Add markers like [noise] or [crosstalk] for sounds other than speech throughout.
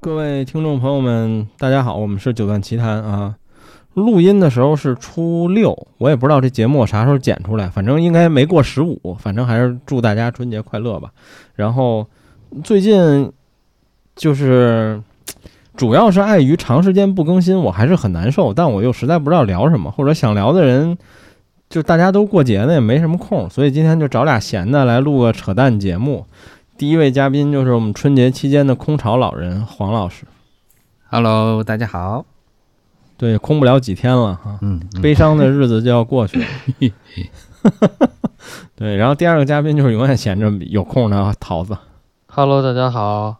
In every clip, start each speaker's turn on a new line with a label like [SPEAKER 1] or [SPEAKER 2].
[SPEAKER 1] 各位听众朋友们，大家好，我们是九段奇谈啊。录音的时候是初六，我也不知道这节目我啥时候剪出来，反正应该没过十五，反正还是祝大家春节快乐吧。然后最近就是主要是碍于长时间不更新，我还是很难受，但我又实在不知道聊什么，或者想聊的人就大家都过节呢，也没什么空，所以今天就找俩闲的来录个扯淡节目。第一位嘉宾就是我们春节期间的空巢老人黄老师，
[SPEAKER 2] Hello，大家好。
[SPEAKER 1] 对，空不了几天了哈。
[SPEAKER 2] 嗯，
[SPEAKER 1] 悲伤的日子就要过去了。对，然后第二个嘉宾就是永远闲着有空的啊桃子。
[SPEAKER 3] Hello，大家好。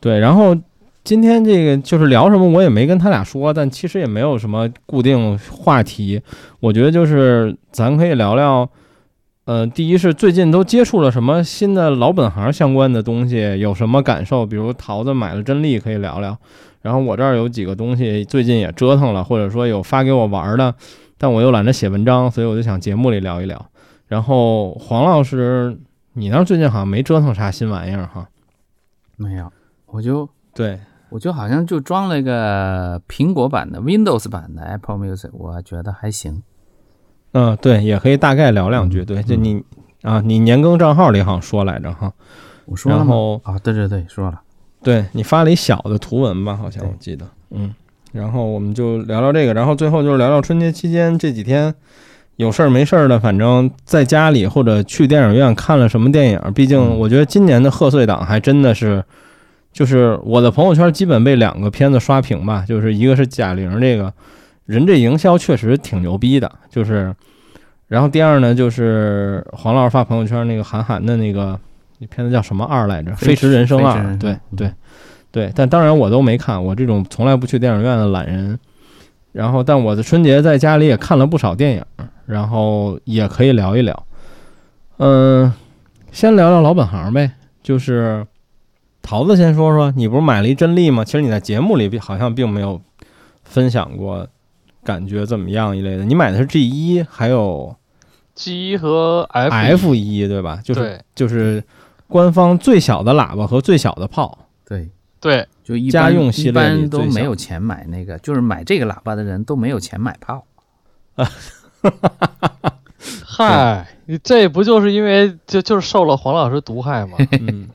[SPEAKER 1] 对，然后今天这个就是聊什么，我也没跟他俩说，但其实也没有什么固定话题。我觉得就是咱可以聊聊，呃，第一是最近都接触了什么新的老本行相关的东西，有什么感受？比如桃子买了真力，可以聊聊。然后我这儿有几个东西最近也折腾了，或者说有发给我玩儿的，但我又懒得写文章，所以我就想节目里聊一聊。然后黄老师，你那儿最近好像没折腾啥新玩意儿哈？
[SPEAKER 2] 没有，我就
[SPEAKER 1] 对，
[SPEAKER 2] 我就好像就装了一个苹果版的 Windows 版的 Apple Music，我觉得还行。
[SPEAKER 1] 嗯，对，也可以大概聊两句。对，就你啊，你年更账号里好像说来着哈，
[SPEAKER 2] 我说了
[SPEAKER 1] 然
[SPEAKER 2] 吗？
[SPEAKER 1] 后
[SPEAKER 2] 啊、对对对，说了。
[SPEAKER 1] 对你发了一小的图文吧，好像我记得，嗯，然后我们就聊聊这个，然后最后就是聊聊春节期间这几天有事儿没事儿的，反正在家里或者去电影院看了什么电影。毕竟
[SPEAKER 2] 嗯
[SPEAKER 1] 我觉得今年的贺岁档还真的是，就是我的朋友圈基本被两个片子刷屏吧，就是一个是贾玲这个人这营销确实挺牛逼的，就是，然后第二呢就是黄老师发朋友圈那个韩寒的那个那片子叫什么二来着，《
[SPEAKER 2] 飞
[SPEAKER 1] 飞驰人生
[SPEAKER 2] 飞驰
[SPEAKER 1] 二
[SPEAKER 2] 人》，生
[SPEAKER 1] 对
[SPEAKER 2] 嗯
[SPEAKER 1] 对对，但当然我都没看，我这种从来不去电影院的懒人。然后，但我的春节在家里也看了不少电影，然后也可以聊一聊。嗯、先聊聊老本行呗，就是桃子先说说，你不是买了一真力吗？其实你在节目里并好像并没有分享过，感觉怎么样一类的。你买的是 G 一还有
[SPEAKER 3] G 一和 F
[SPEAKER 1] F 一对吧？就是
[SPEAKER 3] 对
[SPEAKER 1] 就是官方最小的喇叭和最小的炮。
[SPEAKER 2] 对，
[SPEAKER 3] 对
[SPEAKER 2] 就一
[SPEAKER 1] 家
[SPEAKER 2] 般
[SPEAKER 1] 用系列里
[SPEAKER 2] 一般都
[SPEAKER 1] 最小
[SPEAKER 2] 没有钱买那个，就是买这个喇叭的人都没有钱买炮。
[SPEAKER 3] 嗨，你这不就是因为就就是受了黄老师毒害吗？
[SPEAKER 1] 嗯，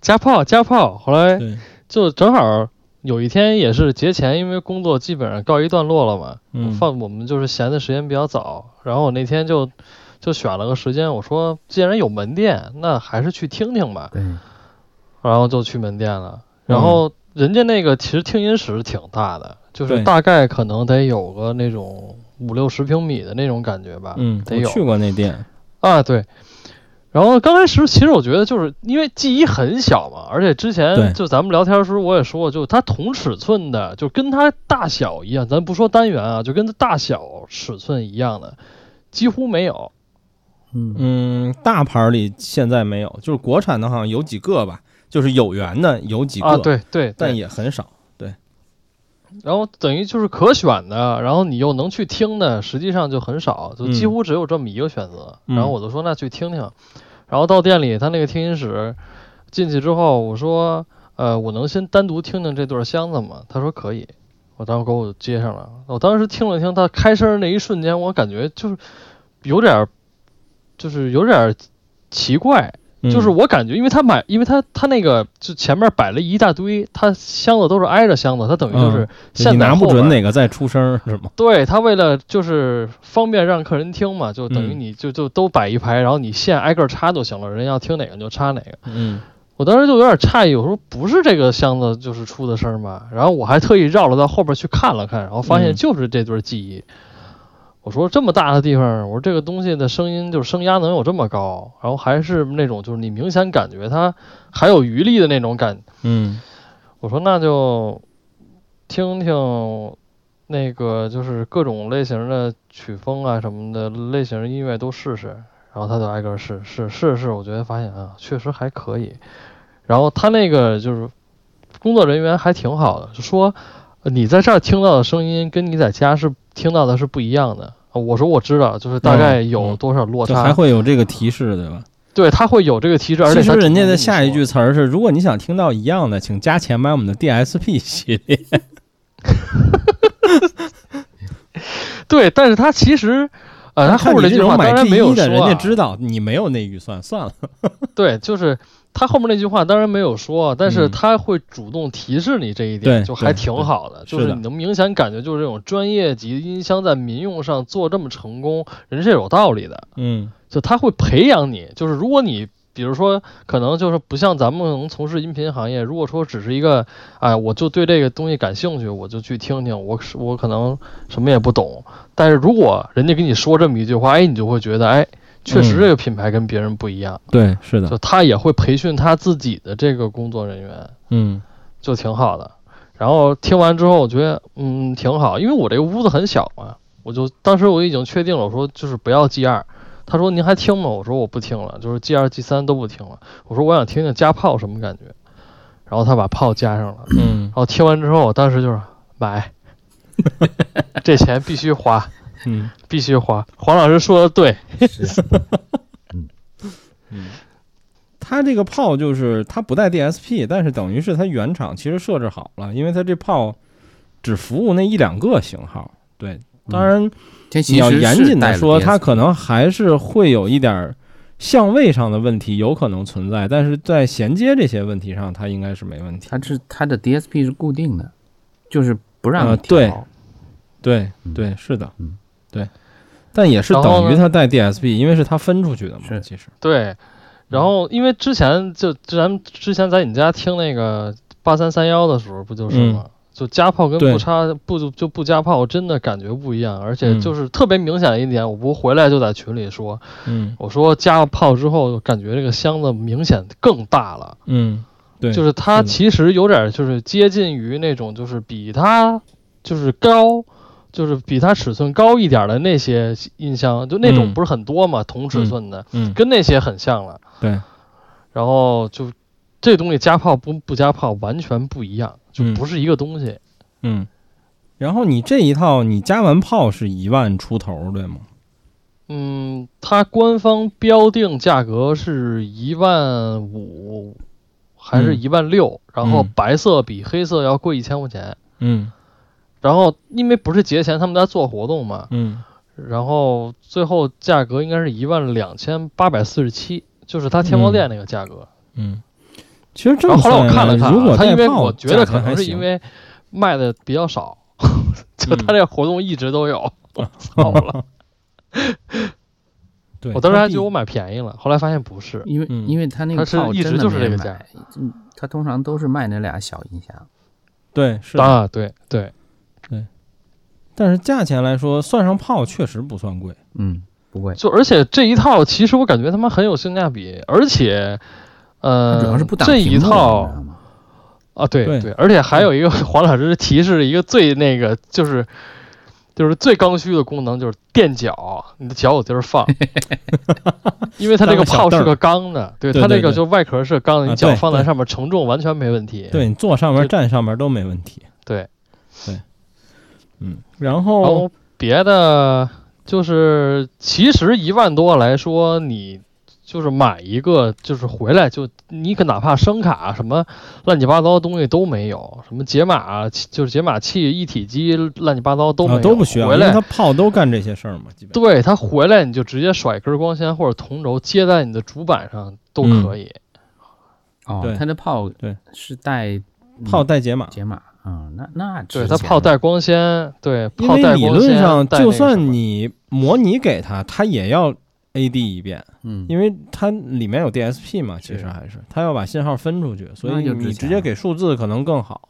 [SPEAKER 3] 加炮加炮，后来
[SPEAKER 1] 对，
[SPEAKER 3] 就正好有一天也是节前，因为工作基本上告一段落了嘛，
[SPEAKER 1] 嗯，
[SPEAKER 3] 放我们就是闲的时间比较早，然后我那天就就选了个时间，我说既然有门店，那还是去听听吧，
[SPEAKER 2] 对，
[SPEAKER 3] 然后就去门店了，然后人家那个其实听音室挺大的，就
[SPEAKER 1] 嗯对
[SPEAKER 3] 是大概可能得有个那种五六十平米的那种感觉吧，
[SPEAKER 1] 嗯，
[SPEAKER 3] 得
[SPEAKER 1] 我
[SPEAKER 3] 有
[SPEAKER 1] 去过那店，
[SPEAKER 3] 啊，对。然后刚开始其实我觉得就是因为记忆很小嘛，而且之
[SPEAKER 1] 对
[SPEAKER 3] 前就咱们聊天的时候我也说过，就它同尺寸的，就跟它大小一样，咱不说单元啊，就跟它大小尺寸一样的，几乎没有。
[SPEAKER 2] 嗯，
[SPEAKER 1] 嗯，大牌儿里现在没有，就是国产的，好像有几个吧，就是有缘的有几个，
[SPEAKER 3] 啊，对对，
[SPEAKER 1] 但
[SPEAKER 3] 对
[SPEAKER 1] 也很少。
[SPEAKER 3] 然后等于就是可选的，然后你又能去听的，实际上就很少，就几
[SPEAKER 1] 嗯
[SPEAKER 3] 乎只有这么一个选择。
[SPEAKER 1] 嗯
[SPEAKER 3] 然后我就说那去听听，然后到店里他那个听音室进去之后，我说呃我能先单独听听这段箱子吗？他说可以，我当时给我接上了。我当时听了听他开声那一瞬间，我感觉就是有点儿就是有点儿奇怪，
[SPEAKER 1] 嗯
[SPEAKER 3] 就是我感觉，因为他买，因为他他那个就前面摆了一大堆，他箱子都是挨着箱子，他等于就
[SPEAKER 1] 就
[SPEAKER 3] 是
[SPEAKER 1] 嗯你
[SPEAKER 3] 现在
[SPEAKER 1] 拿不
[SPEAKER 3] 后
[SPEAKER 1] 准
[SPEAKER 3] 边
[SPEAKER 1] 哪个在出声儿是吗？
[SPEAKER 3] 对他为了就是方便让客人听嘛，就等于
[SPEAKER 1] 嗯
[SPEAKER 3] 你就就都摆一排，然后你线挨个儿插就行了，人要听哪个你就插哪个。
[SPEAKER 1] [laughs] 嗯
[SPEAKER 3] 我当时就有点诧异，我说不是这个箱子就是出的声儿吗？然后我还特意绕了到后边去看了看，然后发
[SPEAKER 1] 嗯
[SPEAKER 3] 现就是这对记忆。我说这么大的地方，我说这个东西的声音就是声压能有这么高，然后还是那种就是你明显感觉它还有余力的那种感。
[SPEAKER 1] 嗯
[SPEAKER 3] 我说那就听听那个就是各种类型的曲风啊什么的类型的音乐都试试，然后他就挨个试试试试，我觉得发现啊确实还可以。然后他那个就是工作人员还挺好的，就说呃你在这儿听到的声音跟你在家是听到的是不一样的。啊我说我知道，就是大概
[SPEAKER 1] 嗯
[SPEAKER 3] 有
[SPEAKER 1] 嗯
[SPEAKER 3] 多少落
[SPEAKER 1] 就
[SPEAKER 3] 差，
[SPEAKER 1] 还会有这个提示对吧？
[SPEAKER 3] 对，它会有这个提示，而且
[SPEAKER 1] 其实
[SPEAKER 3] 它
[SPEAKER 1] 人家
[SPEAKER 3] 主动跟
[SPEAKER 1] 的
[SPEAKER 3] 你
[SPEAKER 1] 下一
[SPEAKER 3] 说
[SPEAKER 1] 句词儿是：如果你想听到一样的，请加钱买我们的 DSP 系列。
[SPEAKER 3] 对，但是它其实，呃，它
[SPEAKER 1] 看
[SPEAKER 3] 后
[SPEAKER 1] 你
[SPEAKER 3] 面这
[SPEAKER 1] 这
[SPEAKER 3] 句
[SPEAKER 1] 种
[SPEAKER 3] 话
[SPEAKER 1] 买
[SPEAKER 3] 当然
[SPEAKER 1] T
[SPEAKER 3] 没有
[SPEAKER 1] 一
[SPEAKER 3] 说、啊，
[SPEAKER 1] 的，人家知道你没有那预算，算了。
[SPEAKER 3] 对，就是他后面那句话当然没有说，但是
[SPEAKER 1] 嗯
[SPEAKER 3] 他会主动提示你这一点，
[SPEAKER 1] 对
[SPEAKER 3] 就还
[SPEAKER 1] 对
[SPEAKER 3] 挺
[SPEAKER 1] 对
[SPEAKER 3] 好的。就是是
[SPEAKER 1] 的
[SPEAKER 3] 你能明显感觉，就是这种专业级音箱在民用上做这么成功，人是有道理的。
[SPEAKER 1] 嗯
[SPEAKER 3] 就他会培养你，就是如果你。比如说，可能就是不像咱们能从事音频行业。如果说只是一个，哎，我就对这个东西感兴趣，我就去听听，我是我可能什么也不懂。但是如果人家跟你说这么一句话，哎，你就会觉得，哎，确实
[SPEAKER 1] 嗯
[SPEAKER 3] 这个品牌跟别人不一样。
[SPEAKER 1] 对，是的，
[SPEAKER 3] 就他也会培训他自己的这个工作人员，
[SPEAKER 1] 嗯
[SPEAKER 3] 就挺好的。然后听完之后，我觉得嗯挺好，因为我这个屋子很小嘛，我就当时我已经确定了，我说就是不要 G 二。他说您还听吗？我说我不听了，就是 G 二 G 三都不听了。我说我想听听加炮什么感觉。然后他把炮加上了，
[SPEAKER 1] 嗯
[SPEAKER 3] 然后听完之后，我当时就是买， [laughs] 这钱必须花，
[SPEAKER 1] 嗯
[SPEAKER 3] 必须花。黄老师说的对，
[SPEAKER 2] 是啊
[SPEAKER 1] [laughs] 嗯。它这个炮就是它不带 DSP，但是等于是它原厂其实设置好了，因为它这炮只服务那一两个型号。对，当然
[SPEAKER 2] 这其
[SPEAKER 1] 你要
[SPEAKER 2] 实
[SPEAKER 1] 严
[SPEAKER 2] 是
[SPEAKER 1] 谨
[SPEAKER 2] 带
[SPEAKER 1] 的
[SPEAKER 2] 了
[SPEAKER 1] 说，
[SPEAKER 2] DSP
[SPEAKER 1] 它可能还是会有一点儿相位上的问题，有可能存在，但是在衔接这些问题上，它应该是没问题。
[SPEAKER 2] 它是它的 DSP 是固定的，就是不让
[SPEAKER 1] 呃
[SPEAKER 2] 你调。
[SPEAKER 1] 对对
[SPEAKER 2] 嗯
[SPEAKER 1] 对，是的
[SPEAKER 2] 嗯，
[SPEAKER 1] 对，但也是
[SPEAKER 3] 然后
[SPEAKER 1] 等于
[SPEAKER 3] 呢
[SPEAKER 1] 它带 DSP，因为是它分出去的嘛，
[SPEAKER 2] 是
[SPEAKER 1] 其实，
[SPEAKER 3] 对，然
[SPEAKER 1] 嗯
[SPEAKER 3] 后因为之前就之前之前在你家听那个八三三幺的时候，不就是吗？就加炮跟
[SPEAKER 1] 嗯对
[SPEAKER 3] 不插不就就不加炮，真的感觉不一样，而且
[SPEAKER 1] 嗯
[SPEAKER 3] 就是特别明显的一点，我不回来就在群里说，
[SPEAKER 1] 嗯
[SPEAKER 3] 我说加了炮之后，感觉这个箱子明显更大了，
[SPEAKER 1] 嗯，对，
[SPEAKER 3] 就是它
[SPEAKER 1] 是的
[SPEAKER 3] 其实有点就是接近于那种就是比它就是高。就是比它尺寸高一点的那些音箱，就那种
[SPEAKER 1] 嗯
[SPEAKER 3] 不是很多嘛，同尺
[SPEAKER 1] 嗯
[SPEAKER 3] 寸的，
[SPEAKER 1] 嗯
[SPEAKER 3] 跟那些很像了。
[SPEAKER 1] 对，
[SPEAKER 3] 然后就这东西加炮不不加炮完全不一样，就
[SPEAKER 1] 嗯
[SPEAKER 3] 不是一个东西。
[SPEAKER 1] 嗯。然后你这一套，你加完炮是一万出头，对吗？
[SPEAKER 3] 嗯它官方标定价格是一万五，还是
[SPEAKER 1] 嗯
[SPEAKER 3] 一万六、然后
[SPEAKER 1] 嗯
[SPEAKER 3] 白色比黑色要贵一千块钱。
[SPEAKER 1] 嗯
[SPEAKER 3] 然后因为不是节前他们在做活动嘛，
[SPEAKER 1] 嗯
[SPEAKER 3] 然后最后价格应该是一万两千八百四十七，就是它天猫店那个价格。
[SPEAKER 1] 嗯。其实这
[SPEAKER 3] 然
[SPEAKER 1] 么
[SPEAKER 3] 后后来
[SPEAKER 1] 算
[SPEAKER 3] 我
[SPEAKER 1] 下
[SPEAKER 3] 看了看啊，
[SPEAKER 1] 如果
[SPEAKER 3] 他
[SPEAKER 1] 带
[SPEAKER 3] 因为
[SPEAKER 1] 炮
[SPEAKER 3] 我觉
[SPEAKER 1] 价
[SPEAKER 3] 得可
[SPEAKER 1] 格还
[SPEAKER 3] 能是因
[SPEAKER 1] 行嗯
[SPEAKER 3] 为卖的比
[SPEAKER 1] [laughs]
[SPEAKER 3] 较少，就他这活动一直都有，
[SPEAKER 1] 哦
[SPEAKER 3] 我操了！
[SPEAKER 1] 对，
[SPEAKER 3] 我当时
[SPEAKER 1] 它
[SPEAKER 3] 还
[SPEAKER 1] 毕
[SPEAKER 3] 觉得我买便宜了，后来发现不是。
[SPEAKER 2] 因为、
[SPEAKER 1] 嗯
[SPEAKER 2] 因为它那
[SPEAKER 3] 它
[SPEAKER 2] 个
[SPEAKER 3] 是
[SPEAKER 2] 炮
[SPEAKER 3] 一
[SPEAKER 2] 真
[SPEAKER 3] 直
[SPEAKER 2] 的
[SPEAKER 3] 就是
[SPEAKER 2] 没
[SPEAKER 3] 这个
[SPEAKER 2] 人
[SPEAKER 3] 价
[SPEAKER 2] 买，嗯它通常都是卖那俩小音箱。
[SPEAKER 1] 对是的
[SPEAKER 3] 啊，对对，
[SPEAKER 1] 但是价钱来说，算上炮确实不算贵。
[SPEAKER 2] 嗯，不贵，
[SPEAKER 3] 就而且这一套其实我感觉他妈很有性价比，而且，
[SPEAKER 2] 它
[SPEAKER 3] 呃，
[SPEAKER 2] 主要是不挡
[SPEAKER 3] 这
[SPEAKER 2] 屏幕
[SPEAKER 3] 一
[SPEAKER 2] 的，你知
[SPEAKER 3] 套
[SPEAKER 2] 道吗？
[SPEAKER 3] 啊，对
[SPEAKER 1] 对
[SPEAKER 3] 而且还有一个黄老师提示一个最那个就是就是最刚需的功能就是垫脚，你的脚有地
[SPEAKER 1] [laughs]
[SPEAKER 3] 儿放，因为它这个炮是个钢的，对
[SPEAKER 1] 对
[SPEAKER 3] 它这
[SPEAKER 1] 对
[SPEAKER 3] 个
[SPEAKER 1] 对
[SPEAKER 3] 就外壳是钢的，
[SPEAKER 1] 啊
[SPEAKER 3] 你脚
[SPEAKER 1] 对
[SPEAKER 3] 放在
[SPEAKER 1] 对
[SPEAKER 3] 上面承重完全没问题。
[SPEAKER 1] 对你坐上面、
[SPEAKER 3] 就
[SPEAKER 1] 站上面都没问题。
[SPEAKER 3] 对，
[SPEAKER 1] 嗯，然
[SPEAKER 3] 然
[SPEAKER 1] 后
[SPEAKER 3] 后哦别的就是其实一万多来说你。就是买一个，就是回来就你可哪怕声卡什么乱七八糟的东西都没有，什么解码就是解码器、一体机乱七八糟都没有，
[SPEAKER 1] 啊都不需要，
[SPEAKER 3] 回
[SPEAKER 1] 因为
[SPEAKER 3] 来
[SPEAKER 1] 它炮都干这些事儿嘛，基本。
[SPEAKER 3] 对，它回来你就直接甩根光纤或者铜轴接在你的主板上都可
[SPEAKER 1] 嗯
[SPEAKER 3] 以。
[SPEAKER 2] 哦
[SPEAKER 1] 对，
[SPEAKER 2] 它的炮
[SPEAKER 1] 对
[SPEAKER 2] 是带
[SPEAKER 1] 炮带解码，
[SPEAKER 2] 解码，嗯，那那
[SPEAKER 3] 对，
[SPEAKER 2] 值
[SPEAKER 3] 它
[SPEAKER 2] 钱
[SPEAKER 3] 炮
[SPEAKER 2] 了
[SPEAKER 3] 带光纤，对，
[SPEAKER 1] 因
[SPEAKER 3] 炮
[SPEAKER 1] 为
[SPEAKER 3] 嗯带
[SPEAKER 1] 理
[SPEAKER 3] 光
[SPEAKER 1] 论
[SPEAKER 3] 纤
[SPEAKER 1] 上
[SPEAKER 3] 带那
[SPEAKER 1] 就
[SPEAKER 3] 个什
[SPEAKER 1] 算
[SPEAKER 3] 么
[SPEAKER 1] 你模拟给它，它也要 AD 一遍，
[SPEAKER 2] 嗯，
[SPEAKER 1] 因为它里面有 DSP 嘛，其
[SPEAKER 2] 是
[SPEAKER 1] 实还是它要把信号分出去，所
[SPEAKER 2] 那
[SPEAKER 1] 以
[SPEAKER 2] 就
[SPEAKER 1] 你
[SPEAKER 2] 值
[SPEAKER 1] 直
[SPEAKER 2] 钱
[SPEAKER 1] 接
[SPEAKER 2] 了
[SPEAKER 1] 给数字可能更好。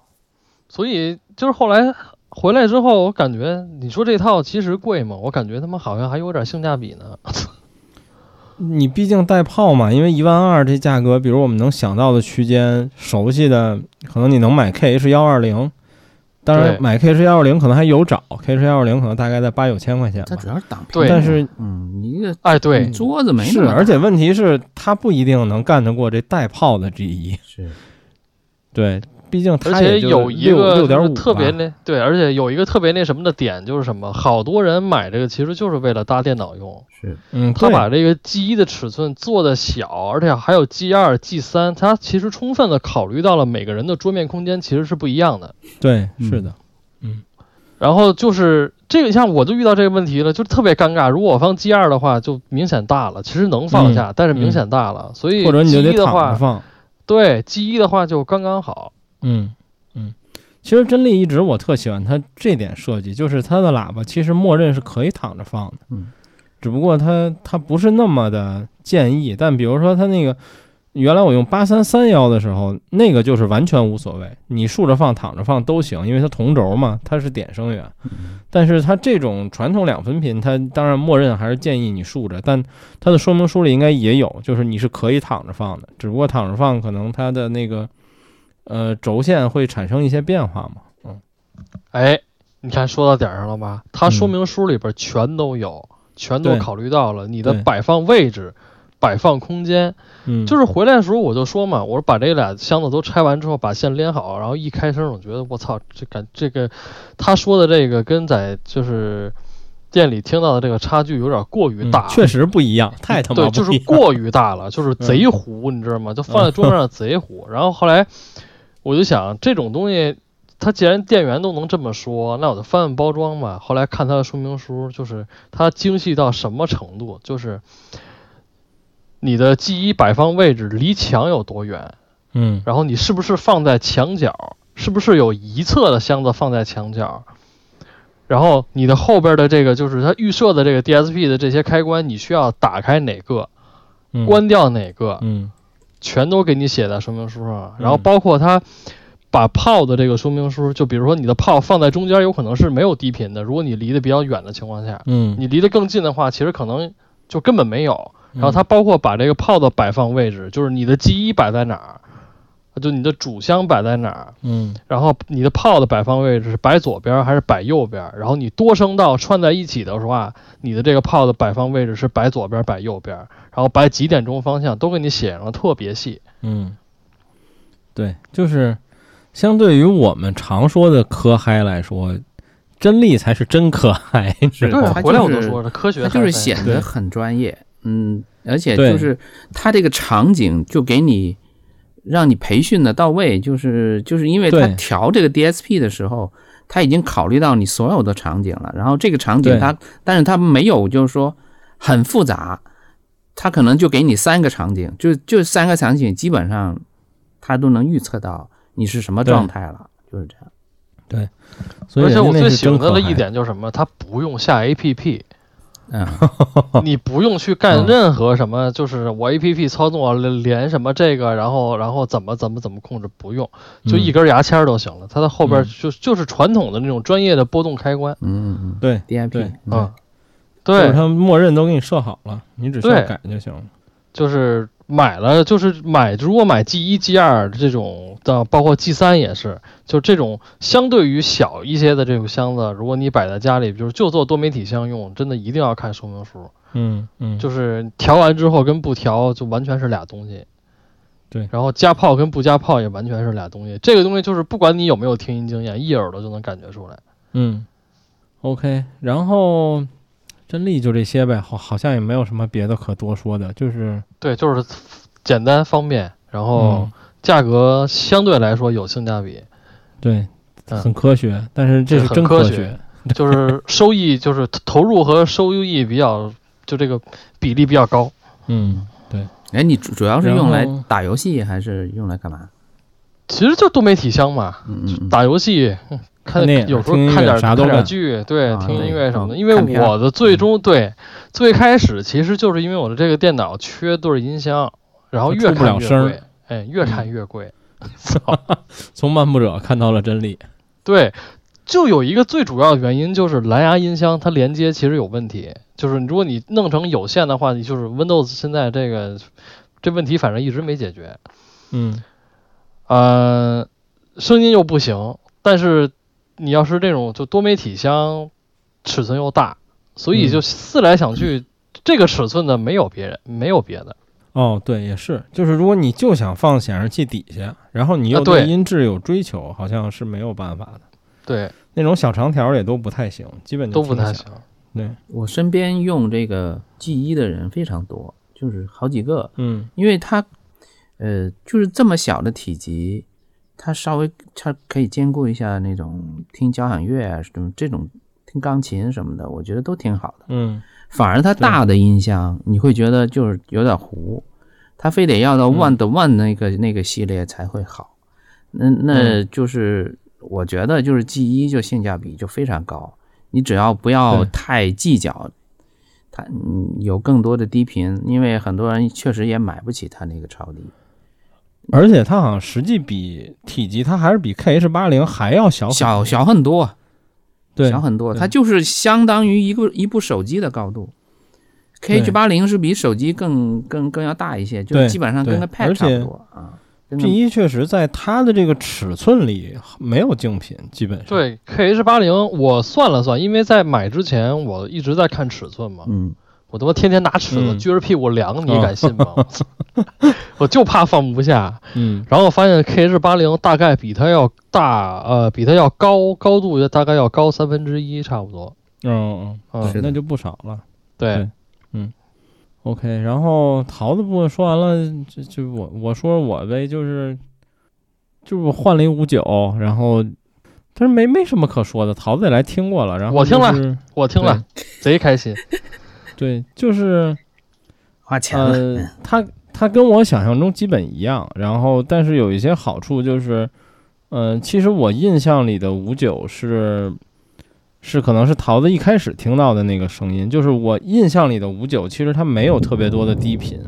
[SPEAKER 3] 所以就是后来回来之后，我感觉你说这套其实贵吗？我感觉他们好像还有点性价比呢。
[SPEAKER 1] 你毕竟带炮嘛，因为一万二这价格，比如我们能想到的区间，熟悉的可能你能买 KH 幺二零，当
[SPEAKER 3] 对
[SPEAKER 1] 然买 KH 幺二零可能还有找，KH 幺二零可能大概在八九千块钱
[SPEAKER 2] 它
[SPEAKER 1] 吧
[SPEAKER 2] 主。要是挡屏
[SPEAKER 3] 对
[SPEAKER 2] 幕，
[SPEAKER 1] 但是
[SPEAKER 2] 嗯，你一个
[SPEAKER 3] 哎，对，
[SPEAKER 2] 桌子没那
[SPEAKER 1] 是，
[SPEAKER 2] 么
[SPEAKER 1] 而且问题是，它不一定能干得过这带炮的 G 一。
[SPEAKER 2] 是
[SPEAKER 1] 对，毕竟
[SPEAKER 3] 而
[SPEAKER 1] 它也
[SPEAKER 3] 且有一
[SPEAKER 1] 六
[SPEAKER 3] 个就
[SPEAKER 1] 点
[SPEAKER 3] 是
[SPEAKER 1] 五
[SPEAKER 3] 特别那对，而且有一个特别那什么的点就是什么，好多人买这个其实就是为了搭电脑用，
[SPEAKER 2] 是
[SPEAKER 1] 嗯，
[SPEAKER 3] 他
[SPEAKER 1] 对
[SPEAKER 3] 把这个 G 一的尺寸做的小，而且还有 G 二、G 三，它其实充分的考虑到了每个人的桌面空间其实是不一样的。
[SPEAKER 1] 对
[SPEAKER 2] 嗯
[SPEAKER 1] 是的，
[SPEAKER 3] 然后就是这个，像我就遇到这个问题了，就特别尴尬。如果我放 G 二的话，就明显大了，其实能放下，但是明显大了，所
[SPEAKER 1] 嗯
[SPEAKER 3] 以
[SPEAKER 2] 嗯
[SPEAKER 1] 或者你就
[SPEAKER 3] G
[SPEAKER 1] 得
[SPEAKER 3] 一的
[SPEAKER 1] 躺着
[SPEAKER 3] 话，
[SPEAKER 1] 放。
[SPEAKER 3] 对 G 一的话就刚刚好。
[SPEAKER 1] 嗯嗯，其实真力一直我特喜欢它这点设计，就是它的喇叭其实默认是可以躺着放的，
[SPEAKER 2] 嗯，
[SPEAKER 1] 只不过它它不是那么的建议。但比如说它那个原来我用八三三幺的时候，那个就是完全无所谓，你竖着放、躺着放都行，因为它同轴嘛，它是点声源。
[SPEAKER 3] 嗯
[SPEAKER 1] 但是它这种传统两分频，它当然默认还是建议你竖着，但它的说明书里应该也有，就是你是可以躺着放的，只不过躺着放可能它的那个呃轴线会产生一些变化嘛。
[SPEAKER 3] 哎，你看说到点儿上了吧？它
[SPEAKER 1] 嗯
[SPEAKER 3] 说明书里边全都有，全都
[SPEAKER 1] 对
[SPEAKER 3] 考虑到了你的
[SPEAKER 1] 对
[SPEAKER 3] 摆放位置、摆放空间。
[SPEAKER 1] 嗯，
[SPEAKER 3] 就是回来的时候我就说嘛，我说把这俩箱子都拆完之后，把线连好，然后一开声，我觉得我操，这感这个他说的这个跟在就是店里听到的这个差距有点过于
[SPEAKER 1] 嗯
[SPEAKER 3] 大，
[SPEAKER 1] 确实不一样，太他妈
[SPEAKER 3] 嗯对，
[SPEAKER 1] 不
[SPEAKER 3] 就
[SPEAKER 1] 一
[SPEAKER 3] 是
[SPEAKER 1] 样。嗯
[SPEAKER 3] 过于大了，就是贼糊，你知道吗？就放在桌面上贼糊。然后后来我就想，这种东西，它既然店员都能这么说，那我就翻翻包装吧。后来看它的说明书，就是它精细到什么程度，就是你的记忆摆放位置离墙有多远，
[SPEAKER 1] 嗯
[SPEAKER 3] 然后你是不是放在墙角？是不是有一侧的箱子放在墙角？然后你的后边的这个就是它预设的这个 DSP 的这些开关，你需要打开哪个，
[SPEAKER 1] 嗯
[SPEAKER 3] 关掉哪个，
[SPEAKER 1] 嗯
[SPEAKER 3] 全都给你写在说明书上。然后
[SPEAKER 1] 嗯
[SPEAKER 3] 包括它把炮的这个说明书，就比如说你的炮放在中间，有可能是没有低频的。如果你离得比较远的情况下，
[SPEAKER 1] 嗯，
[SPEAKER 3] 你离得更近的话，其实可能就根本没有。
[SPEAKER 1] 然
[SPEAKER 3] 然后它包括把这个炮的摆放位置，就是你的 G 一摆在哪儿，就你的主箱摆在哪儿，
[SPEAKER 1] 嗯
[SPEAKER 3] 然后你的炮的摆放位置是摆左边还是摆右边？然后你多声道串在一起的时候啊，你的这个炮的摆放位置是摆左边、摆右边，然后摆几点钟方向都给你写上了，特别细。
[SPEAKER 1] 嗯，对，就是相对于我们常说的科嗨来说，真力才是真科嗨，你知道
[SPEAKER 2] 对
[SPEAKER 1] 吗？
[SPEAKER 2] 它
[SPEAKER 3] 回来我
[SPEAKER 2] 就
[SPEAKER 3] 就是说了，科学
[SPEAKER 2] 它就是
[SPEAKER 3] 开分
[SPEAKER 2] 显
[SPEAKER 1] 对
[SPEAKER 2] 得很专业，嗯，而且
[SPEAKER 1] 对
[SPEAKER 2] 就是它这个场景就给你让你培训的到位，就是就是因为它
[SPEAKER 1] 对
[SPEAKER 2] 调这个 DSP 的时候，它已经考虑到你所有的场景了，然后这个场景
[SPEAKER 1] 对
[SPEAKER 2] 它，但是它没有就是说很复杂，它可能就给你三个场景，就就三个场景基本上它都能预测到你是什么
[SPEAKER 1] 对
[SPEAKER 2] 状态了，就是这样。
[SPEAKER 1] 所以
[SPEAKER 3] 而
[SPEAKER 1] 人
[SPEAKER 3] 且
[SPEAKER 1] 家
[SPEAKER 3] 我
[SPEAKER 1] 那
[SPEAKER 3] 最
[SPEAKER 1] 是
[SPEAKER 3] 喜欢
[SPEAKER 1] 真
[SPEAKER 3] 它
[SPEAKER 1] 可
[SPEAKER 3] 的
[SPEAKER 1] 嗨 [laughs]
[SPEAKER 3] 一，点就是什么，它不用下 APP，
[SPEAKER 2] 嗯，
[SPEAKER 1] 哦
[SPEAKER 3] 你不用去干任何什么，就是我 APP 操作连连什么这个，然后然后怎么怎么怎么控制，不用，就一
[SPEAKER 1] 嗯
[SPEAKER 3] 根牙签儿都行了。它的后边
[SPEAKER 1] 嗯
[SPEAKER 3] 就就是传统的那种专业的波动开关，
[SPEAKER 2] 嗯嗯
[SPEAKER 1] 对，对哦
[SPEAKER 2] ，DIP，嗯
[SPEAKER 3] 嗯，
[SPEAKER 1] 就
[SPEAKER 3] 对
[SPEAKER 1] 是，它默认都给你设好了，你只需要
[SPEAKER 3] 对
[SPEAKER 1] 改就行了。
[SPEAKER 3] 就是买了，就是买，如果买 G 一、G 二这种的，包括 G 三也是，就这种相对于小一些的这种箱子，如果你摆在家里，就是就做多媒体箱用，真的一定要看说明书，
[SPEAKER 1] 嗯嗯，
[SPEAKER 3] 就是调完之后跟不调就完全是俩东西。
[SPEAKER 1] 对
[SPEAKER 3] 然后加炮跟不加炮也完全是俩东西。这个东西就是不管你有没有听音经验，一耳朵就能感觉出来。
[SPEAKER 1] 嗯，OK，然后真力就这些呗，好，好像也没有什么别的可多说的，就是
[SPEAKER 3] 对，就是简单方便，然后
[SPEAKER 1] 嗯
[SPEAKER 3] 价格相对来说有性价比。
[SPEAKER 1] 对，
[SPEAKER 3] 嗯
[SPEAKER 1] 很科学，但是这
[SPEAKER 3] 对
[SPEAKER 1] 是
[SPEAKER 3] 很
[SPEAKER 1] 真
[SPEAKER 3] 科
[SPEAKER 1] 科
[SPEAKER 3] 学，就是收益，就是投投入和收益比较，就这个比例比较高。
[SPEAKER 1] 嗯，
[SPEAKER 2] 哎，你主主要是
[SPEAKER 1] 然
[SPEAKER 2] 用来
[SPEAKER 1] 后
[SPEAKER 2] 打游戏还是用来干嘛？
[SPEAKER 3] 其实就多媒体箱嘛，
[SPEAKER 2] 嗯嗯
[SPEAKER 3] 打游戏，嗯看
[SPEAKER 1] 看电影
[SPEAKER 3] 有时候
[SPEAKER 1] 听音乐
[SPEAKER 3] 看点
[SPEAKER 1] 啥
[SPEAKER 3] 看
[SPEAKER 1] 都
[SPEAKER 3] 点
[SPEAKER 1] 干
[SPEAKER 3] 剧，对，
[SPEAKER 2] 啊
[SPEAKER 3] 听音
[SPEAKER 2] 对
[SPEAKER 3] 乐什么的。
[SPEAKER 2] 嗯
[SPEAKER 3] 因为
[SPEAKER 2] 看片儿
[SPEAKER 3] 我的最终对最开始其实就是因为我的这个电脑缺对音箱，然后
[SPEAKER 1] 它
[SPEAKER 3] 越
[SPEAKER 1] 出不
[SPEAKER 3] 看
[SPEAKER 1] 了
[SPEAKER 3] 越
[SPEAKER 1] 声儿嗯
[SPEAKER 3] 贵，哎，越看越贵。操，
[SPEAKER 1] 从漫步者看到了真理。
[SPEAKER 3] 对，就有一个最主要的原因就是蓝牙音箱它连接其实有问题，就是如果你弄成有线的话，你就是 Windows 现在这个这问题反正一直没解决，
[SPEAKER 1] 嗯
[SPEAKER 3] 呃，声音又不行，但是你要是这种就多媒体箱，尺
[SPEAKER 1] 嗯
[SPEAKER 3] 寸又大，所以就思来想去，这个尺寸的没有别人，没有别的。
[SPEAKER 1] 哦，对，也是，就是如果你就想放显示器底下，然后你又
[SPEAKER 3] 啊对
[SPEAKER 1] 音质有追求，好像是没有办法的。
[SPEAKER 3] 对，
[SPEAKER 1] 那种小长条也都不太行，基本就
[SPEAKER 3] 都不太
[SPEAKER 1] 听
[SPEAKER 3] 行
[SPEAKER 1] 起来。。对，
[SPEAKER 2] 我身边用这个 G 一的人非常多，就是好几个，
[SPEAKER 1] 嗯
[SPEAKER 2] 因为它，呃，就是这么小的体积，它稍微它可以兼顾一下那种听交响乐啊什么这种听钢琴什么的，我觉得都挺好的。
[SPEAKER 1] 嗯，
[SPEAKER 2] 反而它大的音箱，你会觉得就是有点糊，它非得要到
[SPEAKER 1] 嗯
[SPEAKER 2] One 的 One 那个、那个系列才会好。那那
[SPEAKER 1] 嗯
[SPEAKER 2] 就是我觉得就是 G 一就性价比就非常高，你只要不要
[SPEAKER 1] 对
[SPEAKER 2] 太计较。它嗯有更多的低频，因为很多人确实也买不起它那个超低。
[SPEAKER 1] 而且它好像实际比体积，它还是比 KH 八零还要小很
[SPEAKER 2] 小
[SPEAKER 1] 多
[SPEAKER 2] 小很多，
[SPEAKER 1] 对
[SPEAKER 2] 小很多，
[SPEAKER 1] 对
[SPEAKER 2] 它就是相当于一个一部手机的高度。
[SPEAKER 1] 对
[SPEAKER 2] KH 八零是比手机更更更要大一些，就
[SPEAKER 1] 对
[SPEAKER 2] 基本上跟个
[SPEAKER 1] 对而
[SPEAKER 2] Pad 差
[SPEAKER 1] 且
[SPEAKER 2] 不多啊。跟个
[SPEAKER 1] G 一确实在它的这个尺寸里没有竞品，基本上。
[SPEAKER 3] 对 KH 八零，我算了算，因为在买之前我一直在看尺寸嘛，
[SPEAKER 2] 嗯，
[SPEAKER 3] 我他妈天天拿尺子
[SPEAKER 1] 嗯
[SPEAKER 3] GRP 我量，你
[SPEAKER 1] 哦
[SPEAKER 3] 敢信吗？
[SPEAKER 1] [laughs]
[SPEAKER 3] [laughs] 我就怕放不下。
[SPEAKER 1] 嗯，
[SPEAKER 3] 然后我发现 KH 八零大概比它要大，呃，比它要高，高度就大概要高三分之一差不多。
[SPEAKER 1] 嗯嗯
[SPEAKER 3] 嗯
[SPEAKER 1] 嗯，
[SPEAKER 2] 是的
[SPEAKER 1] 那就不少了。
[SPEAKER 3] 对
[SPEAKER 1] 对 OK，然后桃子部分说完了，就就我我说我呗，就是就是我换了一五九，然后但是没没什么可说的，桃子也来听过了，然后
[SPEAKER 3] 我听了
[SPEAKER 1] 就是
[SPEAKER 3] 我听了，贼开心。
[SPEAKER 1] 对，就是
[SPEAKER 2] 花钱了，
[SPEAKER 1] 呃，它它跟我想象中基本一样，然后但是有一些好处就是，嗯、其实我印象里的五九是是可能是桃子一开始听到的那个声音，就是我印象里的五九其实它没有特别多的低频，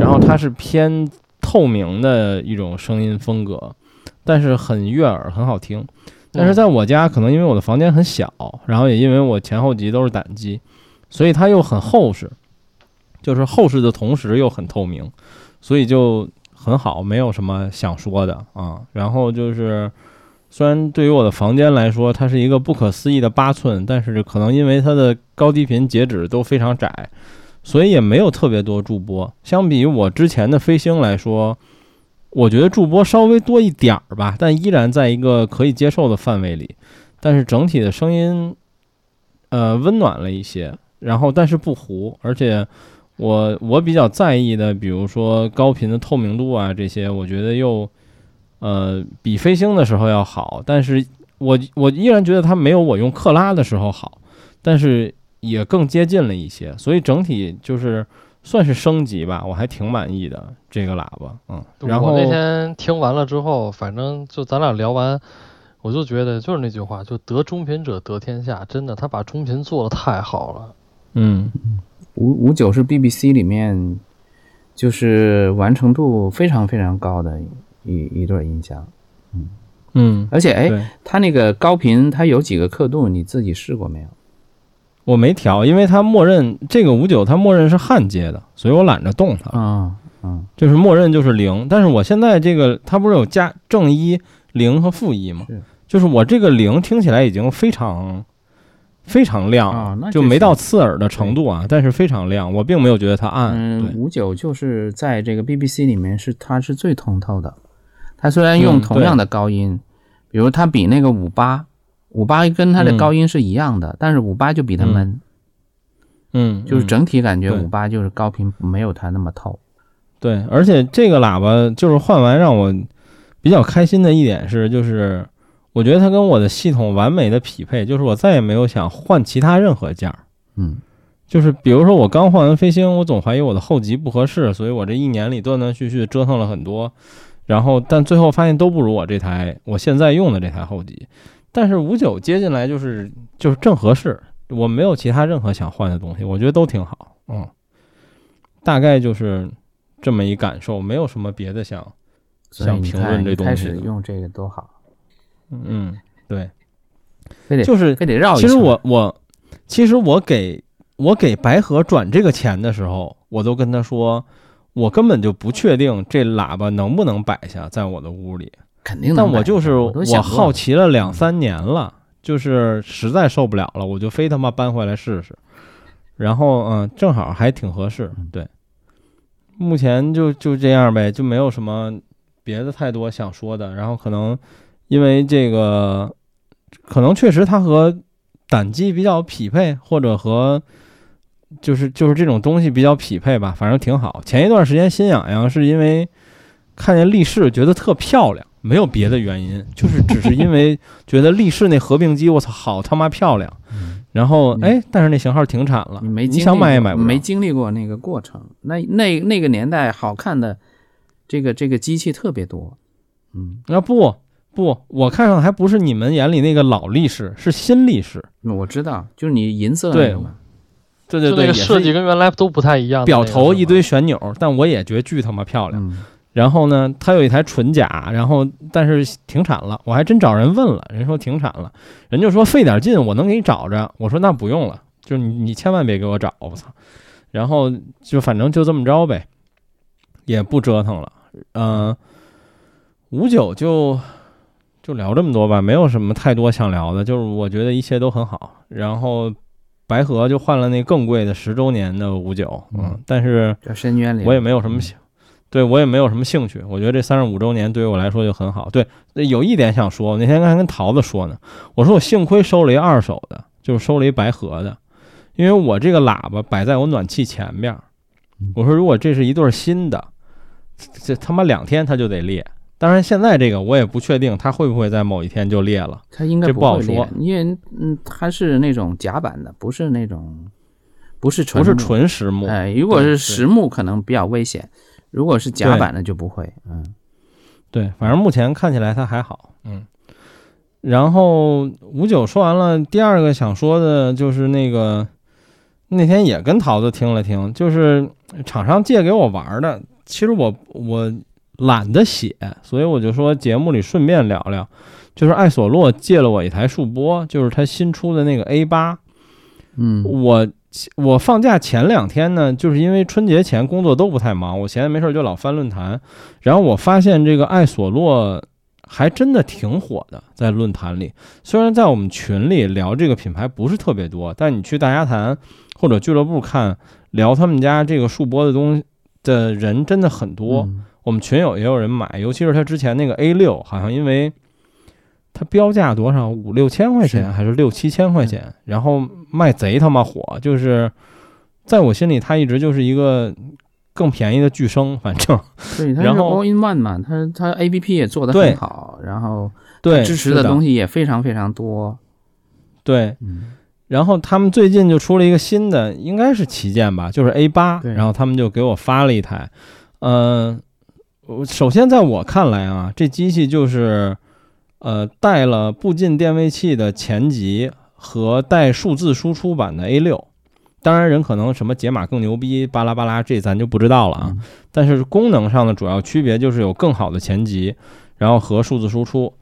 [SPEAKER 1] 然后它是偏透明的一种声音风格，但是很悦耳，很好听。但是在我家，可能因为我的房间很小，然后也因为我前后级都是胆机，所以它又很厚实，就是厚实的同时又很透明，所以就很好，没有什么想说的啊。然后就是，虽然对于我的房间来说，它是一个不可思议的八寸，但是可能因为它的高低频截止都非常窄，所以也没有特别多驻播。相比于我之前的飞星来说，我觉得驻播稍微多一点儿吧，但依然在一个可以接受的范围里。但是整体的声音，呃，温暖了一些，然后但是不糊，而且我我比较在意的，比如说高频的透明度啊这些，我觉得又呃比飞星的时候要好，但是我我依然觉得它没有我用克拉的时候好，但是也更接近了一些，所以整体就是算是升级吧，我还挺满意的这个喇叭，嗯， [laughs] 然后
[SPEAKER 3] 我那天听完了之后，反正就咱俩聊完，我就觉得就是那句话，就得中频者得天下，真的，他把中频做的太好了。
[SPEAKER 1] 嗯
[SPEAKER 2] [laughs] 五五九是 BBC 里面就是完成度非常非常高的一一对音箱，
[SPEAKER 1] 嗯，
[SPEAKER 2] 而且哎，
[SPEAKER 1] 对。
[SPEAKER 2] 它那个高频它有几个刻度，你自己试过没有？
[SPEAKER 1] 我没调，因为它默认这个五九它默认是焊接的，所以我懒得动它，
[SPEAKER 2] 啊、嗯，
[SPEAKER 1] 就是默认就是零。但是我现在这个它不是有加正一、零和负一吗
[SPEAKER 2] 是？
[SPEAKER 1] 就是我这个零听起来已经非常非常亮了，
[SPEAKER 2] 啊那
[SPEAKER 1] 就
[SPEAKER 2] 就
[SPEAKER 1] 没
[SPEAKER 2] 行
[SPEAKER 1] 到刺耳的程度啊，但是非常亮，我并没有觉得它暗。
[SPEAKER 2] 嗯，
[SPEAKER 1] 对
[SPEAKER 2] 五九就是在这个 BBC 里面是它是最通透的，它虽然用
[SPEAKER 1] 嗯
[SPEAKER 2] 同样的高音，比如它比那个五八，五八跟它的
[SPEAKER 1] 嗯
[SPEAKER 2] 高音是一样的，但是五八就比它闷，
[SPEAKER 1] 嗯，
[SPEAKER 2] 就是
[SPEAKER 1] 嗯
[SPEAKER 2] 整体感觉
[SPEAKER 1] 对
[SPEAKER 2] 五八就是高频没有它那么透。
[SPEAKER 1] 对，而且这个喇叭就是换完让我比较开心的一点是，就是我觉得它跟我的系统完美的匹配，就是我再也没有想换其他任何件儿。
[SPEAKER 2] 嗯，
[SPEAKER 1] 就是比如说我刚换完飞星，我总怀疑我的后级不合适，所以我这一年里断断续续折腾了很多，然后但最后发现都不如我这台我现在用的这台后级。但是五九接进来就是就是正合适，我没有其他任何想换的东西，我觉得都挺好，嗯，大概就是这么一感受，没有什么别的想，
[SPEAKER 2] 所以
[SPEAKER 1] 想
[SPEAKER 2] 你
[SPEAKER 1] 评论
[SPEAKER 2] 看
[SPEAKER 1] 这
[SPEAKER 2] 一
[SPEAKER 1] 东
[SPEAKER 2] 开
[SPEAKER 1] 西
[SPEAKER 2] 始
[SPEAKER 1] 的
[SPEAKER 2] 用这个多好，
[SPEAKER 1] 嗯，对，
[SPEAKER 2] 非得
[SPEAKER 1] 就是
[SPEAKER 2] 非得绕一
[SPEAKER 1] 其实
[SPEAKER 2] 圈
[SPEAKER 1] 我我其实我给我给白河转这个钱的时候，我都跟他说，我根本就不确定这喇叭能不能摆下在我的屋里，
[SPEAKER 2] 肯定能
[SPEAKER 1] 但
[SPEAKER 2] 买
[SPEAKER 1] 我就是
[SPEAKER 2] 的我都想
[SPEAKER 1] 我好
[SPEAKER 2] 过
[SPEAKER 1] 奇了两三年了，就是实在受不了了，我就非
[SPEAKER 2] 嗯
[SPEAKER 1] 他妈搬回来试试。然后嗯，正好还挺合适，对，目前就就这样呗，就没有什么别的太多想说的。然后可能因为这个，可能确实它和胆机比较匹配，或者和就是就是这种东西比较匹配吧，反正挺好。前一段时间心痒痒是因为看见力士觉得特漂亮，没有别的原
[SPEAKER 2] [laughs]
[SPEAKER 1] 因，就是只是因为觉得力士那合并机我操好他妈漂亮。然后
[SPEAKER 2] 嗯
[SPEAKER 1] 哎，但是那型号停产了，
[SPEAKER 2] 你没经历
[SPEAKER 1] 想买也买不着，
[SPEAKER 2] 没经历过那个过程。那那那个年代，好看的这个这个机器特别多，嗯，
[SPEAKER 1] 啊不不，我看上的还不是你们眼里那个老力士，是新力士。
[SPEAKER 2] 嗯我知道，就是你银色
[SPEAKER 1] 对
[SPEAKER 2] 那个嘛，
[SPEAKER 1] 对对
[SPEAKER 3] 就
[SPEAKER 1] 对，
[SPEAKER 3] 那
[SPEAKER 1] 也
[SPEAKER 3] 个设计
[SPEAKER 1] 是
[SPEAKER 3] 跟原来都不太一样的那
[SPEAKER 1] 表
[SPEAKER 3] 个是吗。
[SPEAKER 1] 头一堆旋钮，但我也觉得巨他妈漂亮。
[SPEAKER 2] 嗯，
[SPEAKER 1] 然后呢，它有一台纯甲，然后但是停产了，我还真找人问了，人说停产了，人就说费点劲，我能给你找着。我说那不用了，就是你你千万别给我找，我操。然后就反正就这么着呗，也不折腾了。嗯、五九就就聊这么多吧，没有什么太多想聊的，就是我觉得一切都很好。然后白河就换了那更贵的十周年的五九，嗯
[SPEAKER 2] 嗯，
[SPEAKER 1] 但是。
[SPEAKER 2] 叫深渊里，
[SPEAKER 1] 我也没有什么
[SPEAKER 2] 嗯
[SPEAKER 1] 兴，对我也没有什么兴趣。我觉得这三十五周年对于我来说就很好。对，有一点想说，我那天还跟桃子说呢，我说我幸亏收了一二手的，就是收了一白盒的，因为我这个喇叭摆在我暖气前面儿
[SPEAKER 2] 嗯，
[SPEAKER 1] 我说如果这是一对儿新的，这这他妈两天它就得裂。当然，现在这个我也不确定它会不会在某一天就裂了。
[SPEAKER 2] 它应该
[SPEAKER 1] 这不好
[SPEAKER 2] 会裂
[SPEAKER 1] 说
[SPEAKER 2] 因为嗯，它是那种夹板的，不是那种，不是
[SPEAKER 1] 不
[SPEAKER 2] 纯
[SPEAKER 1] 是
[SPEAKER 2] 木
[SPEAKER 1] 纯实木，
[SPEAKER 2] 哎，如果
[SPEAKER 1] 对对
[SPEAKER 2] 是实木可能比较危险，如果是夹板的就不会。嗯，
[SPEAKER 1] 对，反正目前看起来它还好，嗯。然后五九说完了，第二个想说的就是那个，那天也跟桃子听了听，就是厂商借给我玩儿的。其实我我懒得写，所以我就说节目里顺便聊聊，就是艾索洛借了我一台数播，就是他新出的那个 A 八，
[SPEAKER 2] 嗯，
[SPEAKER 1] 我我放假前两天呢，就是因为春节前工作都不太忙，我闲着没事儿就老翻论坛，然后我发现这个艾索洛还真的挺火的，在论坛里。虽然在我们群里聊这个品牌不是特别多，但你去大家谈或者俱乐部看聊他们家这个数播的东西的人真的很多。
[SPEAKER 2] 嗯
[SPEAKER 1] 我们群友也有人买，尤其是他之前那个 A 六，好像因为它标价多少五六千块钱
[SPEAKER 2] 是嗯
[SPEAKER 1] 还是六七千块钱，然后卖贼他妈火，就是在我心里，它一直就是一个更便宜的巨生，反正
[SPEAKER 2] 对，它是
[SPEAKER 1] 然后
[SPEAKER 2] all in one 嘛，它它 A P P 也做得
[SPEAKER 1] 对
[SPEAKER 2] 很好，然后
[SPEAKER 1] 对
[SPEAKER 2] 支持的东
[SPEAKER 1] 西
[SPEAKER 2] 西也非常非常多。
[SPEAKER 1] 对。
[SPEAKER 2] 嗯，
[SPEAKER 1] 然后他们最近就出了一个新的，应该是旗舰吧，就是 A 八，
[SPEAKER 2] 对
[SPEAKER 1] 然后他们就给我发了一台，嗯、我首先在我看来啊，这机器就是，呃，带了步进电位器的前级和带数字输出版的 A 六，当然人可能什么解码更牛逼，巴拉巴拉，这咱就不知道了啊。
[SPEAKER 2] 嗯
[SPEAKER 1] 但是功能上的主要区别就是有更好的前级，然后和数字输出。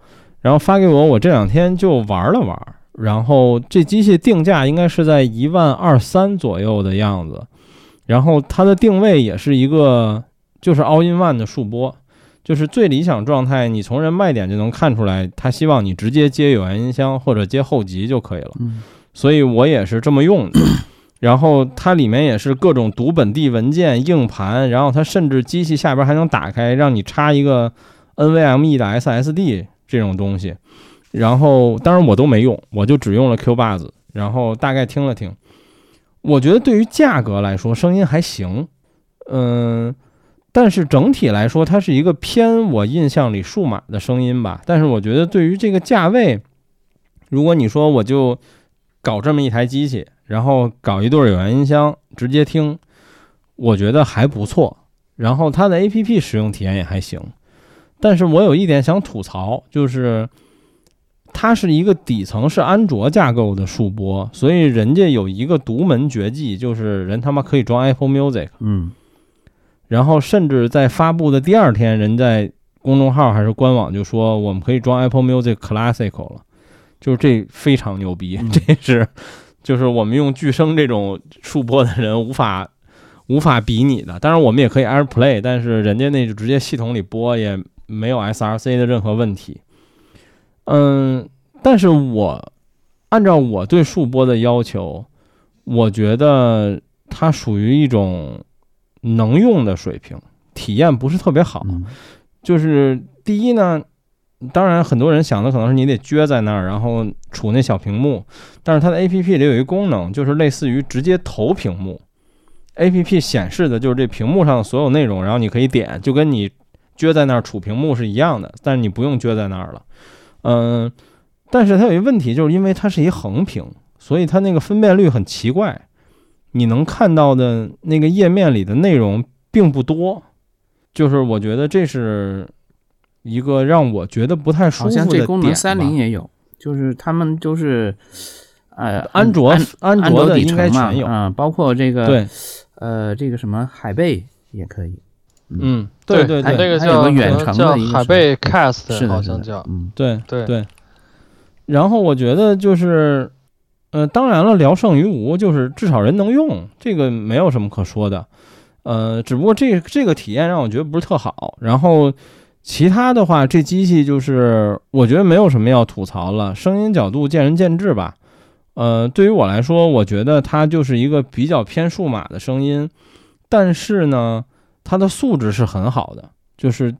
[SPEAKER 1] 然后发给我，我这两天就玩了玩。然后这机器定价应该是在一万二三左右的样子，然后它的定位也是一个就是 all in one 的数播，就是最理想状态，你从人卖点就能看出来，它希望你直接接有源音箱或者接后级就可以了。
[SPEAKER 2] 嗯
[SPEAKER 1] 所以我也是这么用的。然后它里面也是各种读本地文件、硬盘，然后它甚至机器下边还能打开，让你插一个 NVMe 的 SSD 这种东西。然后当然我都没用，我就只用了 Q 把子，然后大概听了听，我觉得对于价格来说，声音还行，嗯、但是整体来说，它是一个偏我印象里数码的声音吧。但是我觉得对于这个价位，如果你说我就搞这么一台机器，然后搞一对儿有源音箱直接听，我觉得还不错。然后它的 APP 使用体验也还行，但是我有一点想吐槽，就是它是一个底层是安卓架构的数播，所以人家有一个独门绝技，就是人他妈可以装 Apple Music。
[SPEAKER 2] 嗯，
[SPEAKER 1] 然后甚至在发布的第二天，人在公众号还是官网就说我们可以装 Apple Music Classical 了，就是这非常牛逼，
[SPEAKER 2] 嗯
[SPEAKER 1] 这是就是我们用巨声这种数播的人无法无法比拟的。当然我们也可以 AirPlay，但是人家那就直接系统里播，也没有 SRC 的任何问题。嗯，但是我按照我对数播的要求，我觉得它属于一种能用的水平，体验不是特别好。
[SPEAKER 2] 嗯
[SPEAKER 1] 就是第一呢，当然很多人想的可能是你得撅在那儿，然后杵那小屏幕，但是它的 A P P 里有一功能，就是类似于直接投屏幕，A P P 显示的就是这屏幕上的所有内容，然后你可以点，就跟你撅在那儿杵屏幕是一样的，但是你不用撅在那儿了，嗯，但是它有一问题，就是因为它是一横屏，所以它那个分辨率很奇怪，你能看到的那个页面里的内容并不多。就是我觉得这是一个让我觉得不太舒服
[SPEAKER 2] 好
[SPEAKER 1] 的点
[SPEAKER 2] 像
[SPEAKER 1] 吧。
[SPEAKER 2] 这功能三菱也有，就是他们都是，呃，
[SPEAKER 1] 安卓
[SPEAKER 2] 安
[SPEAKER 1] 安
[SPEAKER 2] 安
[SPEAKER 1] 卓的
[SPEAKER 2] 底
[SPEAKER 1] 应该
[SPEAKER 2] 层嘛
[SPEAKER 1] 全，有。
[SPEAKER 2] 啊，包括这个
[SPEAKER 1] 对，
[SPEAKER 2] 呃，这个什么海贝也可以，
[SPEAKER 1] 嗯，
[SPEAKER 3] 对
[SPEAKER 1] 对
[SPEAKER 2] 还
[SPEAKER 3] 那
[SPEAKER 1] 对
[SPEAKER 3] 个
[SPEAKER 2] 还有
[SPEAKER 3] 叫
[SPEAKER 2] 个远
[SPEAKER 3] 可能
[SPEAKER 2] 程的
[SPEAKER 3] 叫
[SPEAKER 2] 一个
[SPEAKER 3] 海
[SPEAKER 2] 是
[SPEAKER 3] 贝
[SPEAKER 2] 是
[SPEAKER 3] Cast，
[SPEAKER 2] 的，
[SPEAKER 3] 好
[SPEAKER 2] 是
[SPEAKER 3] 像
[SPEAKER 2] 的
[SPEAKER 3] 叫。
[SPEAKER 2] 嗯，
[SPEAKER 1] 对。
[SPEAKER 3] 对
[SPEAKER 1] 对然后我觉得就是，呃，当然了，聊胜于无，就是至少人能用，这个没有什么可说的。呃，只不过这这个体验让我觉得不是特好。然后其他的话，这机器就是我觉得没有什么要吐槽了，声音角度见仁见智吧。呃，对于我来说，我觉得它就是一个比较偏数码的声音，但是呢，它的素质是很好的，就是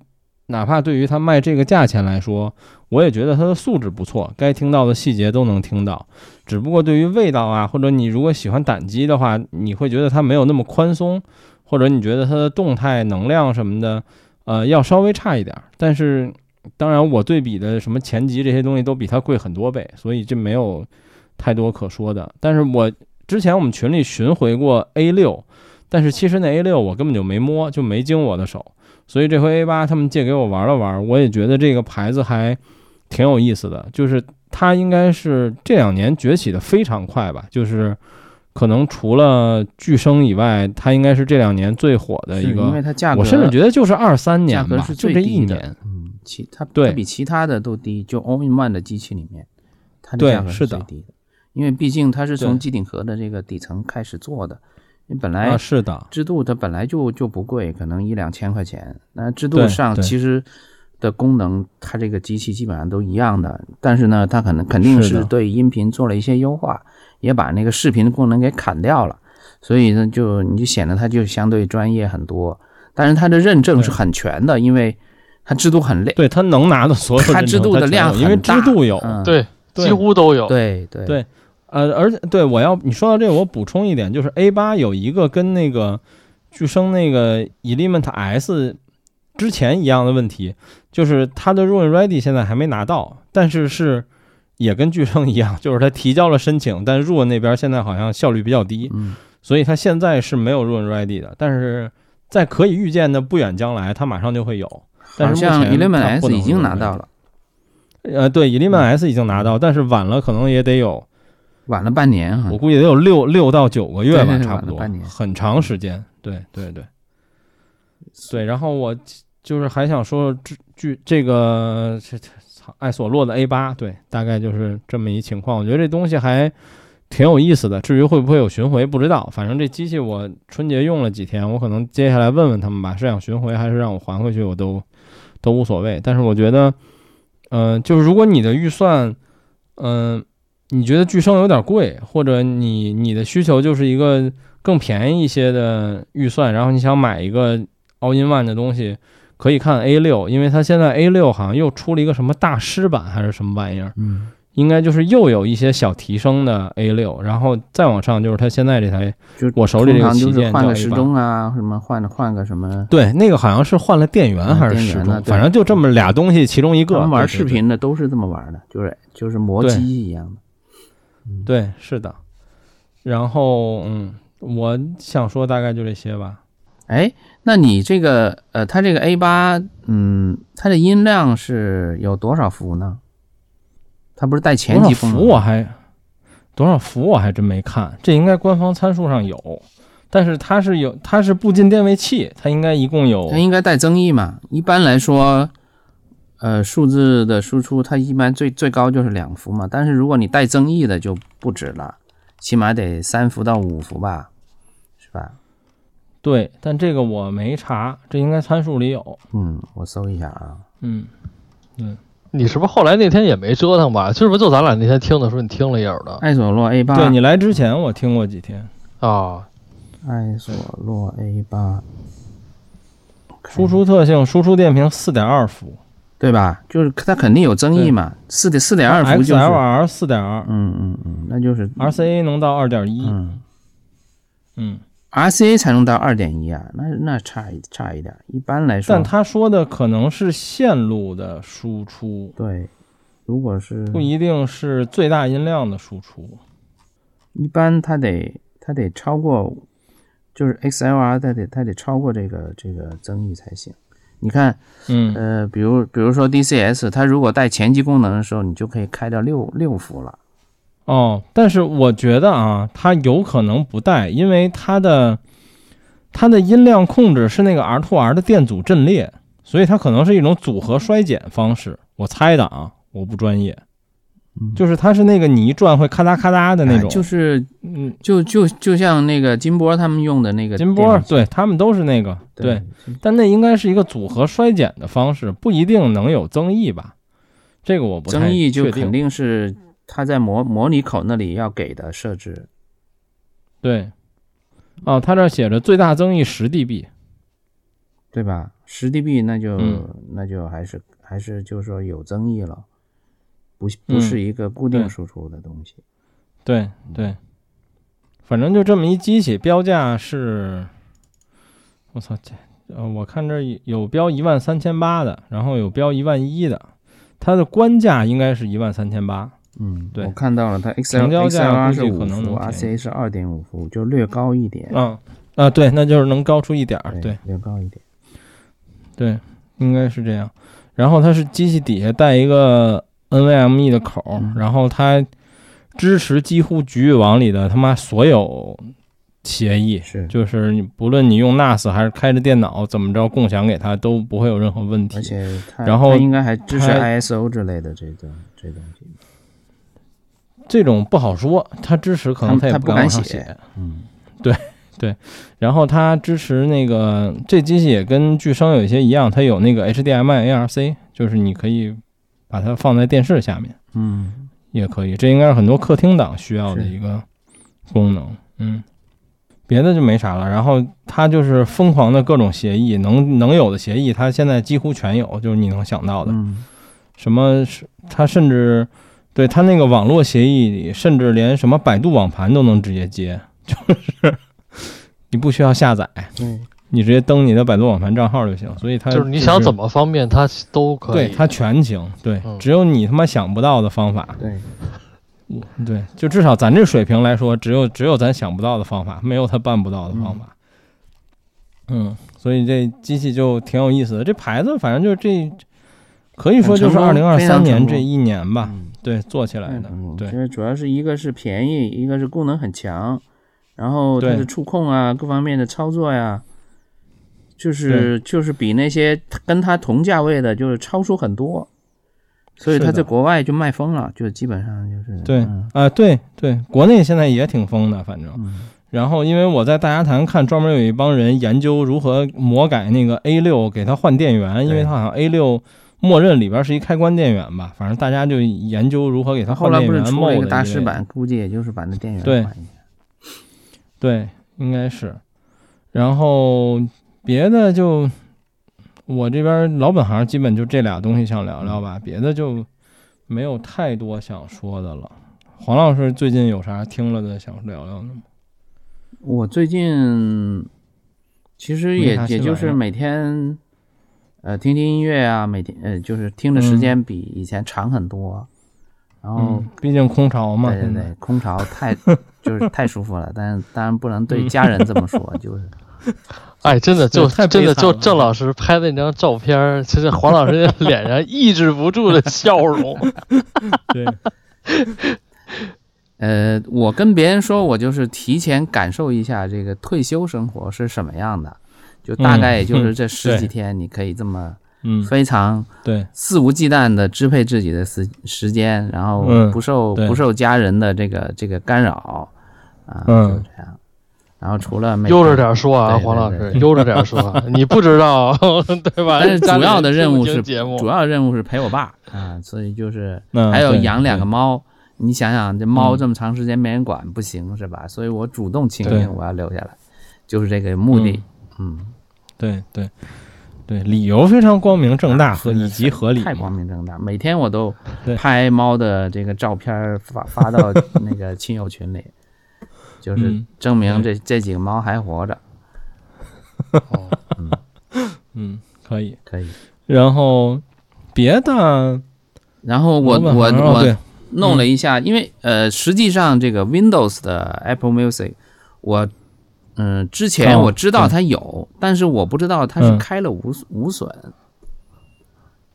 [SPEAKER 1] 哪怕对于它卖这个价钱来说，我也觉得它的素质不错，该听到的细节都能听到。只不过对于味道啊，或者你如果喜欢胆机的话，你会觉得它没有那么宽松，或者你觉得它的动态能量什么的，呃，要稍微差一点儿。但是，当然我对比的什么前级这些东西都比它贵很多倍，所以这没有太多可说的。但是我之前我们群里巡回过 A 六，但是其实那 A 六我根本就没摸，就没经我的手。所以这回 A 八他们借给我玩了玩，我也觉得这个牌子还挺有意思的，就是它应该是这两年崛起的非常快吧，就是可能除了巨声以外，它应该是这两年最火的
[SPEAKER 2] 是
[SPEAKER 1] 一
[SPEAKER 2] 因
[SPEAKER 1] 个。
[SPEAKER 2] 为它价格，
[SPEAKER 1] 我甚至觉得就是二三年
[SPEAKER 2] 价格
[SPEAKER 1] 吧，
[SPEAKER 2] 是
[SPEAKER 1] 就
[SPEAKER 2] 最
[SPEAKER 1] 这一
[SPEAKER 2] 低的
[SPEAKER 1] 年。啊
[SPEAKER 2] 嗯，其它它
[SPEAKER 1] 对
[SPEAKER 2] 比其他的都低，就 All in One 的机器里面，它的
[SPEAKER 1] 对
[SPEAKER 2] 价格
[SPEAKER 1] 是
[SPEAKER 2] 最
[SPEAKER 1] 的
[SPEAKER 2] 低的，因为毕竟它是
[SPEAKER 1] 对
[SPEAKER 2] 从机顶盒的这个底层开始做的，你本来
[SPEAKER 1] 啊，是的，
[SPEAKER 2] 制度它本来就就不贵，可能一两千块钱。那制
[SPEAKER 1] 对
[SPEAKER 2] 度上
[SPEAKER 1] 对
[SPEAKER 2] 其实的功能，它这个机器基本上都一样的，但是呢，它可能肯定
[SPEAKER 1] 是的
[SPEAKER 2] 是对音频做了一些优化，也把那个视频的功能给砍掉了，所以呢，就你就显得它就相对专业很多。但是它的认证
[SPEAKER 1] 对
[SPEAKER 2] 是很全的，因为它制度很累，
[SPEAKER 1] 对它能拿的所有
[SPEAKER 2] 它
[SPEAKER 1] 认
[SPEAKER 2] 制
[SPEAKER 1] 证
[SPEAKER 2] 度的量
[SPEAKER 1] 它全有因为
[SPEAKER 2] 很大
[SPEAKER 1] 制度有，
[SPEAKER 2] 嗯
[SPEAKER 3] 对，
[SPEAKER 1] 对
[SPEAKER 3] 几乎都有。
[SPEAKER 2] 对对
[SPEAKER 1] 对呃，而且对我要你说到这个，我补充一点，就是 A 八有一个跟那个巨声那个 Element S 之前一样的问题，就是它的 Run Ready 现在还没拿到，但是是也跟巨声一样，就是它提交了申请，但 Run 那边现在好像效率比较低，
[SPEAKER 2] 嗯，
[SPEAKER 1] 所以它现在是没有 Run Ready 的，但是在可以预见的不远将来，它马上就会有。但
[SPEAKER 2] 好
[SPEAKER 1] 是目
[SPEAKER 2] 像
[SPEAKER 1] 前
[SPEAKER 2] Element
[SPEAKER 1] 它不
[SPEAKER 2] S
[SPEAKER 1] 能
[SPEAKER 2] 已经
[SPEAKER 1] Run
[SPEAKER 2] 拿
[SPEAKER 1] Ready
[SPEAKER 2] 到，了，
[SPEAKER 1] 呃，对，Element S 已经拿到，但是晚了可能也得有。
[SPEAKER 2] 晚了半年哈
[SPEAKER 1] 我。估计得有六嗯六到九个月吧，
[SPEAKER 2] 对
[SPEAKER 1] 差不
[SPEAKER 2] 晚了
[SPEAKER 1] 多
[SPEAKER 2] 半年，
[SPEAKER 1] 很长时间。对对对，对。然后我就是还想说说这这这个这这操艾索洛的 A 八，对，大概就是这么一情况。我觉得这东西还挺有意思的。至于会不会有巡回，不知道。反正这机器我春节用了几天，我可能接下来问问他们吧，是想巡回还是让我还回去，我都都无所谓。但是我觉得，嗯、就是如果你的预算，嗯、你觉得巨声有点贵，或者你你的需求就是一个更便宜一些的预算，然后你想买一个 all in one 的东西，可以看 A 六，因为它现在 A 六好像又出了一个什么大师版还是什么玩意儿，
[SPEAKER 2] 嗯，
[SPEAKER 1] 应该就是又有一些小提升的 A 六，然后再往上就是它现在这台，
[SPEAKER 2] 就
[SPEAKER 1] 我手里这个
[SPEAKER 2] 通常就
[SPEAKER 1] 旗
[SPEAKER 2] 是
[SPEAKER 1] 舰
[SPEAKER 2] 换
[SPEAKER 1] 叫
[SPEAKER 2] 个
[SPEAKER 1] A8
[SPEAKER 2] 时钟啊，什么换换个什么。
[SPEAKER 1] 对，那个好像是换了电源还是时
[SPEAKER 2] 嗯电源呢
[SPEAKER 1] 钟，
[SPEAKER 2] 对
[SPEAKER 1] 反正就这么俩东西其中一个。
[SPEAKER 2] 他们玩
[SPEAKER 1] 对对
[SPEAKER 2] 视
[SPEAKER 1] 对
[SPEAKER 2] 频的都是这么玩的，就是就是磨
[SPEAKER 1] 对
[SPEAKER 2] 机一样的。
[SPEAKER 1] 对，是的。然后嗯，我想说大概就这些吧。
[SPEAKER 2] 哎，那你这个呃，它这个 A 八，嗯，它的音量是有多少伏呢？它不是带前
[SPEAKER 1] 多
[SPEAKER 2] 级
[SPEAKER 1] 少
[SPEAKER 2] 功
[SPEAKER 1] 伏啊
[SPEAKER 2] 能
[SPEAKER 1] 我
[SPEAKER 2] 吗？
[SPEAKER 1] 还多少伏我还真没看，这应该官方参数上有，但是它是有它是不进电位器，它应该一共有
[SPEAKER 2] 它应该带增益嘛？一般来说，呃，数字的输出它一般最最高就是两伏嘛，但是如果你带增益的就不止了，起码得三伏到五伏吧，是吧？
[SPEAKER 1] 对，但这个我没查，这应该参数里有，
[SPEAKER 2] 嗯，我搜一下啊。
[SPEAKER 1] 嗯，
[SPEAKER 3] 你是不是后来那天也没折腾吧？是不是就咱俩那天听的时候你听了一耳朵
[SPEAKER 2] 啊艾索洛 A 八，嗯
[SPEAKER 1] 对你来之前我听过几天，
[SPEAKER 3] 啊？
[SPEAKER 2] 艾索洛 A 八，
[SPEAKER 1] 输出特性，输出电瓶四点二伏
[SPEAKER 2] 对吧？就是它肯定有争议嘛，四点四点二
[SPEAKER 1] 啊
[SPEAKER 2] 伏就是，
[SPEAKER 1] ，XLR 四点二
[SPEAKER 2] 嗯嗯嗯，那就是
[SPEAKER 1] ，RCA 能到二点一，
[SPEAKER 2] 嗯
[SPEAKER 1] 嗯，
[SPEAKER 2] RCA 才能到二点一啊，那那差一差一点。一般来说，
[SPEAKER 1] 但他说的可能是线路的输出，
[SPEAKER 2] 对，如果是
[SPEAKER 1] 不一定是最大音量的输出。
[SPEAKER 2] 一般它得它得超过，就是 XLR 它得它得超过这个这个增益才行。你看，
[SPEAKER 1] 嗯
[SPEAKER 2] 呃，比如比如说 DCS，它如果带前级功能的时候，你就可以开到六六伏了。
[SPEAKER 1] 哦，但是我觉得啊，它有可能不带，因为它的它的音量控制是那个 R to R 的电阻阵列，所以它可能是一种组合衰减方式。我猜的啊，我不专业，
[SPEAKER 2] 嗯
[SPEAKER 1] 就是它是那个你一转会咔嗒咔嗒的那种，
[SPEAKER 2] 哎就是
[SPEAKER 1] 嗯，
[SPEAKER 2] 就就就像那个金波他们用的那个
[SPEAKER 1] 金波，
[SPEAKER 2] 电
[SPEAKER 1] 对他们都是那个，对，但那应该是一个组合衰减的方式，不一定能有增益吧？这个我不太
[SPEAKER 2] 增益就
[SPEAKER 1] 确定
[SPEAKER 2] 肯定是它在模模拟口那里要给的设置。
[SPEAKER 1] 对。哦，他这儿写着最大增益十 dB，
[SPEAKER 2] 对吧？十 dB 那就、
[SPEAKER 1] 嗯
[SPEAKER 2] 那就还是还是就是说有争议了，不
[SPEAKER 1] 嗯
[SPEAKER 2] 不是一个固定
[SPEAKER 1] 对
[SPEAKER 2] 输出的东西。
[SPEAKER 1] 对对，反正就这么一机器，标价是，我操这，呃，我看这有标一万三千八的，然后有标一万一的，它的官价应该是一万三千八，
[SPEAKER 2] 嗯，
[SPEAKER 1] 对
[SPEAKER 2] 我看到了，它
[SPEAKER 1] 成
[SPEAKER 2] XL
[SPEAKER 1] 交价估
[SPEAKER 2] XLR 是
[SPEAKER 1] 计
[SPEAKER 2] 五
[SPEAKER 1] 可能
[SPEAKER 2] 伏
[SPEAKER 1] 能便宜
[SPEAKER 2] ，RCA 是二点五伏，就略高一点。
[SPEAKER 1] 嗯啊，对，那就是能高出一点儿，啊对，
[SPEAKER 2] 略高一点。
[SPEAKER 1] 对，应该是这样。然后它是机器底下带一个 NVMe E 的口儿
[SPEAKER 2] 嗯，
[SPEAKER 1] 然后它支持几乎局域网里的他妈所有协议，
[SPEAKER 2] 是
[SPEAKER 1] 就是你不论你用 NAS 还是开着电脑怎么着共享给它都不会有任何问
[SPEAKER 2] 而
[SPEAKER 1] 题。
[SPEAKER 2] 且它
[SPEAKER 1] 然后
[SPEAKER 2] 它应该还支持
[SPEAKER 1] 它
[SPEAKER 2] ISO 之类的这种这东西。
[SPEAKER 1] 这种不好说，它支持可能
[SPEAKER 2] 它
[SPEAKER 1] 也
[SPEAKER 2] 它
[SPEAKER 1] 不
[SPEAKER 2] 不
[SPEAKER 1] 敢往
[SPEAKER 2] 敢
[SPEAKER 1] 上
[SPEAKER 2] 写
[SPEAKER 1] 写
[SPEAKER 2] 嗯，
[SPEAKER 1] 然后它支持那个这机器也跟巨声有一些一样，它有那个 HDMI ARC，就是你可以把它放在电视下面。
[SPEAKER 2] 嗯，
[SPEAKER 1] 也可以，这应该是很多客厅党需要的
[SPEAKER 2] 是
[SPEAKER 1] 一个功能。嗯，别的就没啥了。然后它就是疯狂的各种协议，能能有的协议，它现在几乎全有，就是你能想到的。
[SPEAKER 2] 嗯，
[SPEAKER 1] 什么是它甚至对它那个网络协议里，甚至连什么百度网盘都能直接接，就是 [laughs] 你不需要下载，
[SPEAKER 2] 对，
[SPEAKER 1] 你直接登你的百度网盘账号哎就行。所以它
[SPEAKER 3] 就是你想
[SPEAKER 1] 么。
[SPEAKER 3] 怎么方便它都可
[SPEAKER 1] 对
[SPEAKER 3] 以。
[SPEAKER 1] 它全行，对，
[SPEAKER 3] 嗯
[SPEAKER 1] 只有你他妈想不到的方法，
[SPEAKER 2] 对，
[SPEAKER 1] 对，就至少咱这水平来说，只有只有咱想不到的方法，没有他办不到的方法。嗯所以这机器就挺有意思的。这牌子反正就这，可以说就是二
[SPEAKER 2] 很
[SPEAKER 1] 零
[SPEAKER 2] 成
[SPEAKER 1] 二
[SPEAKER 2] 功非
[SPEAKER 1] 三
[SPEAKER 2] 常
[SPEAKER 1] 年
[SPEAKER 2] 成功
[SPEAKER 1] 这一年吧，
[SPEAKER 2] 嗯
[SPEAKER 1] 对，做起来的。
[SPEAKER 2] 嗯，
[SPEAKER 1] 对
[SPEAKER 2] 其实主要是一个是便宜，一个是功能很强，然后它
[SPEAKER 1] 对
[SPEAKER 2] 的触控啊，各方面的操作呀、就是就是比那些跟它同价位的，就是超出很多，所以
[SPEAKER 1] 是
[SPEAKER 2] 它
[SPEAKER 1] 的
[SPEAKER 2] 在国外就卖疯了，就基本上就是
[SPEAKER 1] 对啊、
[SPEAKER 2] 嗯
[SPEAKER 1] 对对，国内现在也挺疯的，反正。
[SPEAKER 2] 嗯
[SPEAKER 1] 然后因为我在大家谈看，专门有一帮人研究如何魔改那个 A 六，给它换电源，因为它好像 A 六默认里边是一开关电源吧，反正大家就研究如何给它
[SPEAKER 2] 它后
[SPEAKER 1] 换
[SPEAKER 2] 来
[SPEAKER 1] 电源。
[SPEAKER 2] 不是出了一
[SPEAKER 1] mode
[SPEAKER 2] 个大
[SPEAKER 1] 一类
[SPEAKER 2] 师
[SPEAKER 1] 的
[SPEAKER 2] 版，估计也就是把那电源
[SPEAKER 1] 对
[SPEAKER 2] 换一下。
[SPEAKER 1] 对，应该是。然后别的就我这边老本行，基本就这俩东西想聊聊
[SPEAKER 2] 嗯
[SPEAKER 1] 吧，别的就没有太多想说的了。黄老师最近有啥听了的想聊聊呢吗？
[SPEAKER 2] 我最近其
[SPEAKER 1] 没
[SPEAKER 2] 实也
[SPEAKER 1] 啥新
[SPEAKER 2] 也就
[SPEAKER 1] 玩意
[SPEAKER 2] 是
[SPEAKER 1] 儿
[SPEAKER 2] 每天，呃，听听音乐啊，每天呃就是听的时间比以前长很多，然后
[SPEAKER 1] 嗯，毕竟空巢嘛，
[SPEAKER 2] 对对
[SPEAKER 1] 现在
[SPEAKER 2] 对，空
[SPEAKER 1] [laughs]
[SPEAKER 2] 巢太就是太舒服了，但是当然不能对家人这么
[SPEAKER 1] 嗯
[SPEAKER 2] 说，就是
[SPEAKER 3] 哎，真的就
[SPEAKER 1] 对太悲
[SPEAKER 3] 真的就
[SPEAKER 1] 惨了
[SPEAKER 3] 郑老师拍的那张照片儿，其实黄
[SPEAKER 2] [laughs]
[SPEAKER 3] 老师脸上抑制不住的笑容。
[SPEAKER 1] 对，
[SPEAKER 2] 呃，我跟别人说我就是提前感受一下这个退休生活是什么样的，就大概也就是这十几
[SPEAKER 1] 嗯对
[SPEAKER 2] 天，你可以这么
[SPEAKER 1] 嗯，
[SPEAKER 2] 非常
[SPEAKER 1] 对，
[SPEAKER 2] 肆无忌惮的支配自己的时时间，然后
[SPEAKER 1] 嗯
[SPEAKER 2] 不受、
[SPEAKER 1] 对
[SPEAKER 2] 不受家人的这个这个干扰，啊，
[SPEAKER 1] 嗯
[SPEAKER 2] 就这样。然后除了每
[SPEAKER 3] 悠着点儿说啊，
[SPEAKER 2] 对对
[SPEAKER 3] 黄老师
[SPEAKER 2] 对，
[SPEAKER 3] 悠着点儿说啊，你不知道对吧？
[SPEAKER 2] 但是主
[SPEAKER 3] 家里
[SPEAKER 2] 要的
[SPEAKER 3] 人
[SPEAKER 2] 任
[SPEAKER 3] 听不
[SPEAKER 2] 务
[SPEAKER 3] 听
[SPEAKER 2] 是
[SPEAKER 3] 节目
[SPEAKER 2] 主要任务是陪我爸啊，所以就是
[SPEAKER 1] 那
[SPEAKER 2] 还有
[SPEAKER 1] 嗯对
[SPEAKER 2] 养两个
[SPEAKER 1] 对
[SPEAKER 2] 猫，你想想这
[SPEAKER 1] 嗯
[SPEAKER 2] 猫这么长时间没人管不行是吧？所以我主动请
[SPEAKER 1] 对
[SPEAKER 2] 缨，我要留下来。就是这个目的。嗯，
[SPEAKER 1] 对对对，理由非常光明正大和
[SPEAKER 2] 是
[SPEAKER 1] 以及合理嘛，
[SPEAKER 2] 啊太光明正大，每天我都
[SPEAKER 1] 对
[SPEAKER 2] 拍猫的这个照片儿发发
[SPEAKER 1] [laughs]
[SPEAKER 2] 到那个亲友群里，就是
[SPEAKER 1] 嗯
[SPEAKER 2] 证明这这几个猫还活着。
[SPEAKER 3] 哦
[SPEAKER 1] 嗯，可以。
[SPEAKER 2] 可以。
[SPEAKER 1] 然后别的，
[SPEAKER 2] 然后我
[SPEAKER 1] 老板
[SPEAKER 2] 我
[SPEAKER 1] 好像哦
[SPEAKER 2] 我
[SPEAKER 1] 对
[SPEAKER 2] 弄了一下，因为呃，实际上这个 Windows 的 Apple Music，我嗯、之前
[SPEAKER 1] 哦
[SPEAKER 2] 我知道它有，但是我不知道它是
[SPEAKER 1] 嗯
[SPEAKER 2] 开了无、无损。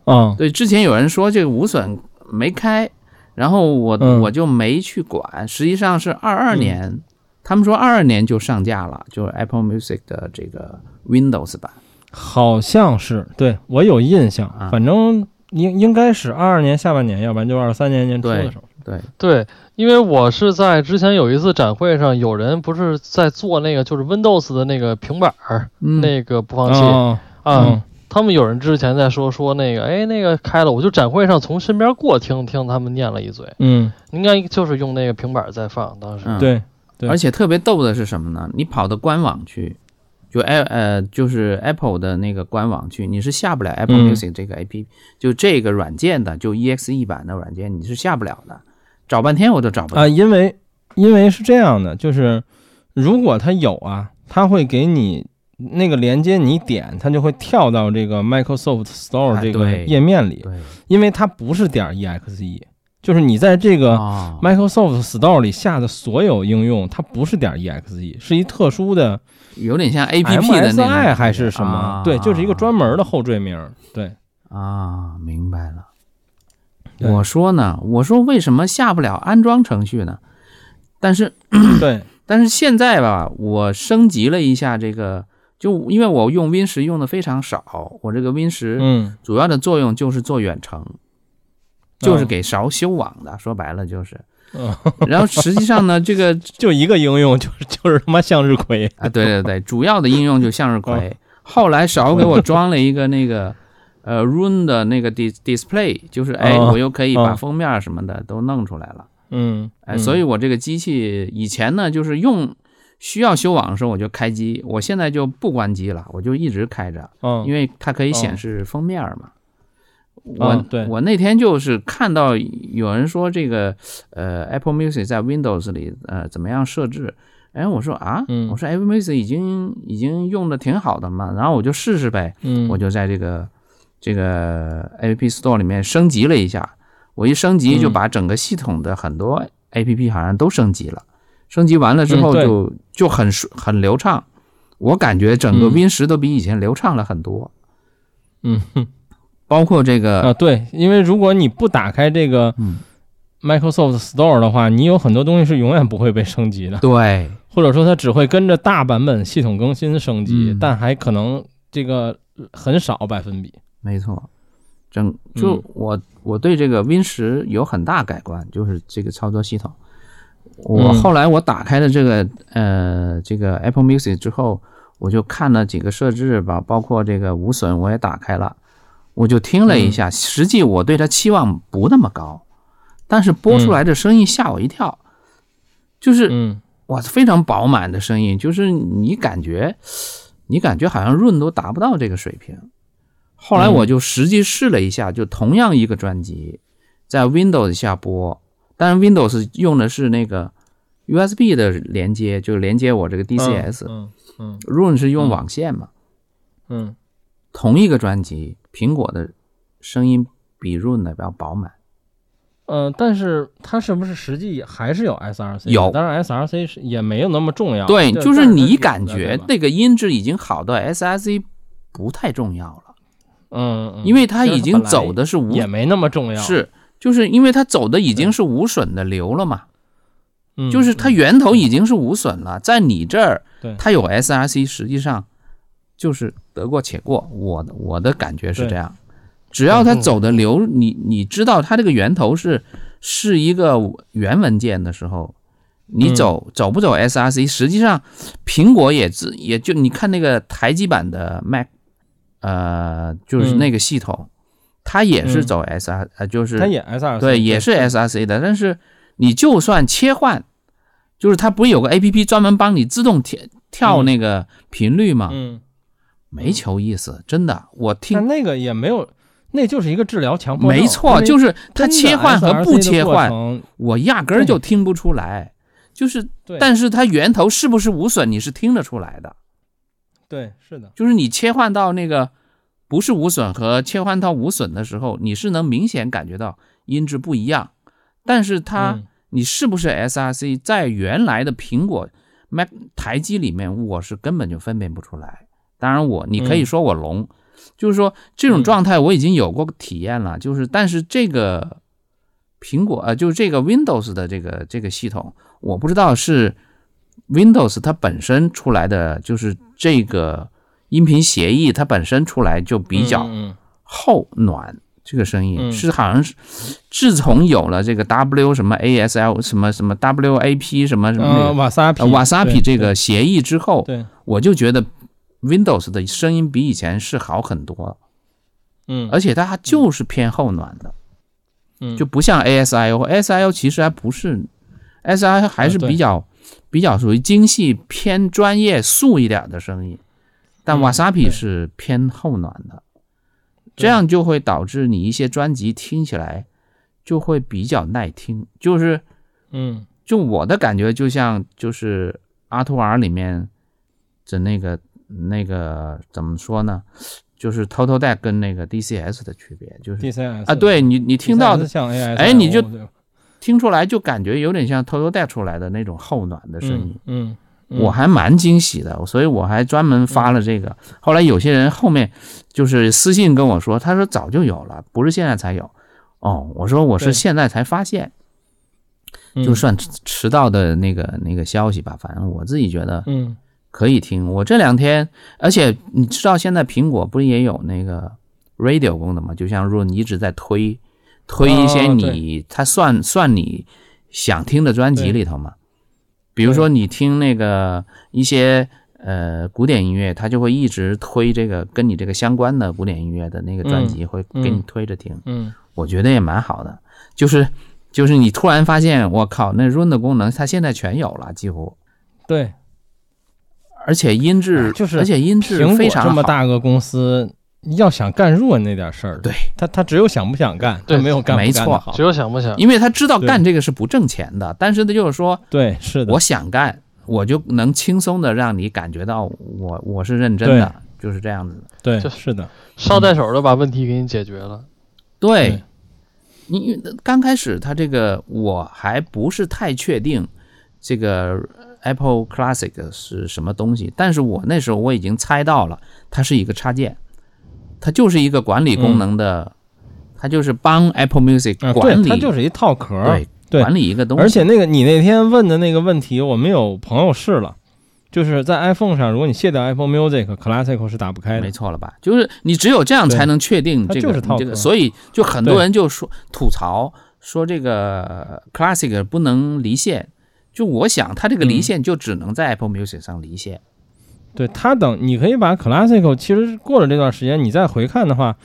[SPEAKER 1] 啊，
[SPEAKER 2] 对，之前有人说这个无损没开，然后我、
[SPEAKER 1] 嗯
[SPEAKER 2] 我就没去管。实际上是二二年，他们说二二年就上架了，就是 Apple Music 的这个 Windows 版。
[SPEAKER 1] 好像是对我有印象，
[SPEAKER 2] 啊
[SPEAKER 1] 反正应应该是二二年下半年，要不然就二三年年初的时候。
[SPEAKER 2] 对，
[SPEAKER 3] 对，因为我是在之前有一次展会上，有人不是在做那个就是 Windows 的那个平板儿、
[SPEAKER 2] 嗯，
[SPEAKER 3] 那个播放器、
[SPEAKER 1] 哦，
[SPEAKER 3] 啊。
[SPEAKER 1] 嗯
[SPEAKER 3] 他们有人之前在说说那个，哎，那个开了，我就展会上从身边过听听他们念了一嘴，
[SPEAKER 1] 嗯，
[SPEAKER 3] 应该就是用那个平板儿在放，当时、
[SPEAKER 2] 嗯
[SPEAKER 1] 对，对
[SPEAKER 2] 而且特别逗的是什么呢？你跑到官网去，就 a 呃就是 Apple 的那个官网去，你是下不了 Apple
[SPEAKER 1] 嗯
[SPEAKER 2] Music 这个 A P P，、就这个软件的，就 EXE 版的软件你是下不了的，找半天我都找不到。
[SPEAKER 1] 啊，因为因为是这样的，就是如果它有啊，它会给你那个连接，你点它就会跳到这个 Microsoft
[SPEAKER 2] 啊
[SPEAKER 1] Store 这个
[SPEAKER 2] 对
[SPEAKER 1] 页面里，
[SPEAKER 2] 对，
[SPEAKER 1] 因为它不是点 exe，就是 E，你在这个
[SPEAKER 2] 哦
[SPEAKER 1] Microsoft Store 里下的所有应用，它不是点 exe，是一 E，特殊的
[SPEAKER 2] 有点像 A P P 的那种感
[SPEAKER 1] MSI
[SPEAKER 2] 觉
[SPEAKER 1] 还是什么
[SPEAKER 2] 啊？
[SPEAKER 1] 对，就是一个专门的后缀名。
[SPEAKER 2] [laughs]
[SPEAKER 1] 对，
[SPEAKER 2] 啊，明白了。
[SPEAKER 1] 对
[SPEAKER 2] 我说呢，我说为什么下不了安装程序呢？但是
[SPEAKER 1] 对，
[SPEAKER 2] 但是现在吧，我升级了一下这个，就因为我用 Win 十用的非常少，我这个 Win 十
[SPEAKER 1] 嗯，
[SPEAKER 2] 主要的作用就是做远程，就是给勺修网的，说白了就是。
[SPEAKER 1] 嗯
[SPEAKER 2] 然后实际上呢，这
[SPEAKER 1] [laughs]
[SPEAKER 2] 个
[SPEAKER 1] 就一个应用， [laughs] 就是就是他妈向日葵。
[SPEAKER 2] 啊，对对对，主要的应用就向日
[SPEAKER 1] 嗯
[SPEAKER 2] 葵。后来勺给我装了一个那个呃 Run 的那个 dis display，就是哎，
[SPEAKER 1] 哦
[SPEAKER 2] 我又可以把
[SPEAKER 1] 哦
[SPEAKER 2] 封面什么的都弄出来了。
[SPEAKER 1] [laughs] 嗯，
[SPEAKER 2] 哎，
[SPEAKER 1] 嗯
[SPEAKER 2] 所以我这个机器以前呢，就是用需要修网的时候我就开机，我现在就不关机了，我就一直开着，
[SPEAKER 1] 嗯，
[SPEAKER 2] 因为它可以显
[SPEAKER 1] 哦
[SPEAKER 2] 示封面嘛。我、
[SPEAKER 1] 哦对
[SPEAKER 2] 我那天就是看到有人说这个呃 Apple Music 在 Windows 里呃怎么样设置，哎，我说啊，
[SPEAKER 1] 嗯
[SPEAKER 2] 我说 Apple Music 已经已经用的挺好的嘛，然后我就试试呗，
[SPEAKER 1] 嗯，
[SPEAKER 2] 我就在这个这个 App Store 里面升级了一下。我一升级就
[SPEAKER 1] 嗯
[SPEAKER 2] 把整个系统的很多 APP 好像都升级了，升级完了之
[SPEAKER 1] 嗯
[SPEAKER 2] 后
[SPEAKER 1] 对
[SPEAKER 2] 就、就很顺很流畅，我感觉整个
[SPEAKER 1] 嗯
[SPEAKER 2] Win 十都比以前流畅了很多，
[SPEAKER 1] 嗯 [laughs] 哼
[SPEAKER 2] 包括这个、
[SPEAKER 1] 啊，对，因为如果你不打开这个
[SPEAKER 2] 嗯
[SPEAKER 1] Microsoft Store 的话，你有很多东西是永远不会被升级的， [laughs]
[SPEAKER 2] 对
[SPEAKER 1] 或者说它只会跟着大版本系统更新升级
[SPEAKER 2] 嗯，
[SPEAKER 1] 但还可能这个很少百分比。
[SPEAKER 2] 没错，整就
[SPEAKER 1] 嗯
[SPEAKER 2] 我、我对这个 Win 十有很大改观，就是这个操作系统。我
[SPEAKER 1] 嗯
[SPEAKER 2] 后来我打开了这个呃这个 Apple Music 之后，我就看了几个设置吧，包括这个无损我也打开了，我就听了
[SPEAKER 1] 嗯
[SPEAKER 2] 一下，实际我对它期望不那么高，但是播出来的声音吓我一跳，就是
[SPEAKER 1] 嗯，
[SPEAKER 2] 哇非常饱满的声音，就是你感觉你感觉好像润都达不到这个水平。后来
[SPEAKER 1] 嗯
[SPEAKER 2] 我就实际试了一下，就同样一个专辑，在 Windows 下播，但是 Windows 用的是那个 USB 的连接，就连接我这个 DCS。
[SPEAKER 1] 嗯嗯
[SPEAKER 2] Run 是用网线嘛？
[SPEAKER 1] 嗯
[SPEAKER 2] 同一个专辑，苹果的声音比 Run 的要饱满。
[SPEAKER 1] 呃，但是它是不是实际还是有 SRC？的
[SPEAKER 2] 有
[SPEAKER 1] 当然 SRC 是也没有那么重要。
[SPEAKER 2] 对，
[SPEAKER 1] 这
[SPEAKER 2] 就是
[SPEAKER 1] 但它
[SPEAKER 2] 你
[SPEAKER 1] 有的
[SPEAKER 2] 感
[SPEAKER 1] 啊对
[SPEAKER 2] 觉
[SPEAKER 1] 吧
[SPEAKER 2] 那个音质已经好到 SIC 不太重要了，
[SPEAKER 1] 嗯，嗯
[SPEAKER 2] 因为它已经走。
[SPEAKER 1] 其实
[SPEAKER 2] 的是
[SPEAKER 1] 它
[SPEAKER 2] 无
[SPEAKER 1] 本来也没那么重要，
[SPEAKER 2] 是，就是因为它走的已经
[SPEAKER 1] 对
[SPEAKER 2] 是无损的流了嘛，
[SPEAKER 1] 嗯
[SPEAKER 2] 就是它
[SPEAKER 1] 嗯
[SPEAKER 2] 源头已经是无损了，在你这儿
[SPEAKER 1] 对，
[SPEAKER 2] 它有 SRC，实际上就是得过且过。我的我的感觉是这
[SPEAKER 1] 对
[SPEAKER 2] 样，只要它
[SPEAKER 3] 嗯
[SPEAKER 2] 走的流，你你知道它这个源头是是一个原文件的时候。你
[SPEAKER 1] 嗯
[SPEAKER 2] 走走不走 SRC，实际上苹果也自也就你看那个台机版的 Mac，呃，就是
[SPEAKER 1] 嗯
[SPEAKER 2] 那个系统，它也是
[SPEAKER 1] 嗯
[SPEAKER 2] 走 SR，、呃，就是
[SPEAKER 1] 它也 SRC，
[SPEAKER 2] 对，也是 SRC 的。但是你就算切换，就是它不是有个 APP 专门帮你自动切跳那个频率嘛，
[SPEAKER 1] 嗯，
[SPEAKER 2] 没球意思，真的。我
[SPEAKER 1] 但
[SPEAKER 2] 听
[SPEAKER 1] 那个也没有，那就是一个治疗强迫症，
[SPEAKER 2] 没错，就是是它切换和不切换，
[SPEAKER 1] 换，
[SPEAKER 2] 我压根儿就听不出来。就是，
[SPEAKER 1] 对，
[SPEAKER 2] 但是它源头是不是无损，你是听得出来的。
[SPEAKER 1] 对是的，
[SPEAKER 2] 就是你切换到那个不是无损和切换到无损的时候，你是能明显感觉到音质不一样。但是它，
[SPEAKER 1] 嗯
[SPEAKER 2] 你是不是 SRC，在原来的苹果 Mac 台机里面，我是根本就分辨不出来。当然我，你可以
[SPEAKER 1] 嗯
[SPEAKER 2] 说我聋，就是说这种
[SPEAKER 1] 嗯
[SPEAKER 2] 状态我已经有过体验了。就是，但是这个苹果呃，就是这个 Windows 的这个这个系统，我不知道是 Windows 它本身出来的，就是这个音频协议它本身出来就比较
[SPEAKER 1] 嗯
[SPEAKER 2] 后暖这个声音、
[SPEAKER 1] 嗯
[SPEAKER 2] 是好像是，自从有了这个 W 什么 ASL 什么什么 WAP 什么什
[SPEAKER 1] 嗯嗯
[SPEAKER 2] 么
[SPEAKER 1] 呃
[SPEAKER 2] 那个、
[SPEAKER 1] 瓦萨皮
[SPEAKER 2] 呃 Wasapi
[SPEAKER 1] 对
[SPEAKER 2] 这个协议之后，
[SPEAKER 1] 对，
[SPEAKER 2] 我就觉得 Windows 的声音比以前是好很多，
[SPEAKER 1] 嗯，
[SPEAKER 2] 而且它就是偏后暖的，
[SPEAKER 1] 嗯
[SPEAKER 2] 就不像 ASIO，ASIO 其实还不是，SIO 还是
[SPEAKER 1] 呃对
[SPEAKER 2] 比较、比较属于精细偏专业素一点的声音，但
[SPEAKER 1] 嗯
[SPEAKER 2] Wasapi
[SPEAKER 1] 对
[SPEAKER 2] 是偏后暖的。这
[SPEAKER 1] 对
[SPEAKER 2] 样就会导致你一些专辑听起来就会比较耐听。就是
[SPEAKER 1] 嗯
[SPEAKER 2] 就我的感觉，就像就是阿图尔里面的那个那个怎么说呢？就是 Total Deck 跟那个 DCS 的区别，就是
[SPEAKER 1] ，DCS
[SPEAKER 2] 啊，对你你听到
[SPEAKER 1] DCS
[SPEAKER 2] 的
[SPEAKER 1] 像 AI，
[SPEAKER 2] 哎你就
[SPEAKER 1] 嗯
[SPEAKER 2] 听出来就感觉有点像 Total Deck 出来的那种后暖的声音。
[SPEAKER 1] 嗯，嗯
[SPEAKER 2] 我还蛮惊喜的，所以我还专门发了这个。
[SPEAKER 1] 嗯
[SPEAKER 2] 后来有些人后面就是私信跟我说，他说早就有了，不是现在才有。哦，我说我是
[SPEAKER 1] 对
[SPEAKER 2] 现在才发现，
[SPEAKER 1] 嗯
[SPEAKER 2] 就算迟迟到的那个那个消息吧，反正我自己觉得
[SPEAKER 1] 嗯
[SPEAKER 2] 可以听。我这两天，而且你知道现在苹果不是也有那个 radio 功能吗？就像若你一直在推推一些
[SPEAKER 1] 哦
[SPEAKER 2] 你，它算算你想听的专辑
[SPEAKER 1] 对
[SPEAKER 2] 里头嘛。比如说你听那个一些呃古典音乐，它就会一直推这个跟你这个相关的古典音乐的那个专辑，会给你
[SPEAKER 1] 嗯
[SPEAKER 2] 推着听。
[SPEAKER 1] 嗯
[SPEAKER 2] 我觉得也蛮好的，就是就是你突然发现，我靠，那 Run 的功能它现在全有了，几乎。
[SPEAKER 1] 对，
[SPEAKER 2] 而且音质
[SPEAKER 1] 哎就是
[SPEAKER 2] 而且音质
[SPEAKER 1] 苹
[SPEAKER 2] 非
[SPEAKER 1] 果
[SPEAKER 2] 常
[SPEAKER 1] 这么
[SPEAKER 2] 好。
[SPEAKER 1] 大个公司，要想干润那点事儿，
[SPEAKER 2] 对
[SPEAKER 1] 他他只有想不想干，
[SPEAKER 3] 对
[SPEAKER 1] 他没有干不
[SPEAKER 2] 没
[SPEAKER 1] 干
[SPEAKER 2] 错
[SPEAKER 1] 的好
[SPEAKER 3] 只，有想不想，
[SPEAKER 2] 因为他知道
[SPEAKER 1] 对
[SPEAKER 2] 干这个是不挣钱的，但是呢，就是说
[SPEAKER 1] 对，是的
[SPEAKER 2] 我，想干，我就能轻松的让你感觉到我我是认真的，就是这样子的。
[SPEAKER 1] 对，
[SPEAKER 3] 就是
[SPEAKER 1] 的，
[SPEAKER 3] 捎带手就把问题给你解决了。
[SPEAKER 2] 对
[SPEAKER 1] 对，
[SPEAKER 2] 你因为刚开始他这个我还不是太确定这个 Apple Classic 是什么东西，但是我那时候我已经猜到了，它是一个插件，它就是一个管理功能的，它就是帮 Apple Music
[SPEAKER 1] 啊，
[SPEAKER 2] 管
[SPEAKER 1] 对，
[SPEAKER 2] 理，
[SPEAKER 1] 它就是一套壳儿，
[SPEAKER 2] 对
[SPEAKER 1] 对
[SPEAKER 2] 管理一个东西，
[SPEAKER 1] 而且那个你那天问的那个问题，我们有朋友试了，就是在 iPhone 上，如果你卸掉 iPhone Music Classic 是打不开
[SPEAKER 2] 没
[SPEAKER 1] 的，
[SPEAKER 2] 错了吧？就是你只有这样
[SPEAKER 1] 对
[SPEAKER 2] 才能确定
[SPEAKER 1] 它
[SPEAKER 2] 这
[SPEAKER 1] 就
[SPEAKER 2] 个
[SPEAKER 1] 是套
[SPEAKER 2] 这个，
[SPEAKER 1] 壳
[SPEAKER 2] 所以就很多
[SPEAKER 1] 对
[SPEAKER 2] 人就说吐槽说这个呃 Classic 不能离线。就我想，它这个离
[SPEAKER 1] 嗯
[SPEAKER 2] 线就只能在 Apple Music 上离线。
[SPEAKER 1] 对，它等你可以把 Classic 其实过了这段时间，你再回看的话，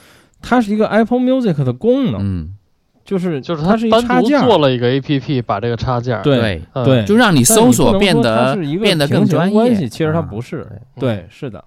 [SPEAKER 1] 它是一个 Apple Music 的功能，
[SPEAKER 2] 嗯，
[SPEAKER 1] 就是
[SPEAKER 3] 就是
[SPEAKER 1] 它
[SPEAKER 3] 他
[SPEAKER 1] 是一插
[SPEAKER 3] 单独
[SPEAKER 1] 件儿，
[SPEAKER 3] 做了一个 A P P，把这个插件儿，
[SPEAKER 1] 对
[SPEAKER 2] 对，
[SPEAKER 3] 嗯
[SPEAKER 1] 对，
[SPEAKER 2] 就让你
[SPEAKER 1] 但你
[SPEAKER 2] 搜
[SPEAKER 1] 不能说
[SPEAKER 2] 索变
[SPEAKER 1] 它
[SPEAKER 2] 得
[SPEAKER 1] 是一个
[SPEAKER 2] 变得更
[SPEAKER 1] 平行
[SPEAKER 2] 专
[SPEAKER 1] 关
[SPEAKER 2] 业。
[SPEAKER 1] 系其实它
[SPEAKER 2] 啊
[SPEAKER 1] 不是，
[SPEAKER 3] 对
[SPEAKER 1] 对，是的，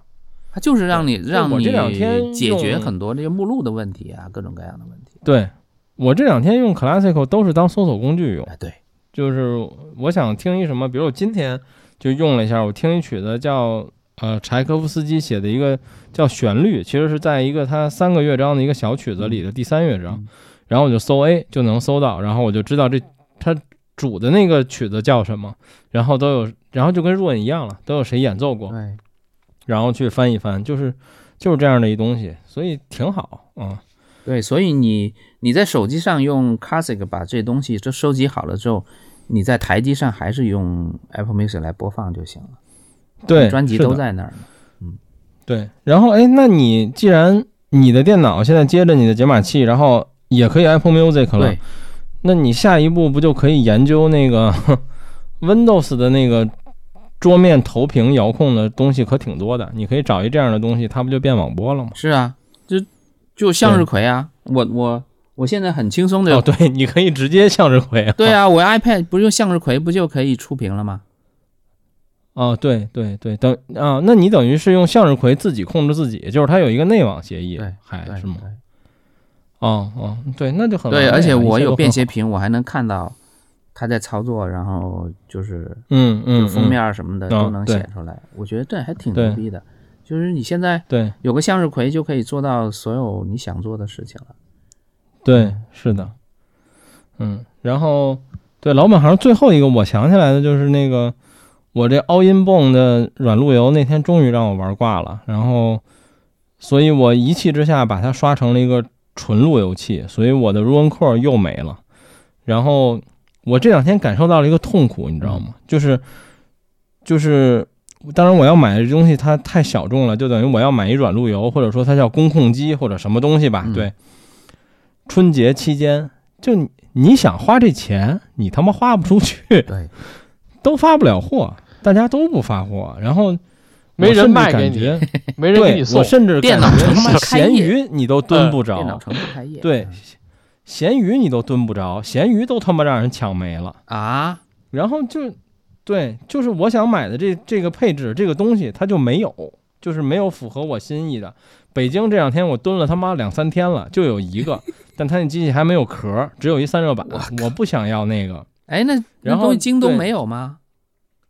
[SPEAKER 2] 它就是让你
[SPEAKER 1] 对
[SPEAKER 2] 让
[SPEAKER 1] 我
[SPEAKER 2] 你
[SPEAKER 1] 这两天
[SPEAKER 2] 解决
[SPEAKER 1] 用
[SPEAKER 2] 很多这个目录的问题啊，各种各样的问题。
[SPEAKER 1] 对。我这两天用 Classic 都是当搜索工具用，
[SPEAKER 2] 哎，对，
[SPEAKER 1] 就是我想听一什么，比如我今天就用了一下，我听一曲子叫呃柴可夫斯基写的一个叫《旋律》，其实是在一个他三个乐章的一个小曲子里的第三乐章，
[SPEAKER 2] 嗯
[SPEAKER 1] 然后我就搜 A 就能搜到，然后我就知道这他主的那个曲子叫什么，然后都有，然后就跟若隐一样了，都有谁演奏过，
[SPEAKER 2] 对，
[SPEAKER 1] 然后去翻一翻，就是就是这样的一东西，所以挺好啊、
[SPEAKER 2] 对，所以你你在手机上用 Classic 把这东西都收集好了之后，你在台机上还是用 Apple Music 来播放就行了。
[SPEAKER 1] 对，
[SPEAKER 2] 专辑
[SPEAKER 1] 是的
[SPEAKER 2] 都在那儿呢。
[SPEAKER 1] 对，然后哎，那你既然你的电脑现在接着你的解码器，然后也可以 Apple Music 了
[SPEAKER 2] 对，，
[SPEAKER 1] 那你下一步不就可以研究那个 [laughs] Windows 的那个桌面投屏遥控的东西，可挺多的。你可以找一这样的东西，它不就变网播了吗？
[SPEAKER 2] 是啊，就就向日
[SPEAKER 1] 对
[SPEAKER 2] 葵啊，我我我现在很轻松的
[SPEAKER 1] 哦，对，你可以直接向日葵。啊
[SPEAKER 2] 啊对，啊，我 iPad 不是用向日葵不就可以触屏了吗？
[SPEAKER 1] 啊，对对对，等啊，那你等于是用向日葵自己控制自己，就是它有一个内网协议
[SPEAKER 2] 对，，
[SPEAKER 1] 还
[SPEAKER 2] 对
[SPEAKER 1] 是吗？
[SPEAKER 2] 对
[SPEAKER 1] 哦哦，对，那就很完
[SPEAKER 2] 对，
[SPEAKER 1] 美
[SPEAKER 2] 而且
[SPEAKER 1] 啊一
[SPEAKER 2] 我
[SPEAKER 1] 切
[SPEAKER 2] 有
[SPEAKER 1] 都
[SPEAKER 2] 便
[SPEAKER 1] 很好
[SPEAKER 2] 携屏，我还能看到他在操作，然后就是
[SPEAKER 1] 嗯
[SPEAKER 2] 就
[SPEAKER 1] 嗯，
[SPEAKER 2] 封
[SPEAKER 1] 嗯
[SPEAKER 2] 面儿什么的
[SPEAKER 1] 嗯
[SPEAKER 2] 都能
[SPEAKER 1] 对
[SPEAKER 2] 显出来，我觉得这还挺
[SPEAKER 1] 对
[SPEAKER 2] 牛逼的。就是你现在
[SPEAKER 1] 对
[SPEAKER 2] 有个向日葵就可以做到所有你想做的事情了。
[SPEAKER 1] 对是的，嗯，然后对老本行最后一个我想起来的就是那个我这 All In Bone 的软路由那天终于让我玩挂了，然后所以我一气之下把它刷成了一个纯路由器，所以我的 Ruin Core 又没了，然后我这两天感受到了一个痛苦，你知道吗？就是就是当然我要买的东西它太小众了，就等于我要买一软路由，或者说它叫工控机或者什么东西吧。
[SPEAKER 2] 嗯
[SPEAKER 1] 对，春节期间就你你想花这钱，你他妈花不出去， [laughs]
[SPEAKER 2] 对，
[SPEAKER 1] 都发不了货，大家都不发货，然后
[SPEAKER 3] 没人卖给
[SPEAKER 1] 感
[SPEAKER 3] 你
[SPEAKER 1] 觉，
[SPEAKER 3] 没人给
[SPEAKER 1] 对
[SPEAKER 3] 你送
[SPEAKER 1] 我。甚至
[SPEAKER 2] 电脑
[SPEAKER 1] 感觉
[SPEAKER 2] 城他妈
[SPEAKER 1] 是
[SPEAKER 2] 开
[SPEAKER 1] 闲
[SPEAKER 2] 业
[SPEAKER 1] 鱼你都蹲不
[SPEAKER 2] 电脑
[SPEAKER 1] 着，
[SPEAKER 2] 城不开业。
[SPEAKER 1] 对，闲鱼你都蹲不着，闲鱼都他妈让人抢没了。
[SPEAKER 2] 啊，
[SPEAKER 1] 然后就对，就是我想买的这这个配置这个东西，它就没有，就是没有符合我心意的。北京这两天我蹲了他妈两三天了，就有一个，但它那机器还没有壳儿，只有一散热板，我不想要那个，
[SPEAKER 2] 哎，那那
[SPEAKER 1] 然后
[SPEAKER 2] 东西京东
[SPEAKER 1] 对
[SPEAKER 2] 没有吗？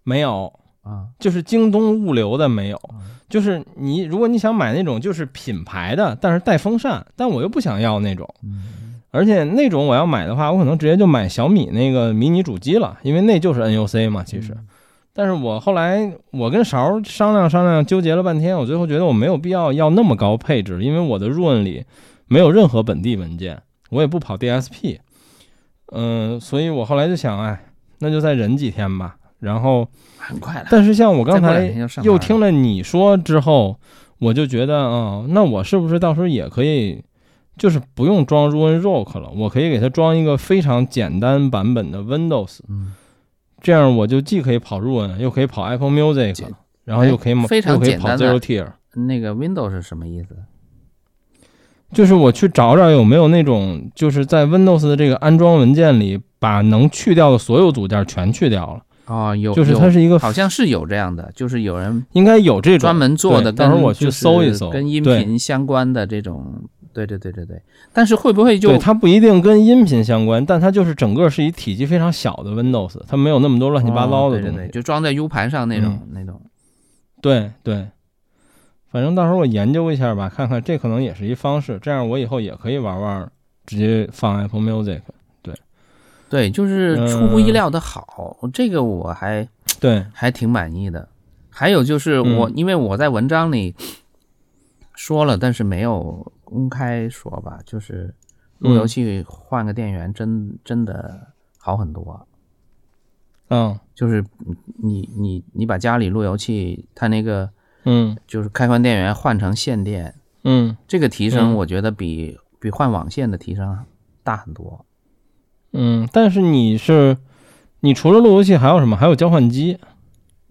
[SPEAKER 1] 没有，
[SPEAKER 2] 啊，
[SPEAKER 1] 就是京东物流的没有
[SPEAKER 2] 嗯，
[SPEAKER 1] 就是你如果你想买那种就是品牌的，但是带风扇，但我又不想要那种。
[SPEAKER 2] 嗯，
[SPEAKER 1] 而且那种我要买的话，我可能直接就买小米那个迷你主机了，因为那就是 NUC 嘛，其实。
[SPEAKER 2] 嗯
[SPEAKER 1] 但是我后来我跟勺儿商量商量，纠结了半天，我最后觉得我没有必要要那么高配置，因为我的 Run 里没有任何本地文件，我也不跑 DSP，嗯、所以我后来就想，哎，那就再忍几天吧。然后，
[SPEAKER 2] 很快了。
[SPEAKER 1] 但是像我刚
[SPEAKER 2] 再过
[SPEAKER 1] 才
[SPEAKER 2] 两天就上班
[SPEAKER 1] 又
[SPEAKER 2] 了
[SPEAKER 1] 听了你说之后，我就觉得，哦，那我是不是到时候也可以，就是不用装 Ruin Rock 了，我可以给它装一个非常简单版本的 Windows，
[SPEAKER 2] 嗯，
[SPEAKER 1] 这样我就既可以跑 Ruin，又可以跑 Apple Music，
[SPEAKER 2] 简
[SPEAKER 1] 然后又可以
[SPEAKER 2] 哎
[SPEAKER 1] 跑
[SPEAKER 2] 非常
[SPEAKER 1] 又可以
[SPEAKER 2] 简
[SPEAKER 1] 跑
[SPEAKER 2] 单的
[SPEAKER 1] Zero Tier。
[SPEAKER 2] 那个 Windows 是什么意思？
[SPEAKER 1] 就是我去找找有没有那种，就是在 Windows 的这个安装文件里，把能去掉的所有组件全去掉了。
[SPEAKER 2] 哦，有，
[SPEAKER 1] 就是
[SPEAKER 2] 有
[SPEAKER 1] 它是一个，
[SPEAKER 2] 好像是有这样的，就是有人
[SPEAKER 1] 应该有这
[SPEAKER 2] 专
[SPEAKER 1] 种，
[SPEAKER 2] 门做的
[SPEAKER 1] 对
[SPEAKER 2] 跟，
[SPEAKER 1] 到时候我去
[SPEAKER 2] 就是
[SPEAKER 1] 搜一搜
[SPEAKER 2] 跟音
[SPEAKER 1] 对
[SPEAKER 2] 频相关的这种。对对对对对，但是会不会就
[SPEAKER 1] 对，它不一定跟音频相关，但它就是整个是一体积非常小的 Windows，它没有那么多乱七八糟的
[SPEAKER 2] 哦对
[SPEAKER 1] 东西。嗯
[SPEAKER 2] 对对，就装在 U 盘上那种、那种。
[SPEAKER 1] 对对，反正到时候我研究一下吧，看看这可能也是一方式，这样我以后也可以玩玩，直接放 Apple Music。
[SPEAKER 2] 对，就是出
[SPEAKER 1] 嗯
[SPEAKER 2] 乎意料的好，这个我还
[SPEAKER 1] 对，
[SPEAKER 2] 还挺满意的。还有就是我，
[SPEAKER 1] 嗯
[SPEAKER 2] 因为我在文章里说了，但是没有公开说吧，就是路由器换个电源真、真的好很多。
[SPEAKER 1] 嗯
[SPEAKER 2] 就是你你你把家里路由器它那个
[SPEAKER 1] 嗯
[SPEAKER 2] 就是开关电源换成线电，
[SPEAKER 1] 嗯
[SPEAKER 2] 这个提
[SPEAKER 1] 嗯
[SPEAKER 2] 升我觉得比、比换网线的提升大很多。
[SPEAKER 1] 嗯，但是你是，你除了路由器还有什么？还有交换机。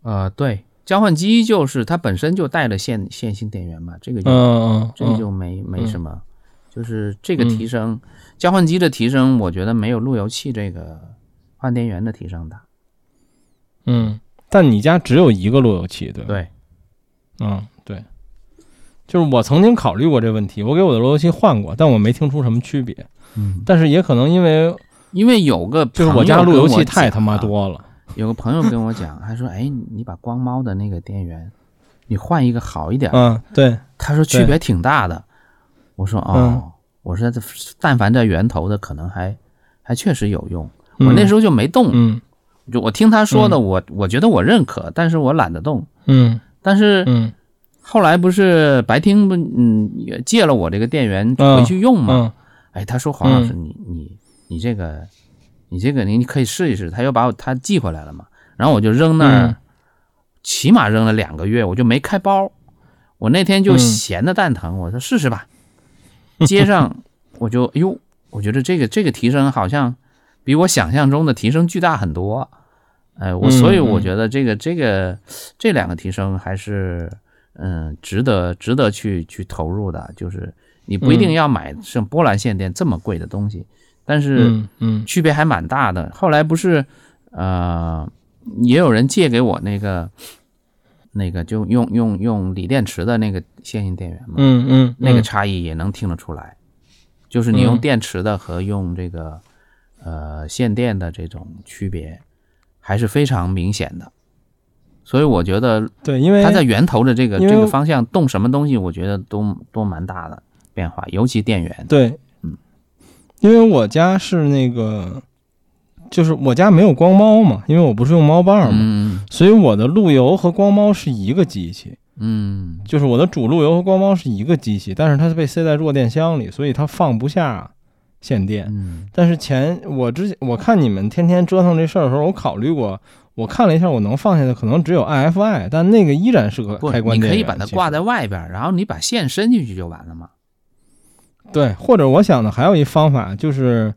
[SPEAKER 2] 呃，对，交换机就是它本身就带了线线性电源嘛，这个就、
[SPEAKER 1] 嗯嗯，
[SPEAKER 2] 这个
[SPEAKER 1] 嗯
[SPEAKER 2] 就没没
[SPEAKER 1] 嗯
[SPEAKER 2] 什么，就是这个
[SPEAKER 1] 嗯
[SPEAKER 2] 提升，交换机的提升，我觉得没有路由器这个换电源的提升大。
[SPEAKER 1] 嗯，但你家只有一个路由器，对吧？
[SPEAKER 2] 对，
[SPEAKER 1] 嗯，对，就是我曾经考虑过这问题，我给我的路由器换过，但我没听出什么区别。
[SPEAKER 2] 嗯，
[SPEAKER 1] 但是也可能因为
[SPEAKER 2] 因为有个
[SPEAKER 1] 就是我
[SPEAKER 2] 朋友
[SPEAKER 1] 家路由
[SPEAKER 2] 跟我
[SPEAKER 1] 器太他妈
[SPEAKER 2] 讲，啊
[SPEAKER 1] 多了。
[SPEAKER 2] 有个朋友跟我讲，他说：“哎，你把光猫的那个电源，你换一个好一点儿。
[SPEAKER 1] 嗯，对，嗯
[SPEAKER 2] 他说区别挺大的。我说哦，我说这但凡在源头的，可能还还确实有用。我那时
[SPEAKER 1] 候，
[SPEAKER 2] 候就没动，
[SPEAKER 1] 嗯
[SPEAKER 2] 就我听他说的，我我觉得我认可，但是我懒得动。
[SPEAKER 1] 嗯
[SPEAKER 2] 但是
[SPEAKER 1] 嗯
[SPEAKER 2] 后来不是白厅不嗯也借了我这个电源回去用嘛？
[SPEAKER 1] 嗯
[SPEAKER 2] 哎，他说黄老师，你你你这个你这个你你可以试一试。他又把我他寄回来了嘛，然后我就扔那
[SPEAKER 1] 嗯
[SPEAKER 2] 儿，起码扔了两个月，我就没开包。我那天就
[SPEAKER 1] 嗯
[SPEAKER 2] 闲的蛋疼，我说试试吧。接上我就哎呦，我觉得这个这个提升好像比我想象中的提升巨大很多。哎，我
[SPEAKER 1] 嗯
[SPEAKER 2] 所以
[SPEAKER 1] 嗯
[SPEAKER 2] 我觉得这个这个这两个提升还是嗯值得值得去去投入的，就是你不一定
[SPEAKER 1] 嗯
[SPEAKER 2] 要买像波兰线电这么贵的东西，但是
[SPEAKER 1] 嗯嗯
[SPEAKER 2] 区别还蛮大的。后来不是呃也有人借给我那个那个就用用用锂电池的那个线性电源嘛，
[SPEAKER 1] 嗯嗯，
[SPEAKER 2] 那
[SPEAKER 1] 嗯
[SPEAKER 2] 个差异也能听得出来，就是你用
[SPEAKER 1] 嗯
[SPEAKER 2] 电池的和用这个呃线电的这种区别还是非常明显的。所以我觉得
[SPEAKER 1] 对，因为
[SPEAKER 2] 它在源头的这个
[SPEAKER 1] 因为
[SPEAKER 2] 这个方向动什么东西，我觉得都都蛮大的变化，尤其电源。
[SPEAKER 1] 对，
[SPEAKER 2] 嗯，
[SPEAKER 1] 因为我家是那个，就是我家没有光猫嘛，因为我不是用猫棒嘛，
[SPEAKER 2] 嗯
[SPEAKER 1] 所以我的路由和光猫是一个机器，
[SPEAKER 2] 嗯
[SPEAKER 1] 就是我的主路由和光猫是一个机器，但是它是被塞在弱电箱里，所以它放不下线电。
[SPEAKER 2] 嗯
[SPEAKER 1] 但是前我之前我看你们天天折腾这事儿的时候，我考虑过，我看了一下，我能放下的可能只有 IFI，但那个依然是个
[SPEAKER 2] 不，
[SPEAKER 1] 开关
[SPEAKER 2] 你
[SPEAKER 1] 电源。
[SPEAKER 2] 可以把它
[SPEAKER 1] 其实
[SPEAKER 2] 挂在外边儿，然后你把线伸进去就完了嘛。
[SPEAKER 1] 对，或者我想的还有一方法就是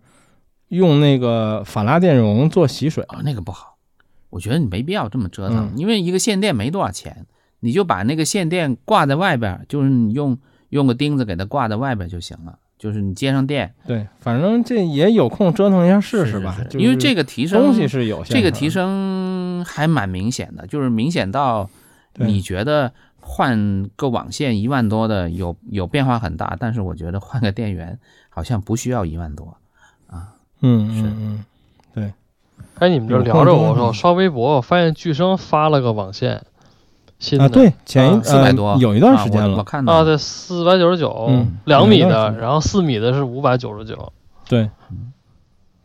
[SPEAKER 1] 用那个法拉电容做洗水。
[SPEAKER 2] 哦，那个不好，我觉得你没必要这么折腾，
[SPEAKER 1] 嗯
[SPEAKER 2] 因为一个线电没多少钱，你就把那个线电挂在外边儿，就是你用用个钉子给它挂在外边儿就行了，就是你接上电
[SPEAKER 1] 对，反正这也有空折腾一下试试吧，
[SPEAKER 2] 是是
[SPEAKER 1] 就是
[SPEAKER 2] 因为这个提升
[SPEAKER 1] 东西是有限
[SPEAKER 2] 这个
[SPEAKER 1] 的
[SPEAKER 2] 提升还蛮明显的，就是明显到
[SPEAKER 1] 对
[SPEAKER 2] 你觉得换个网线一万多的有有变化很大，但是我觉得换个电源好像不需要一万多。
[SPEAKER 1] 嗯
[SPEAKER 2] 是
[SPEAKER 1] 嗯嗯，
[SPEAKER 3] 哎，你们这
[SPEAKER 1] 有
[SPEAKER 3] 聊着
[SPEAKER 1] 空
[SPEAKER 3] 我
[SPEAKER 1] 中
[SPEAKER 3] 说刷微博，我发现巨生发了个网线，新的
[SPEAKER 1] 啊，对，前一
[SPEAKER 3] 啊
[SPEAKER 2] 四百多、
[SPEAKER 1] 呃有一段时间
[SPEAKER 2] 啊我我
[SPEAKER 1] 了，
[SPEAKER 2] 看到
[SPEAKER 3] 啊，
[SPEAKER 2] 了
[SPEAKER 3] 对，四百九十九
[SPEAKER 1] 嗯，
[SPEAKER 3] 两米
[SPEAKER 1] 有一
[SPEAKER 3] 的
[SPEAKER 1] 段时，间
[SPEAKER 3] 然后四米的是五百九十九，
[SPEAKER 1] 对。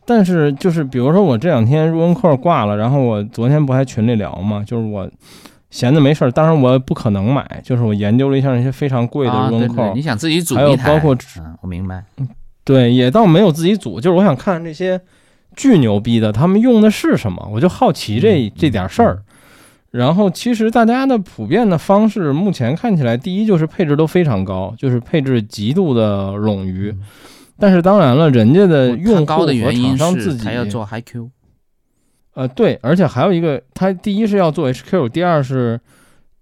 [SPEAKER 1] 但是就是比如说我这两天入温扣挂了，然后我昨天不还群里聊嘛，就是我闲的没事儿，当然我不可能买，就是我研究了一下那些非常贵的
[SPEAKER 2] 啊
[SPEAKER 1] 入
[SPEAKER 2] 对
[SPEAKER 1] 温
[SPEAKER 2] 对
[SPEAKER 1] 扣，
[SPEAKER 2] 对你想自己组
[SPEAKER 1] 还有
[SPEAKER 2] 一台，
[SPEAKER 1] 包括
[SPEAKER 2] 嗯，我明白。
[SPEAKER 1] 对，也倒没有自己组，就是我想看这些巨牛逼的，他们用的是什么，我就好奇
[SPEAKER 2] 嗯
[SPEAKER 1] 这这点事儿。然后其实大家的普遍的方式，目前看起来，第一就是配置都非常高，就是配置极度的冗余。但是当然了，人家的
[SPEAKER 2] 嗯
[SPEAKER 1] 呃
[SPEAKER 2] 它
[SPEAKER 1] 用户
[SPEAKER 2] 高的
[SPEAKER 1] 和
[SPEAKER 2] 原因
[SPEAKER 1] 厂商自
[SPEAKER 2] 是
[SPEAKER 1] 己
[SPEAKER 2] 他要做 HiQ，
[SPEAKER 1] 呃，对，而且还有一个，它第一是要做 HQ，第二是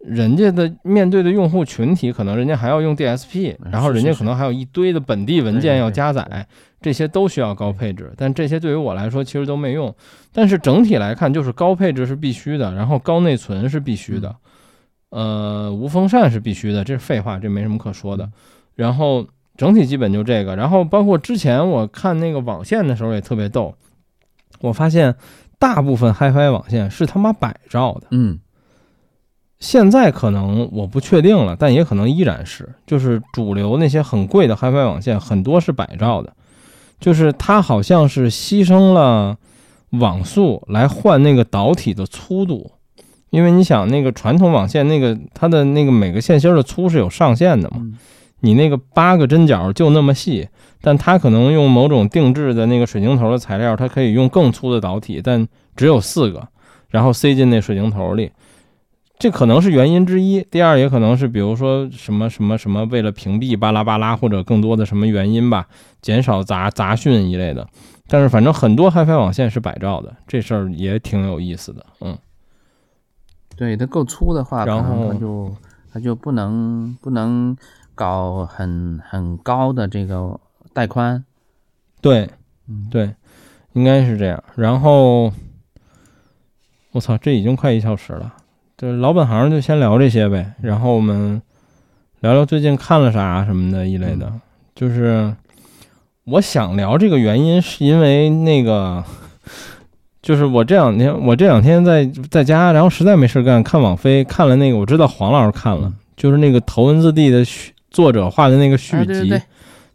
[SPEAKER 1] 人家的面对的用户群体，可能人家还要用 DSP，
[SPEAKER 2] 嗯
[SPEAKER 1] 然后
[SPEAKER 2] 是
[SPEAKER 1] 人
[SPEAKER 2] 是
[SPEAKER 1] 家
[SPEAKER 2] 是
[SPEAKER 1] 可能还有一堆的本地文
[SPEAKER 2] 对
[SPEAKER 1] 件
[SPEAKER 2] 对
[SPEAKER 1] 要
[SPEAKER 2] 对
[SPEAKER 1] 加载，这些都需要高配置，但这些对于我来说其实都没用。但是整体来看，就是高配置是必须的，然后高内存是必须的，
[SPEAKER 2] 嗯
[SPEAKER 1] 呃，无风扇是必须的，这是废话，这没什么可说的。然后整体基本就这个，然后包括之前我看那个网线的时候也特别逗，我发现大部分 HiFi 网线是他妈百兆的，
[SPEAKER 2] 嗯，
[SPEAKER 1] 现在可能我不确定了，但也可能依然是，就是主流那些很贵的 HiFi 网线很多是百兆的，就是它好像是牺牲了网速来换那个导体的粗度，因为你想那个传统网线那个它的那个每个线芯儿的粗是有上限的嘛，
[SPEAKER 2] 嗯
[SPEAKER 1] 你那个八个针脚就那么细，但它可能用某种定制的那个水晶头的材料，它可以用更粗的导体，但只有四个，然后塞进那水晶头里。这可能是原因之一，第二也可能是比如说什么什么什么，为了屏蔽巴拉巴拉或者更多的什么原因吧，减少杂杂讯一类的。但是反正很多 HiFi 网线是百兆的，这事儿也挺有意思的。嗯，
[SPEAKER 2] 对，它够粗的话，可
[SPEAKER 1] 然
[SPEAKER 2] 能它
[SPEAKER 1] 后
[SPEAKER 2] 就它就不能不能搞很很高的这个带宽，
[SPEAKER 1] 对，
[SPEAKER 2] 嗯，
[SPEAKER 1] 对，应该是这样。然后，我操，这已经快一小时了，这老本行就先聊这些呗。然后我们聊聊最近看了啥什么的一类的。
[SPEAKER 2] 嗯
[SPEAKER 1] 就是我想聊这个原因，是因为那个，就是我这两天我这两天在在家，然后实在没事干，看网飞看了那个，我知道黄老师看了
[SPEAKER 2] 嗯，
[SPEAKER 1] 就是那个头文字 D 的续作者画的那个续
[SPEAKER 2] 啊
[SPEAKER 1] 集，
[SPEAKER 2] 对对对，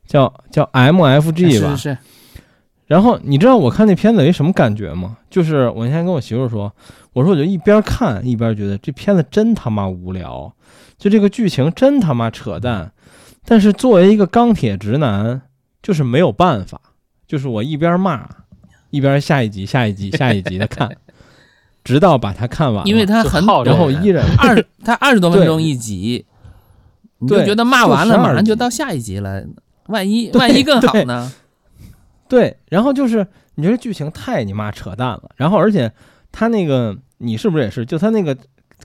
[SPEAKER 1] 叫叫 MFG 吧。啊
[SPEAKER 2] 是是是，
[SPEAKER 1] 然后你知道我看那片子有一什么感觉吗？就是我那天跟我媳妇儿说，我说我就一边看一边觉得这片子真他妈无聊，就这个剧情真他妈扯淡。但是作为一个钢铁直男，就是没有办法，就是我一边骂一边下一集、下一集、下一集的
[SPEAKER 2] [laughs]
[SPEAKER 1] 看，直到把它看完了。
[SPEAKER 2] 因为它很
[SPEAKER 3] 耗着
[SPEAKER 1] 然后
[SPEAKER 2] 短
[SPEAKER 1] [laughs] 依然
[SPEAKER 2] 二它二十多分
[SPEAKER 1] 对
[SPEAKER 2] 钟一集，你就
[SPEAKER 1] 对
[SPEAKER 2] 觉得骂完了
[SPEAKER 1] 就12
[SPEAKER 2] 马上就
[SPEAKER 1] 集
[SPEAKER 2] 到下一集了，万一
[SPEAKER 1] 对
[SPEAKER 2] 万一更好
[SPEAKER 1] 对 [laughs]
[SPEAKER 2] 呢？
[SPEAKER 1] 对，然后就是你觉得剧情太你妈扯淡了，然后而且他那个你是不是也是，就他那个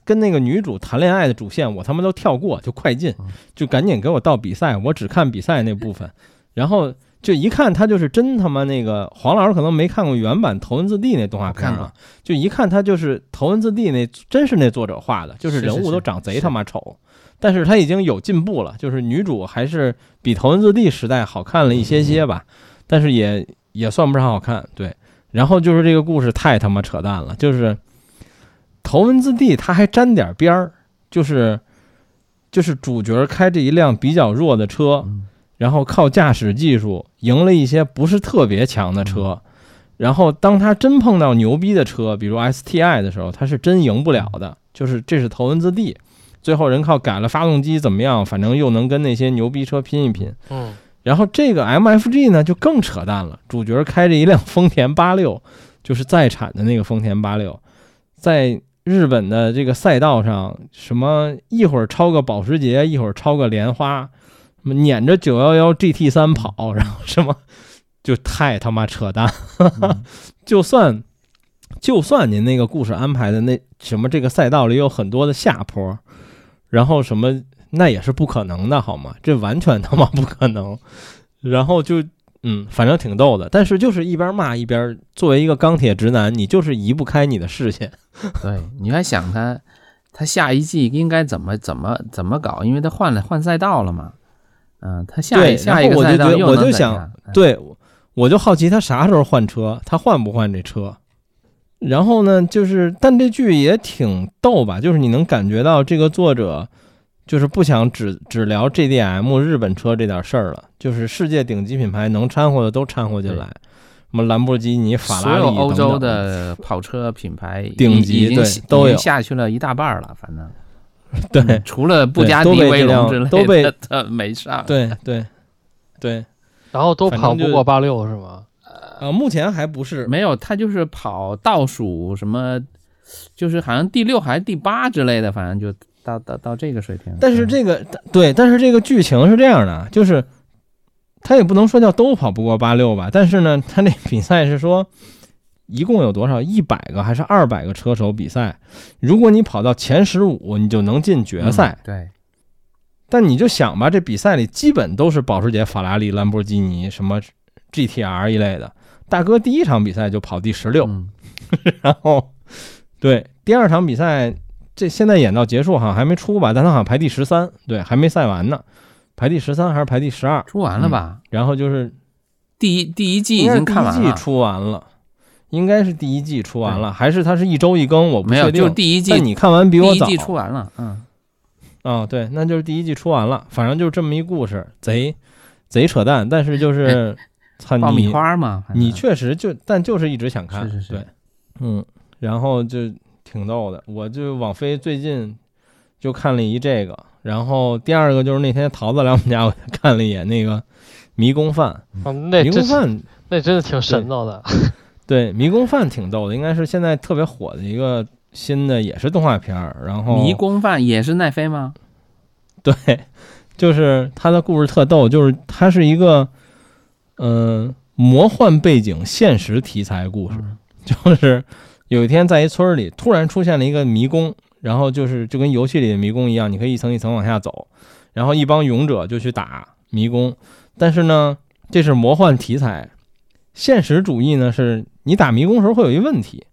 [SPEAKER 1] 跟那个女主谈恋爱的主线，我他妈都跳过，就快进
[SPEAKER 2] 嗯，
[SPEAKER 1] 就赶紧给我到比赛，我只看比赛那部分，然后就一看他就是真他妈那个黄老师可能没看过原版《头文字 D》那动画片
[SPEAKER 2] 哦看
[SPEAKER 1] 啊
[SPEAKER 2] 过，
[SPEAKER 1] 就一看他就是《头文字 D》那真是那作者画的，就是
[SPEAKER 2] 是
[SPEAKER 1] 人
[SPEAKER 2] 是
[SPEAKER 1] 物都
[SPEAKER 2] 是
[SPEAKER 1] 长贼
[SPEAKER 2] 是
[SPEAKER 1] 他妈丑，但是他已经有进步了，就是女主还是比《头文字 D》时代好看了一些
[SPEAKER 2] 嗯
[SPEAKER 1] 些吧，但是也也算不上好看，对。然后就是这个故事太他妈扯淡了，就是《头文字 D》它还沾点边儿，就是就是主角开着一辆比较弱的车，
[SPEAKER 2] 嗯
[SPEAKER 1] 然后靠驾驶技术赢了一些不是特别强的
[SPEAKER 2] 嗯
[SPEAKER 1] 车，然后当他真碰到牛逼的车，比如 STI 的时候，他是真赢不了的，就是这是头文字 D。最后人靠改了发动机怎么样，反正又能跟那些牛逼车拼一拼。
[SPEAKER 3] 嗯，
[SPEAKER 1] 然后这个 MFG 呢就更扯淡了，主角开着一辆丰田八六，就是再产的那个丰田八六，在日本的这个赛道上，什么一会儿超个保时捷，一会儿超个莲花，什么撵着九幺幺 GT 三跑，然后什么就太他妈扯淡。就算就算您那个故事安排的那什么这个赛道里有很多的下坡，然后什么那也是不可能的，好吗？这完全他妈不可能。然后就嗯，反正挺逗的，但是就是一边骂一边，作为一个钢铁直男，你就是移不开你的视线。 [laughs]
[SPEAKER 2] 对，你还想他，他下一季应该怎么怎么怎么搞？因为他换了换赛道了嘛。嗯、他下
[SPEAKER 1] 对
[SPEAKER 2] 一下
[SPEAKER 1] 然
[SPEAKER 2] 一
[SPEAKER 1] 后
[SPEAKER 2] 个
[SPEAKER 1] 我就
[SPEAKER 2] 赛道
[SPEAKER 1] 觉得
[SPEAKER 2] 又
[SPEAKER 1] 我
[SPEAKER 2] 能
[SPEAKER 1] 就
[SPEAKER 2] 怎
[SPEAKER 1] 想
[SPEAKER 2] 样，嗯
[SPEAKER 1] 对，我就好奇他啥时候换车，他换不换这车？然后呢，就是但这剧也挺逗吧，就是你能感觉到这个作者就是不想只只聊 JDM 日本车这点事儿了，就是世界顶级品牌能掺和的都掺和进来，什么兰博基尼、法
[SPEAKER 2] 所
[SPEAKER 1] 拉利
[SPEAKER 2] 有
[SPEAKER 1] 等等。
[SPEAKER 2] 欧洲的跑车品牌已
[SPEAKER 1] 顶级
[SPEAKER 2] 已经
[SPEAKER 1] 对
[SPEAKER 2] 下
[SPEAKER 1] 都
[SPEAKER 2] 已经
[SPEAKER 1] 有
[SPEAKER 2] 下去了一大半儿了，反正
[SPEAKER 1] 对
[SPEAKER 2] 除了布
[SPEAKER 1] 对
[SPEAKER 2] 加
[SPEAKER 1] 都
[SPEAKER 2] 迪
[SPEAKER 1] 被
[SPEAKER 2] 威
[SPEAKER 1] 这辆
[SPEAKER 2] 龙之类的， [laughs]
[SPEAKER 1] 都被
[SPEAKER 2] 他没上。
[SPEAKER 1] 对对对，
[SPEAKER 3] 然后都
[SPEAKER 1] 反
[SPEAKER 3] 跑
[SPEAKER 1] 正
[SPEAKER 3] 不
[SPEAKER 1] 就
[SPEAKER 3] 过八六是吗？
[SPEAKER 2] 呃
[SPEAKER 1] 啊，目前还不是
[SPEAKER 2] 没有，他就是跑倒数什么，就是好像第六还是第八之类的，反正就到到到这个水平。
[SPEAKER 1] 但是
[SPEAKER 2] 嗯
[SPEAKER 1] 这个对，但是这个剧情是这样的，就是他也不能说叫都跑不过八六吧，但是呢，他那比赛是说一共有多少一百个还是二百个车手比赛，如果你跑到前十五，你就能进决赛。
[SPEAKER 2] 嗯对，
[SPEAKER 1] 但你就想吧，这比赛里基本都是保时捷、法拉利、兰博基尼什么 GTR 一类的。大哥第一场比赛就跑第十六，
[SPEAKER 2] 嗯
[SPEAKER 1] [laughs] 然后对第二场比赛，这现在演到结束好像还没出吧，但他好像排第十三，对，还没赛完呢，排第十三还是排第十二？
[SPEAKER 2] 出完了吧？
[SPEAKER 1] 然后就是
[SPEAKER 2] 第一第一季已经看
[SPEAKER 1] 应该
[SPEAKER 2] 完
[SPEAKER 1] 是第一
[SPEAKER 2] 了
[SPEAKER 1] 季，出完了，应该是第一季出完了，还是它是一周一更？我不
[SPEAKER 2] 没有，
[SPEAKER 1] 确定。
[SPEAKER 2] 就是第一季
[SPEAKER 1] 但你看完比
[SPEAKER 2] 第
[SPEAKER 1] 我
[SPEAKER 2] 一
[SPEAKER 1] 早。
[SPEAKER 2] 季出完了，嗯，
[SPEAKER 1] 啊、对，那就是第一季出完了，反正就是这么一故事，贼贼扯淡，但是就是，操
[SPEAKER 2] 爆米
[SPEAKER 1] 呃你
[SPEAKER 2] 花嘛，反正
[SPEAKER 1] 你确实就，但就是一直想看，
[SPEAKER 2] 是是是
[SPEAKER 1] 对，嗯，然后就挺逗的。我就网飞最近就看了一这个，然后第二个就是那天桃子来我们家，我就看了一眼那个《迷宫饭
[SPEAKER 3] 啊，》，那
[SPEAKER 1] 迷宫
[SPEAKER 3] 真是
[SPEAKER 1] 饭
[SPEAKER 3] 那真的挺神叨的。
[SPEAKER 1] 对《迷宫饭》挺逗的，应该是现在特别火的一个新的也是动画片儿，然后
[SPEAKER 2] 迷宫饭也是奈飞吗？
[SPEAKER 1] 对，就是他的故事特逗，就是它是一个，嗯、魔幻背景、现实题材故事。
[SPEAKER 2] 嗯
[SPEAKER 1] 就是有一天在一村儿里突然出现了一个迷宫，然后就是就跟游戏里的迷宫一样，你可以一层一层往下走，然后一帮勇者就去打迷宫。但是呢，这是魔幻题材，现实主义呢是你打迷宫时候会有一问题，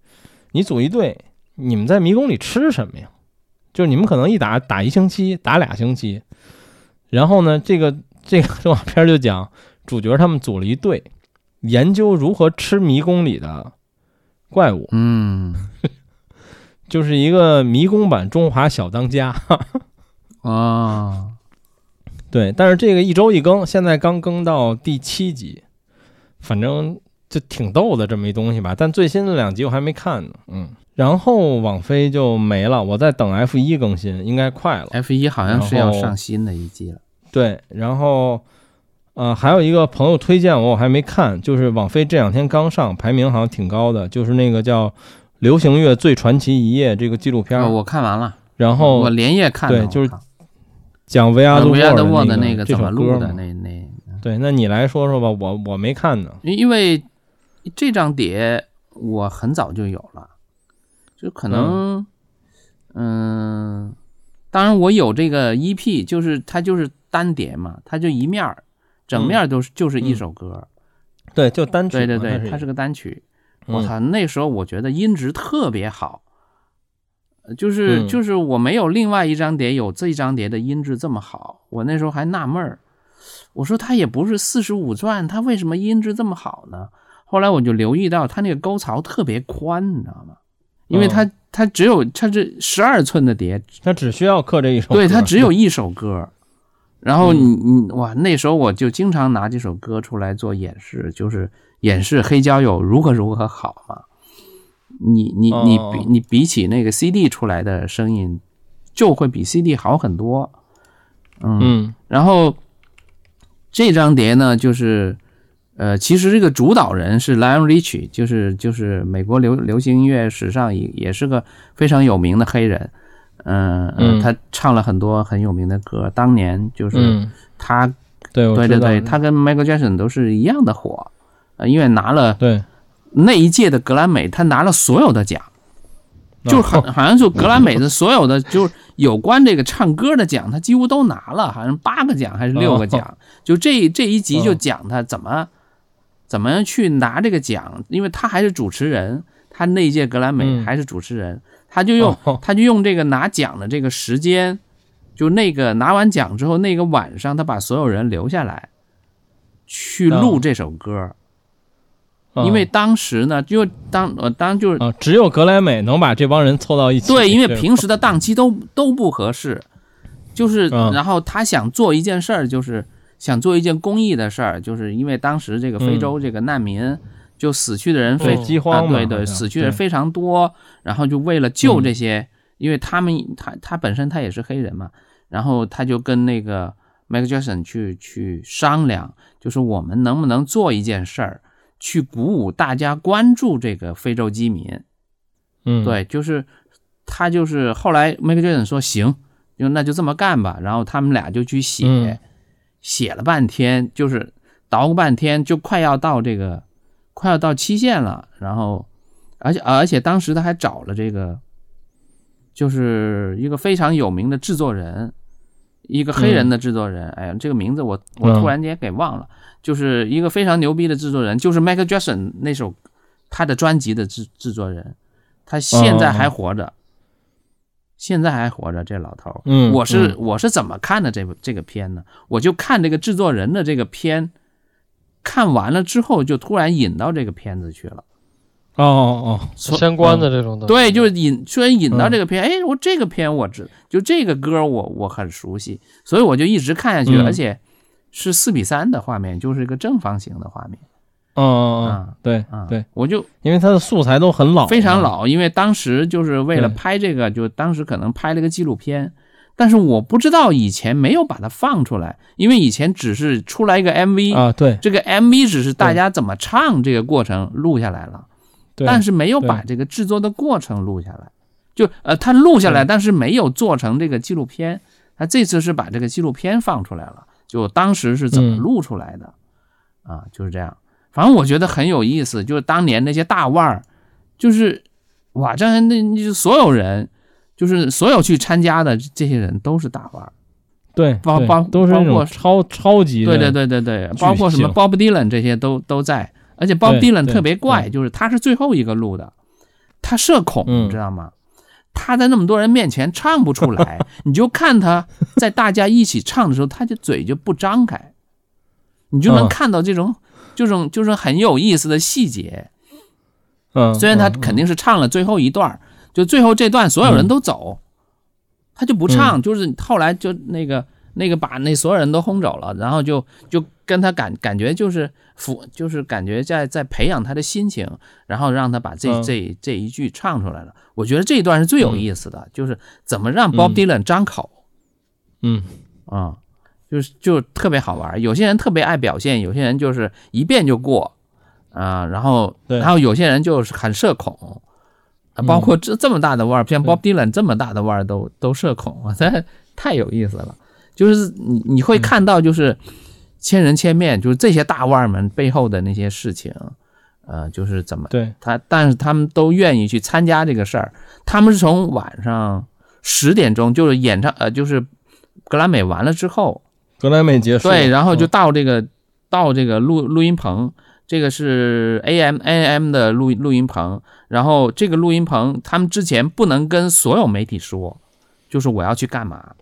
[SPEAKER 1] 你组一队，你们在迷宫里吃什么呀？就是你们可能一打打一星期，打俩星期，然后呢，这个这个动画片就讲主角他们组了一队，研究如何吃迷宫里的怪物，
[SPEAKER 2] 嗯，
[SPEAKER 1] 就是一个迷宫版《中华小当家》。 [laughs]
[SPEAKER 2] 哦，
[SPEAKER 1] 对，但是这个一周一更，现在刚更到第七集，反正就挺逗的这么一东西吧。但最新的两集我还没看呢，嗯。然后网飞就没了，我在等 F 一更新，应该快了。
[SPEAKER 2] F 一好像是
[SPEAKER 1] 然
[SPEAKER 2] 要
[SPEAKER 1] 后
[SPEAKER 2] 上新的一季了，
[SPEAKER 1] 对，然后呃，还有一个朋友推荐我，我还没看，就是网飞这两天刚上，排名好像挺高的，就是那个叫《流行乐最传奇一页》这个纪录片儿，
[SPEAKER 2] 哦我看完了，
[SPEAKER 1] 然
[SPEAKER 2] 我
[SPEAKER 1] 后
[SPEAKER 2] 连夜看
[SPEAKER 1] 对
[SPEAKER 2] 的，
[SPEAKER 1] 就是
[SPEAKER 2] 我靠
[SPEAKER 1] 讲维亚
[SPEAKER 2] 呃
[SPEAKER 1] 杜
[SPEAKER 2] 维亚德
[SPEAKER 1] 沃
[SPEAKER 2] 沃的
[SPEAKER 1] 那
[SPEAKER 2] 个
[SPEAKER 1] 这
[SPEAKER 2] 怎
[SPEAKER 1] 首
[SPEAKER 2] 么
[SPEAKER 1] 歌
[SPEAKER 2] 录的
[SPEAKER 1] 嘛
[SPEAKER 2] 那那，
[SPEAKER 1] 对，那你来说说吧，我我没看呢。
[SPEAKER 2] 因因为这张碟我很早就有了，就可能，嗯、E 当然我有这个 EP，就是它就是单碟嘛，它就一面儿，整面都是就是一首歌，
[SPEAKER 1] 对，就单曲嘛，
[SPEAKER 2] 对对对，
[SPEAKER 1] 它
[SPEAKER 2] 它是
[SPEAKER 1] 是
[SPEAKER 2] 个单曲。
[SPEAKER 1] 嗯
[SPEAKER 2] 我操，那时候我觉得音质特别好，呃就是
[SPEAKER 1] 嗯
[SPEAKER 2] 就是我没有另外一张碟有这一张碟的音质这么好，我那时候还纳闷儿，我说它也不是四十五转，它为什么音质这么好呢？后来我就留意到它那个沟槽特别宽，你知道吗？
[SPEAKER 1] 嗯
[SPEAKER 2] 因为它它只有它这十二寸的碟，
[SPEAKER 1] 它只需要刻这一首歌，嗯
[SPEAKER 2] 对，
[SPEAKER 1] [laughs]
[SPEAKER 2] 它只有一首歌。然后你你哇，那时候我就经常拿这首歌出来做演示，就是演示黑胶有如何如何好嘛。你你你
[SPEAKER 1] 哦
[SPEAKER 2] 比你比起那个 CD 出来的声音，就会比 CD 好很多。
[SPEAKER 1] 嗯
[SPEAKER 2] 然后这张碟呢，就是呃，其实这个主导人是 Lion Rich，就是就是美国流流行音乐史上也也是个非常有名的黑人。嗯、呃
[SPEAKER 1] 嗯
[SPEAKER 2] 他唱了很多很有名的歌，当年就是
[SPEAKER 1] 嗯，
[SPEAKER 2] 他，
[SPEAKER 1] 对，我
[SPEAKER 2] 对
[SPEAKER 1] 知
[SPEAKER 2] 对
[SPEAKER 1] 道嗯
[SPEAKER 2] 对，他跟 Michael Jackson 都是一样的火，呃，因为拿了
[SPEAKER 1] 对，
[SPEAKER 2] 那一届的格莱美，他拿了所有的奖，就是好
[SPEAKER 1] 哦
[SPEAKER 2] 好像就格莱美的所有的就是有关这个唱歌的奖，他几乎都拿了，好像八个奖还是六个
[SPEAKER 1] 哦
[SPEAKER 2] 奖。就这这一集就讲他怎么怎么样去拿这个奖，因为他还是主持人，他那一届格莱美
[SPEAKER 1] 嗯
[SPEAKER 2] 还是主持人，他就用
[SPEAKER 1] 哦
[SPEAKER 2] 他就用这个拿奖的这个时间，就那个拿完奖之后那个晚上，他把所有人留下来去录
[SPEAKER 1] 哦
[SPEAKER 2] 这首歌，
[SPEAKER 1] 嗯
[SPEAKER 2] 因为当时呢，就当呃当就是
[SPEAKER 1] 啊，只有格莱美能把这帮人凑到一起，
[SPEAKER 2] 对，因为
[SPEAKER 1] 这个
[SPEAKER 2] 平时的档期都都不合适，就是
[SPEAKER 1] 嗯
[SPEAKER 2] 然后他想做一件事儿，就是想做一件公益的事儿，就是因为当时这个非
[SPEAKER 1] 嗯
[SPEAKER 2] 洲这个难民就死去的人非
[SPEAKER 1] 对饥荒
[SPEAKER 2] 啊
[SPEAKER 1] 嘛
[SPEAKER 2] 对
[SPEAKER 1] 好
[SPEAKER 2] 对，
[SPEAKER 1] 像
[SPEAKER 2] 死去
[SPEAKER 1] 对
[SPEAKER 2] 人非常多，然后就为了
[SPEAKER 1] 嗯
[SPEAKER 2] 救这些，因为他们他他本身他也是黑人嘛，然后他就跟那个 Michael Jackson 去去商量，就是我们能不能做一件事儿，去鼓舞大家关注这个非洲饥民。
[SPEAKER 1] 嗯，
[SPEAKER 2] 对，就是他就是后来 Michael Jordan 说行，就那就这么干吧，然后他们俩就去写，
[SPEAKER 1] 嗯
[SPEAKER 2] 写了半天，就是捣鼓半天，就快要到这个快要到期限了，然后而且而且当时他还找了这个就是一个非常有名的制作人。一个黑人的制作人，哎呀，这个名字我我
[SPEAKER 1] 嗯
[SPEAKER 2] 突然间给忘了，就是一个非常牛逼的制作人，就是 Michael Jackson 那首他的专辑的制制作人，他现在
[SPEAKER 1] 哦
[SPEAKER 2] 还活着，现在还活着，这老头儿。
[SPEAKER 1] 嗯
[SPEAKER 2] 我是、
[SPEAKER 1] 嗯
[SPEAKER 2] 我是怎么看的这部这个片呢？我就看这个制作人的这个片，看完了之后就突然引到这个片子去了。
[SPEAKER 1] 哦哦哦，
[SPEAKER 2] 所
[SPEAKER 3] 相关的这种东西。
[SPEAKER 2] 对，就是引虽然引
[SPEAKER 1] 嗯
[SPEAKER 2] 到这个片，哎，我这个片我知，就这个歌我我很熟悉，所以我就一直看下去，
[SPEAKER 1] 嗯
[SPEAKER 2] 而且是四比三的画面，就是一个正方形的画面
[SPEAKER 1] 哦哦
[SPEAKER 2] 啊
[SPEAKER 1] 哦，对
[SPEAKER 2] 啊，
[SPEAKER 1] 对，，
[SPEAKER 2] 我就
[SPEAKER 1] 因为它的素材都很老，
[SPEAKER 2] 非常，老，因为当时就是为了拍这个，就当时可能拍了个纪录片，但是我不知道以前没有把它放出来，因为以前只是出来一个 MV，、
[SPEAKER 1] 啊，对
[SPEAKER 2] 这个 MV 只是大家怎么唱这个过程录下来了，
[SPEAKER 1] 对，
[SPEAKER 2] 但是没有把这个制作的过程录下来，就呃，他录下来，但是没有做成这个纪录片，他这次是把这个纪录片放出来了，就当时是怎么
[SPEAKER 1] 嗯
[SPEAKER 2] 录出来的，啊，就是这样。反正我觉得很有意思，就是当年那些大腕儿，就是哇，这那那所有人，就是所有去参加的这些人都是大腕儿，
[SPEAKER 1] 对，
[SPEAKER 2] 包
[SPEAKER 1] 对
[SPEAKER 2] 包
[SPEAKER 1] 都是那
[SPEAKER 2] 包括
[SPEAKER 1] 种超超级的，
[SPEAKER 2] 对对对对对，
[SPEAKER 1] 巨
[SPEAKER 2] 包括什么
[SPEAKER 1] 星
[SPEAKER 2] Bob Dylan 这些都都在，而且 Bob
[SPEAKER 1] 对
[SPEAKER 2] Dylan
[SPEAKER 1] 对
[SPEAKER 2] 特别怪，
[SPEAKER 1] 对
[SPEAKER 2] 就是他是最后一个录的，他社恐，
[SPEAKER 1] 嗯
[SPEAKER 2] 你知道吗？他在那么多人面前唱不出
[SPEAKER 1] [laughs]
[SPEAKER 2] 来，你就看他在大家一起唱的时候，他就嘴就不张开，你就能
[SPEAKER 1] 嗯
[SPEAKER 2] 看到这种、这种就是很有意思的细节。
[SPEAKER 1] 嗯，
[SPEAKER 2] 虽然他
[SPEAKER 1] 嗯
[SPEAKER 2] 肯定是唱了最后一段儿，就最后这段所有人都
[SPEAKER 1] 嗯
[SPEAKER 2] 走，他就不唱，就是后来就那个那个把那所有人都轰走了，然后就就跟他感感觉就是抚，就是感觉在在培养他的心情，然后让他把这、
[SPEAKER 1] 嗯
[SPEAKER 2] 这这一句唱出来了。我觉得这一段是最有意思的，就是怎么让 Bob
[SPEAKER 1] 嗯
[SPEAKER 2] Dylan 张口。
[SPEAKER 1] 嗯
[SPEAKER 2] 啊、就是就特别好玩儿。有些人特别爱表现，有些人就是一遍就过，啊、然后
[SPEAKER 1] 对
[SPEAKER 2] 然后有些人就是很社恐，啊，包括这这么大的腕儿，像 Bob Dylan 这么大的腕儿都都社恐， [laughs] 我这太有意思了。就是你你会看到就是千人千面，就是这些大腕儿们背后的那些事情，呃，就是怎么
[SPEAKER 1] 对，
[SPEAKER 2] 他，但是他们都愿意去参加这个事儿。他们是从晚上十点钟，就是演唱，呃，就是格莱美完了之后，
[SPEAKER 1] 格莱美结束，
[SPEAKER 2] 对，然后就
[SPEAKER 1] 嗯
[SPEAKER 2] 到这个到这个录录音棚，这个是 AM AM 的录录音棚，然后这个录音棚他们之前不能跟所有媒体说，就是我要去干嘛，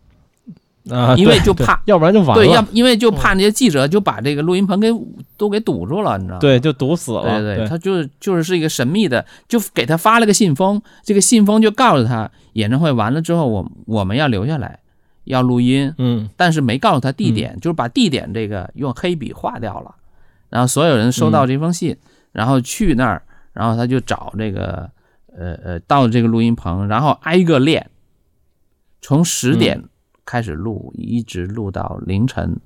[SPEAKER 1] 啊，
[SPEAKER 2] 因为
[SPEAKER 1] 对
[SPEAKER 2] 就
[SPEAKER 1] 对
[SPEAKER 2] 怕
[SPEAKER 1] 要不然就完
[SPEAKER 2] 对，要
[SPEAKER 1] 了，嗯
[SPEAKER 2] 因为就怕那些记者就把这个录音棚给都给堵住了，你知道吗？
[SPEAKER 1] 对，就堵死了。
[SPEAKER 2] 对对，他就就是是一个神秘的，就给他发了个信封，这个信封就告诉他演唱会完了之后，我我们要留下来，要录音，
[SPEAKER 1] 嗯，
[SPEAKER 2] 但是没告诉他地点，就是把地点这个用黑笔划掉了，然后所有人收到这封信，然后去那儿，然后他就找这个呃呃到这个录音棚，然后挨个练，从十点开始录，一直录到凌晨。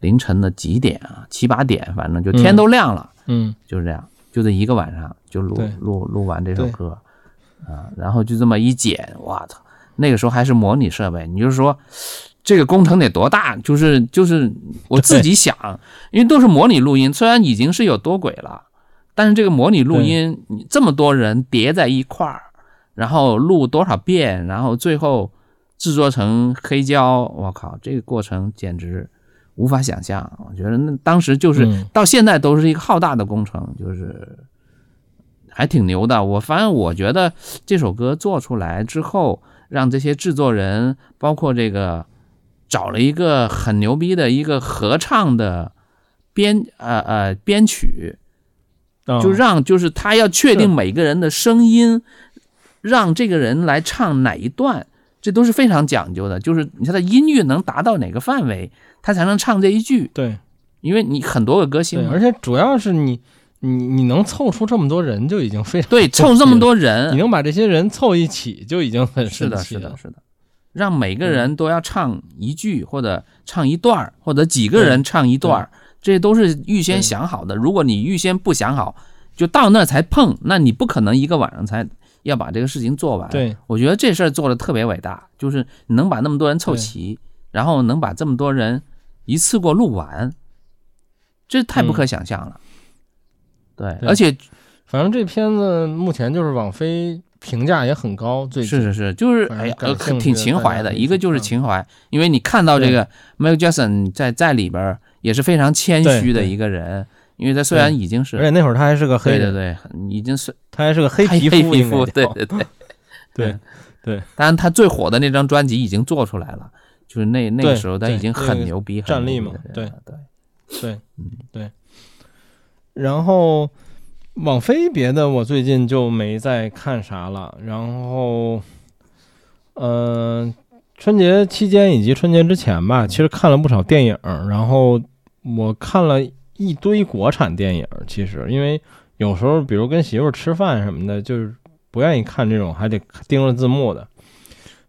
[SPEAKER 2] 凌晨的几点啊？七八点，反正就天
[SPEAKER 1] 嗯
[SPEAKER 2] 都亮了。
[SPEAKER 1] 嗯，
[SPEAKER 2] 就是这样，就这一个晚上就录
[SPEAKER 1] 对
[SPEAKER 2] 录录完这首
[SPEAKER 1] 对
[SPEAKER 2] 歌，啊，然后就这么一剪，我操，那个时候还是模拟设备，你就说这个工程得多大？就是就是我自己想，因为都是模拟录音，虽然已经是有多轨了，但是这个模拟录音，你这么多人叠在一块儿，然后录多少遍，然后最后制作成黑胶，我靠，这个过程简直无法想象。我觉得那当时就是、
[SPEAKER 1] 嗯
[SPEAKER 2] 到现在都是一个浩大的工程，就是还挺牛的。我反正我觉得这首歌做出来之后，让这些制作人，包括这个找了一个很牛逼的一个合唱的编呃呃编曲，
[SPEAKER 1] 啊
[SPEAKER 2] 就让就是他要确定
[SPEAKER 1] 是
[SPEAKER 2] 每个人的声音，让这个人来唱哪一段，这都是非常讲究的。就是你看他的音域能达到哪个范围，他才能唱这一句。
[SPEAKER 1] 对
[SPEAKER 2] 因为你很多个歌星
[SPEAKER 1] 对，
[SPEAKER 2] 嘛，
[SPEAKER 1] 而且主要是你你你能凑出这么多人就已经非常，
[SPEAKER 2] 对，凑这么多
[SPEAKER 1] 啊你
[SPEAKER 2] 人，
[SPEAKER 1] 能把这些人凑一起就已经很
[SPEAKER 2] 是
[SPEAKER 1] 神
[SPEAKER 2] 的，
[SPEAKER 1] 奇啊嗯
[SPEAKER 2] 是
[SPEAKER 1] 了
[SPEAKER 2] 的，。是的，让每个人都要唱一句，或者唱一段儿，或者几个人唱一段儿，这都是预先
[SPEAKER 1] 对
[SPEAKER 2] 想好的。如果你预先不想好，就到那儿才碰，那你不可能一个晚上才要把这个事情做完。，
[SPEAKER 1] 对，
[SPEAKER 2] 我觉得这事儿做的特别伟大，就是你能把那么多人凑
[SPEAKER 1] 对
[SPEAKER 2] 齐，然后能把这么多人一次过录完，这太
[SPEAKER 1] 嗯
[SPEAKER 2] 不可想象了。对，
[SPEAKER 1] 对
[SPEAKER 2] 而且
[SPEAKER 1] 反正这片子目前就是网飞评价也很高，最近
[SPEAKER 2] 是是是，就是
[SPEAKER 1] 反正
[SPEAKER 2] 哎呀，
[SPEAKER 1] 感
[SPEAKER 2] 呃
[SPEAKER 1] 兴趣
[SPEAKER 2] 挺
[SPEAKER 1] 的
[SPEAKER 2] 情
[SPEAKER 1] 大
[SPEAKER 2] 怀
[SPEAKER 1] 家
[SPEAKER 2] 的。
[SPEAKER 1] 可以
[SPEAKER 2] 一个
[SPEAKER 1] 去
[SPEAKER 2] 就是
[SPEAKER 1] 看
[SPEAKER 2] 情怀，因为你看到这
[SPEAKER 1] 对
[SPEAKER 2] 个 Michael Jackson 在在里边儿也是非常谦
[SPEAKER 1] 对
[SPEAKER 2] 虚的
[SPEAKER 1] 对
[SPEAKER 2] 一个人，因为他虽然
[SPEAKER 1] 对
[SPEAKER 2] 已经是
[SPEAKER 1] 而且那会儿他还是个黑
[SPEAKER 2] 对对
[SPEAKER 1] 人，
[SPEAKER 2] 对，已经是
[SPEAKER 1] 他还是个黑
[SPEAKER 2] 黑
[SPEAKER 1] 皮
[SPEAKER 2] 黑
[SPEAKER 1] 肤
[SPEAKER 2] 皮
[SPEAKER 1] 应该
[SPEAKER 2] 肤，对
[SPEAKER 1] 叫 [laughs]
[SPEAKER 2] 对对。
[SPEAKER 1] 对
[SPEAKER 2] 嗯
[SPEAKER 1] 对
[SPEAKER 2] 当然，他最火的那张专辑已经做出来了，就是那那个
[SPEAKER 1] 对
[SPEAKER 2] 时候他
[SPEAKER 1] 对
[SPEAKER 2] 已经
[SPEAKER 1] 那
[SPEAKER 2] 很
[SPEAKER 1] 个
[SPEAKER 2] 牛逼，很
[SPEAKER 1] 战
[SPEAKER 2] 牛
[SPEAKER 1] 力
[SPEAKER 2] 逼
[SPEAKER 1] 嘛
[SPEAKER 2] 的人
[SPEAKER 1] 对
[SPEAKER 2] 了对。
[SPEAKER 1] 对
[SPEAKER 2] 嗯，
[SPEAKER 1] 对。然后网飞别的我最近就没再看啥了。然后，呃，春节期间以及春节之前吧，其实看了不少电影儿。然后我看了一堆国产电影儿，其实因为有时候比如跟媳妇儿吃饭什么的，就是不愿意看这种还得盯着字幕的，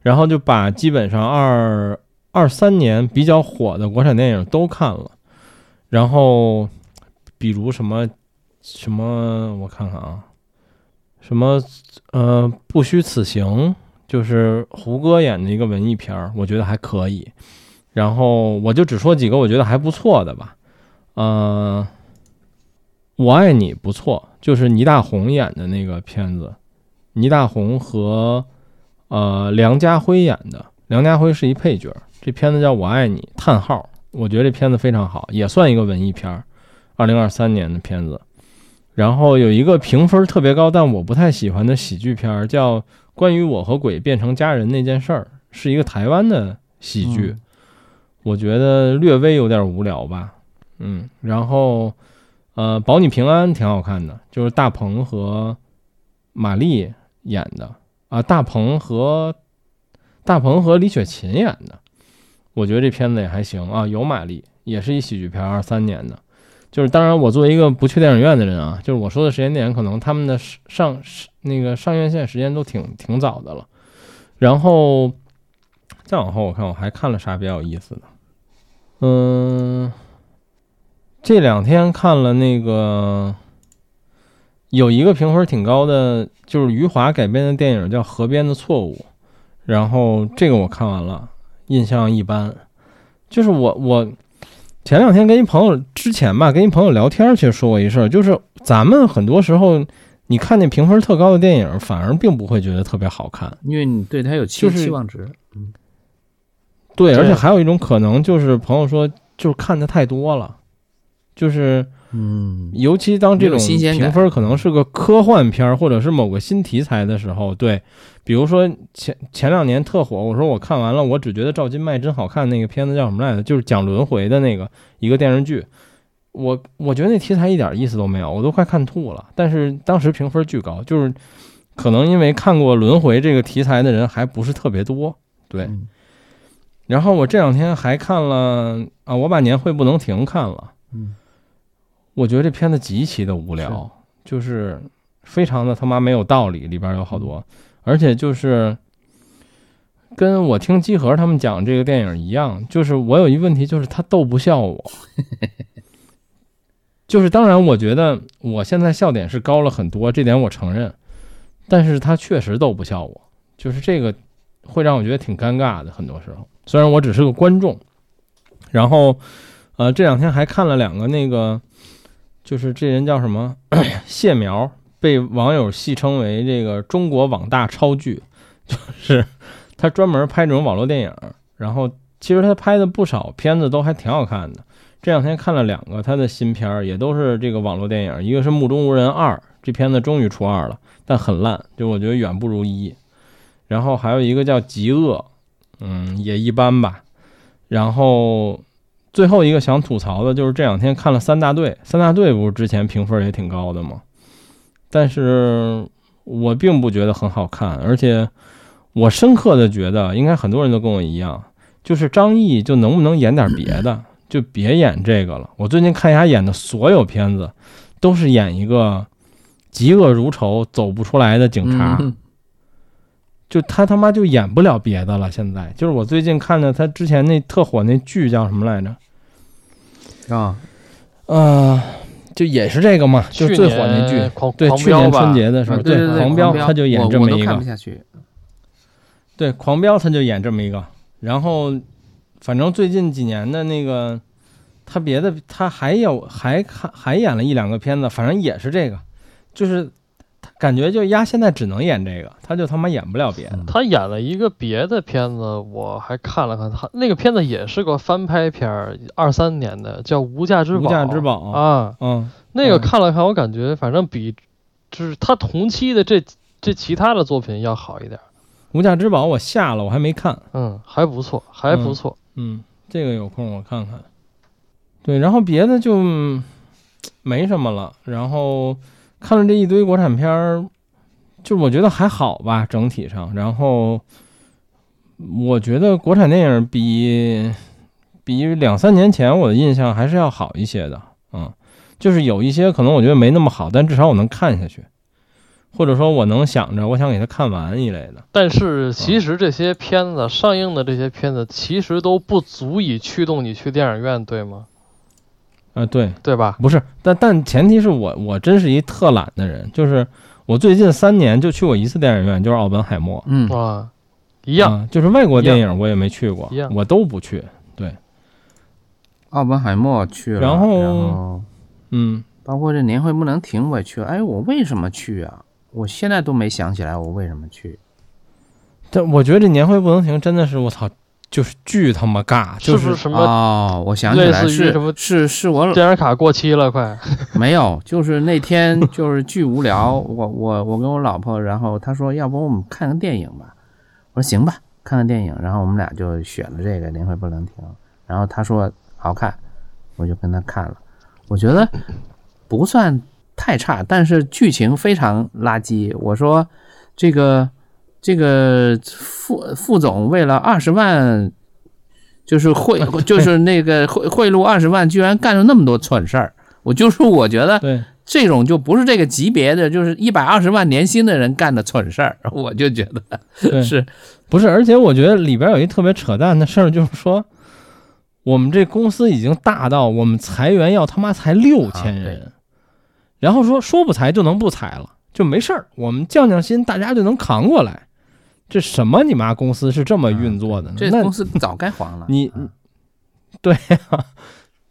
[SPEAKER 1] 然后就把基本上二二三年比较火的国产电影都看了。然后比如什么什么，我看看啊，什么呃，不虚此行，就是胡歌演的一个文艺片儿，我觉得还可以。然后我就只说几个我觉得还不错的吧，呃，我爱你不错，就是倪大红演的那个片子，倪大红和呃梁家辉演的，梁家辉是一配角儿。这片子叫《我爱你》，叹号。我觉得这片子非常好，也算一个文艺片儿，二零二三年的片子。然后有一个评分特别高，但我不太喜欢的喜剧片儿，叫《关于我和鬼变成家人那件事儿》，是一个台湾的喜剧。
[SPEAKER 2] 嗯
[SPEAKER 1] 我觉得略微有点无聊吧。嗯，然后呃，保你平安挺好看的，就是大鹏和马丽演的啊，大鹏和大鹏和李雪琴演的，我觉得这片子也还行啊，有马丽，也是一喜剧片，二三年的。就是当然，我作为一个不去电影院的人啊，就是我说的时间点，可能他们的上上那个上院线时间都挺挺早的了。然后再往后，我看我还看了啥比较有意思的？嗯，这两天看了那个有一个评分挺高的，就是余华改编的电影叫《河边的错误》，然后这个我看完了，印象一般。就是我我前两天跟一朋友之前吧，跟一朋友聊天，其实说过一事儿，就是咱们很多时候你看见评分特高的电影，反而并不会觉得特别好看。
[SPEAKER 2] 因为你对他有期、
[SPEAKER 1] 就是
[SPEAKER 2] 期望值，
[SPEAKER 1] 对，
[SPEAKER 3] 对
[SPEAKER 1] 而且还有一种可能就是朋友说，就是看的太多了，就是
[SPEAKER 2] 嗯，
[SPEAKER 1] 尤其当这
[SPEAKER 2] 没有
[SPEAKER 1] 种
[SPEAKER 2] 新鲜感
[SPEAKER 1] 评分可能是个科幻片儿或者是某个新题材的时候，对，比如说前前两年特火，我说我看完了，我只觉得赵今麦真好看，那个片子叫什么来着？就是讲轮回的那个一个电视剧，我我觉得那题材一点意思都没有，我都快看吐了。但是当时评分巨高，就是可能因为看过轮回这个题材的人还不是特别多，对。
[SPEAKER 2] 嗯
[SPEAKER 1] 然后我这两天还看了啊，我把年会不能停看了。
[SPEAKER 2] 嗯，
[SPEAKER 1] 我觉得这片子极其的无聊，就是非常的他妈没有道理，里边有好多，而且就是跟我听基和他们讲这个电影一样，就是我有一问题，就是他逗不笑我。就是当然，我觉得我现在笑点是高了很多，这点我承认，但是他确实逗不笑我，就是这个会让我觉得挺尴尬的。很多时候，虽然我只是个观众，然后呃这两天还看了两个那个，就是这人叫什么 [clears throat] 谢苗，被网友戏称为这个中国网大超巨， [laughs] 就是他专门拍这种网络电影，然后其实他拍的不少片子都还挺好看的。这两天看了两个他的新片儿，也都是这个网络电影，一个是《目中无人二》，这片子终于出二了，但很烂，就我觉得远不如一。然后还有一个叫《极恶》，嗯，也一般吧。然后最后一个想吐槽的就是这两天看了《三大队》，《三大队》不是之前评分也挺高的吗？但是我并不觉得很好看，而且我深刻的觉得，应该很多人都跟我一样，就是张译就能不能演点别的，就别演这个了。我最近看他演的所有片子，都是演一个嫉恶如仇、走不出来的警察。
[SPEAKER 2] 嗯
[SPEAKER 1] 就他他妈就演不了别的了。现在就是我最近看的他之前那特火那剧叫什么来着？
[SPEAKER 2] 啊，
[SPEAKER 1] 呃，就也是这个嘛，就
[SPEAKER 3] 去
[SPEAKER 1] 最火那剧
[SPEAKER 3] 年。狂
[SPEAKER 1] 对，
[SPEAKER 3] 狂
[SPEAKER 1] 去
[SPEAKER 3] 飙
[SPEAKER 1] 年
[SPEAKER 3] 吧
[SPEAKER 1] 春节的时候，
[SPEAKER 2] 嗯对对，
[SPEAKER 1] 狂
[SPEAKER 2] 飙
[SPEAKER 1] 飙他就演这么
[SPEAKER 2] 我我
[SPEAKER 1] 一
[SPEAKER 2] 都看不
[SPEAKER 1] 个，
[SPEAKER 2] 下去。
[SPEAKER 1] 对，狂飙他就演这么一个。然后，反正最近几年的那个，他别的他还有还还还演了一两个片子，反正也是这个，就是他感觉就丫现在只能演这个，他就他妈演不了别的。
[SPEAKER 3] 他演了一个别的片子，我还看了看，他那个片子也是个翻拍片儿，二三年的，叫《无价之宝》。
[SPEAKER 1] 无价之宝
[SPEAKER 3] 啊，
[SPEAKER 1] 嗯，
[SPEAKER 3] 那个
[SPEAKER 1] 嗯
[SPEAKER 3] 看了看，我感觉反正比就是他同期的这这其他的作品要好一点儿，
[SPEAKER 1] 无价之宝我下了，我还没看。
[SPEAKER 3] 嗯，还不错，还不错。
[SPEAKER 1] 嗯，这个有空我看看。对，然后别的就嗯没什么了。然后看了这一堆国产片儿，就我觉得还好吧，整体上。然后我觉得国产电影比比两三年前我的印象还是要好一些的。嗯，就是有一些可能我觉得没那么好，但至少我能看下去，或者说我能想着我想给它看完一类的。
[SPEAKER 3] 但
[SPEAKER 1] 嗯
[SPEAKER 3] 是其实这些片子上映的这些片子，其实都不足以驱动你去电影院，对吗？
[SPEAKER 1] 啊、对，
[SPEAKER 3] 对吧？
[SPEAKER 1] 不是，但但前提是我我真是一特懒的人，就是我最近三年就去过一次电影院，就是奥本海默。
[SPEAKER 2] 嗯，
[SPEAKER 3] 啊，一
[SPEAKER 1] 一
[SPEAKER 3] 样。
[SPEAKER 1] 就是外国电影我也没去过
[SPEAKER 3] 一样，
[SPEAKER 1] 我都不去。
[SPEAKER 2] 奥本海默去了，
[SPEAKER 1] 然
[SPEAKER 2] 然
[SPEAKER 1] 后嗯，
[SPEAKER 2] 包括这年会不能停，我也去了。哎，我为什么去啊？我现在都没想起来我为什么去。
[SPEAKER 1] 但我觉得这年会不能停，真的是我操，就是巨他妈尬，就是啊
[SPEAKER 3] 不是什么
[SPEAKER 2] 哦，我想起
[SPEAKER 3] 类
[SPEAKER 2] 来
[SPEAKER 3] 似于
[SPEAKER 2] 是
[SPEAKER 3] 什么
[SPEAKER 2] 是是我
[SPEAKER 3] 电影卡过期了，快？
[SPEAKER 2] 没有，就是那天就是巨无聊，我我我跟我老婆，然后她说要不我们看个电影吧，我说行吧，看个电影，然后我们俩就选了这个《灵魂不能停》，然后她说好看，我就跟她看了，我觉得不算太差，但是剧情非常垃圾。我说这个这个副副总为了二十万。就是贿，就是那个贿贿赂二十万，居然干了那么多蠢事儿。我就说，我觉得
[SPEAKER 1] 对
[SPEAKER 2] 这种就不是这个级别的，就是一百二十万年薪的人干的蠢事儿，我就觉得
[SPEAKER 1] 对
[SPEAKER 2] 是
[SPEAKER 1] 不是，而且我觉得里边有一特别扯淡的事儿，就是说我们这公司已经大到我们裁员要他妈裁六千
[SPEAKER 2] 啊
[SPEAKER 1] 人，然后说说不裁就能不裁了，就没事儿，我们降降薪，大家就能扛过来。这什么你妈公司是这么运作的呢？
[SPEAKER 2] 嗯这
[SPEAKER 1] 那
[SPEAKER 2] 公司早该黄了。
[SPEAKER 1] 你
[SPEAKER 2] 嗯
[SPEAKER 1] 对啊，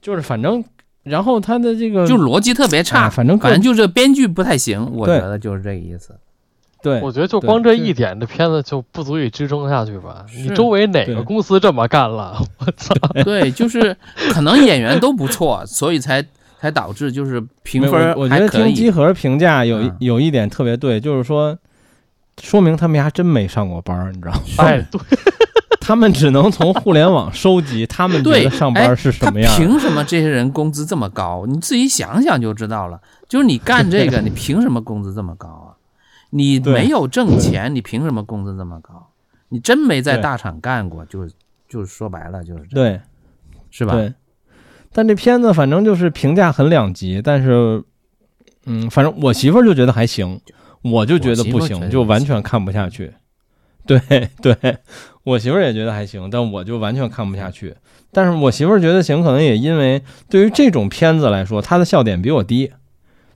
[SPEAKER 1] 就是反正，然后他的这个
[SPEAKER 2] 就逻辑特别
[SPEAKER 1] 哎
[SPEAKER 2] 差，
[SPEAKER 1] 反正各
[SPEAKER 2] 反正就这编剧不太行，我
[SPEAKER 1] 对
[SPEAKER 2] 觉得就是这个
[SPEAKER 1] [laughs]
[SPEAKER 2] 意思。
[SPEAKER 1] 对
[SPEAKER 3] 我觉得就
[SPEAKER 1] 对
[SPEAKER 3] 光这
[SPEAKER 1] 这
[SPEAKER 3] 一点，这片子就不足以支撑下去吧？你
[SPEAKER 2] 是
[SPEAKER 3] 周围哪
[SPEAKER 1] 对
[SPEAKER 3] 个公司这么干了？
[SPEAKER 2] 对，就是可能演员都不错，所以才才导致就是评
[SPEAKER 1] 没有
[SPEAKER 2] 分
[SPEAKER 1] 我我觉
[SPEAKER 2] 还
[SPEAKER 1] 得
[SPEAKER 2] 可
[SPEAKER 1] 听
[SPEAKER 2] 以
[SPEAKER 1] 集。合评价有一
[SPEAKER 2] 嗯
[SPEAKER 1] 有一点特别对，就是说，说明他们还真没上过班儿，你知道吗？
[SPEAKER 3] 哎，对，
[SPEAKER 2] [laughs]
[SPEAKER 1] 他们只能从互联网收集他们觉
[SPEAKER 2] 对
[SPEAKER 1] 得上班
[SPEAKER 2] 哎
[SPEAKER 1] 儿是什
[SPEAKER 2] 他
[SPEAKER 1] 么样儿。啊
[SPEAKER 2] 凭什么这些人工资这么高？你自己想想就知道了。就是你干
[SPEAKER 1] [laughs]
[SPEAKER 2] 这个，你凭什么工资这么高啊？你
[SPEAKER 1] 对
[SPEAKER 2] 没有挣钱，你凭什么工资这么高？你真没在
[SPEAKER 1] 对
[SPEAKER 2] 大厂干过，就就说白了就是这
[SPEAKER 1] 对
[SPEAKER 2] 样，是吧？
[SPEAKER 1] 对，但这片子反正就是评价很两极，但是，嗯，反正我媳妇儿就觉得还行，我就觉得不
[SPEAKER 2] 我媳
[SPEAKER 1] 行，
[SPEAKER 2] 妇儿觉得
[SPEAKER 1] 就完全看不下去。 [laughs] 对对，我媳妇儿也觉得还行，但我就完全看不下去。但是我媳妇儿觉得行，可能也因为对于这种片子来说，她的笑点比我低，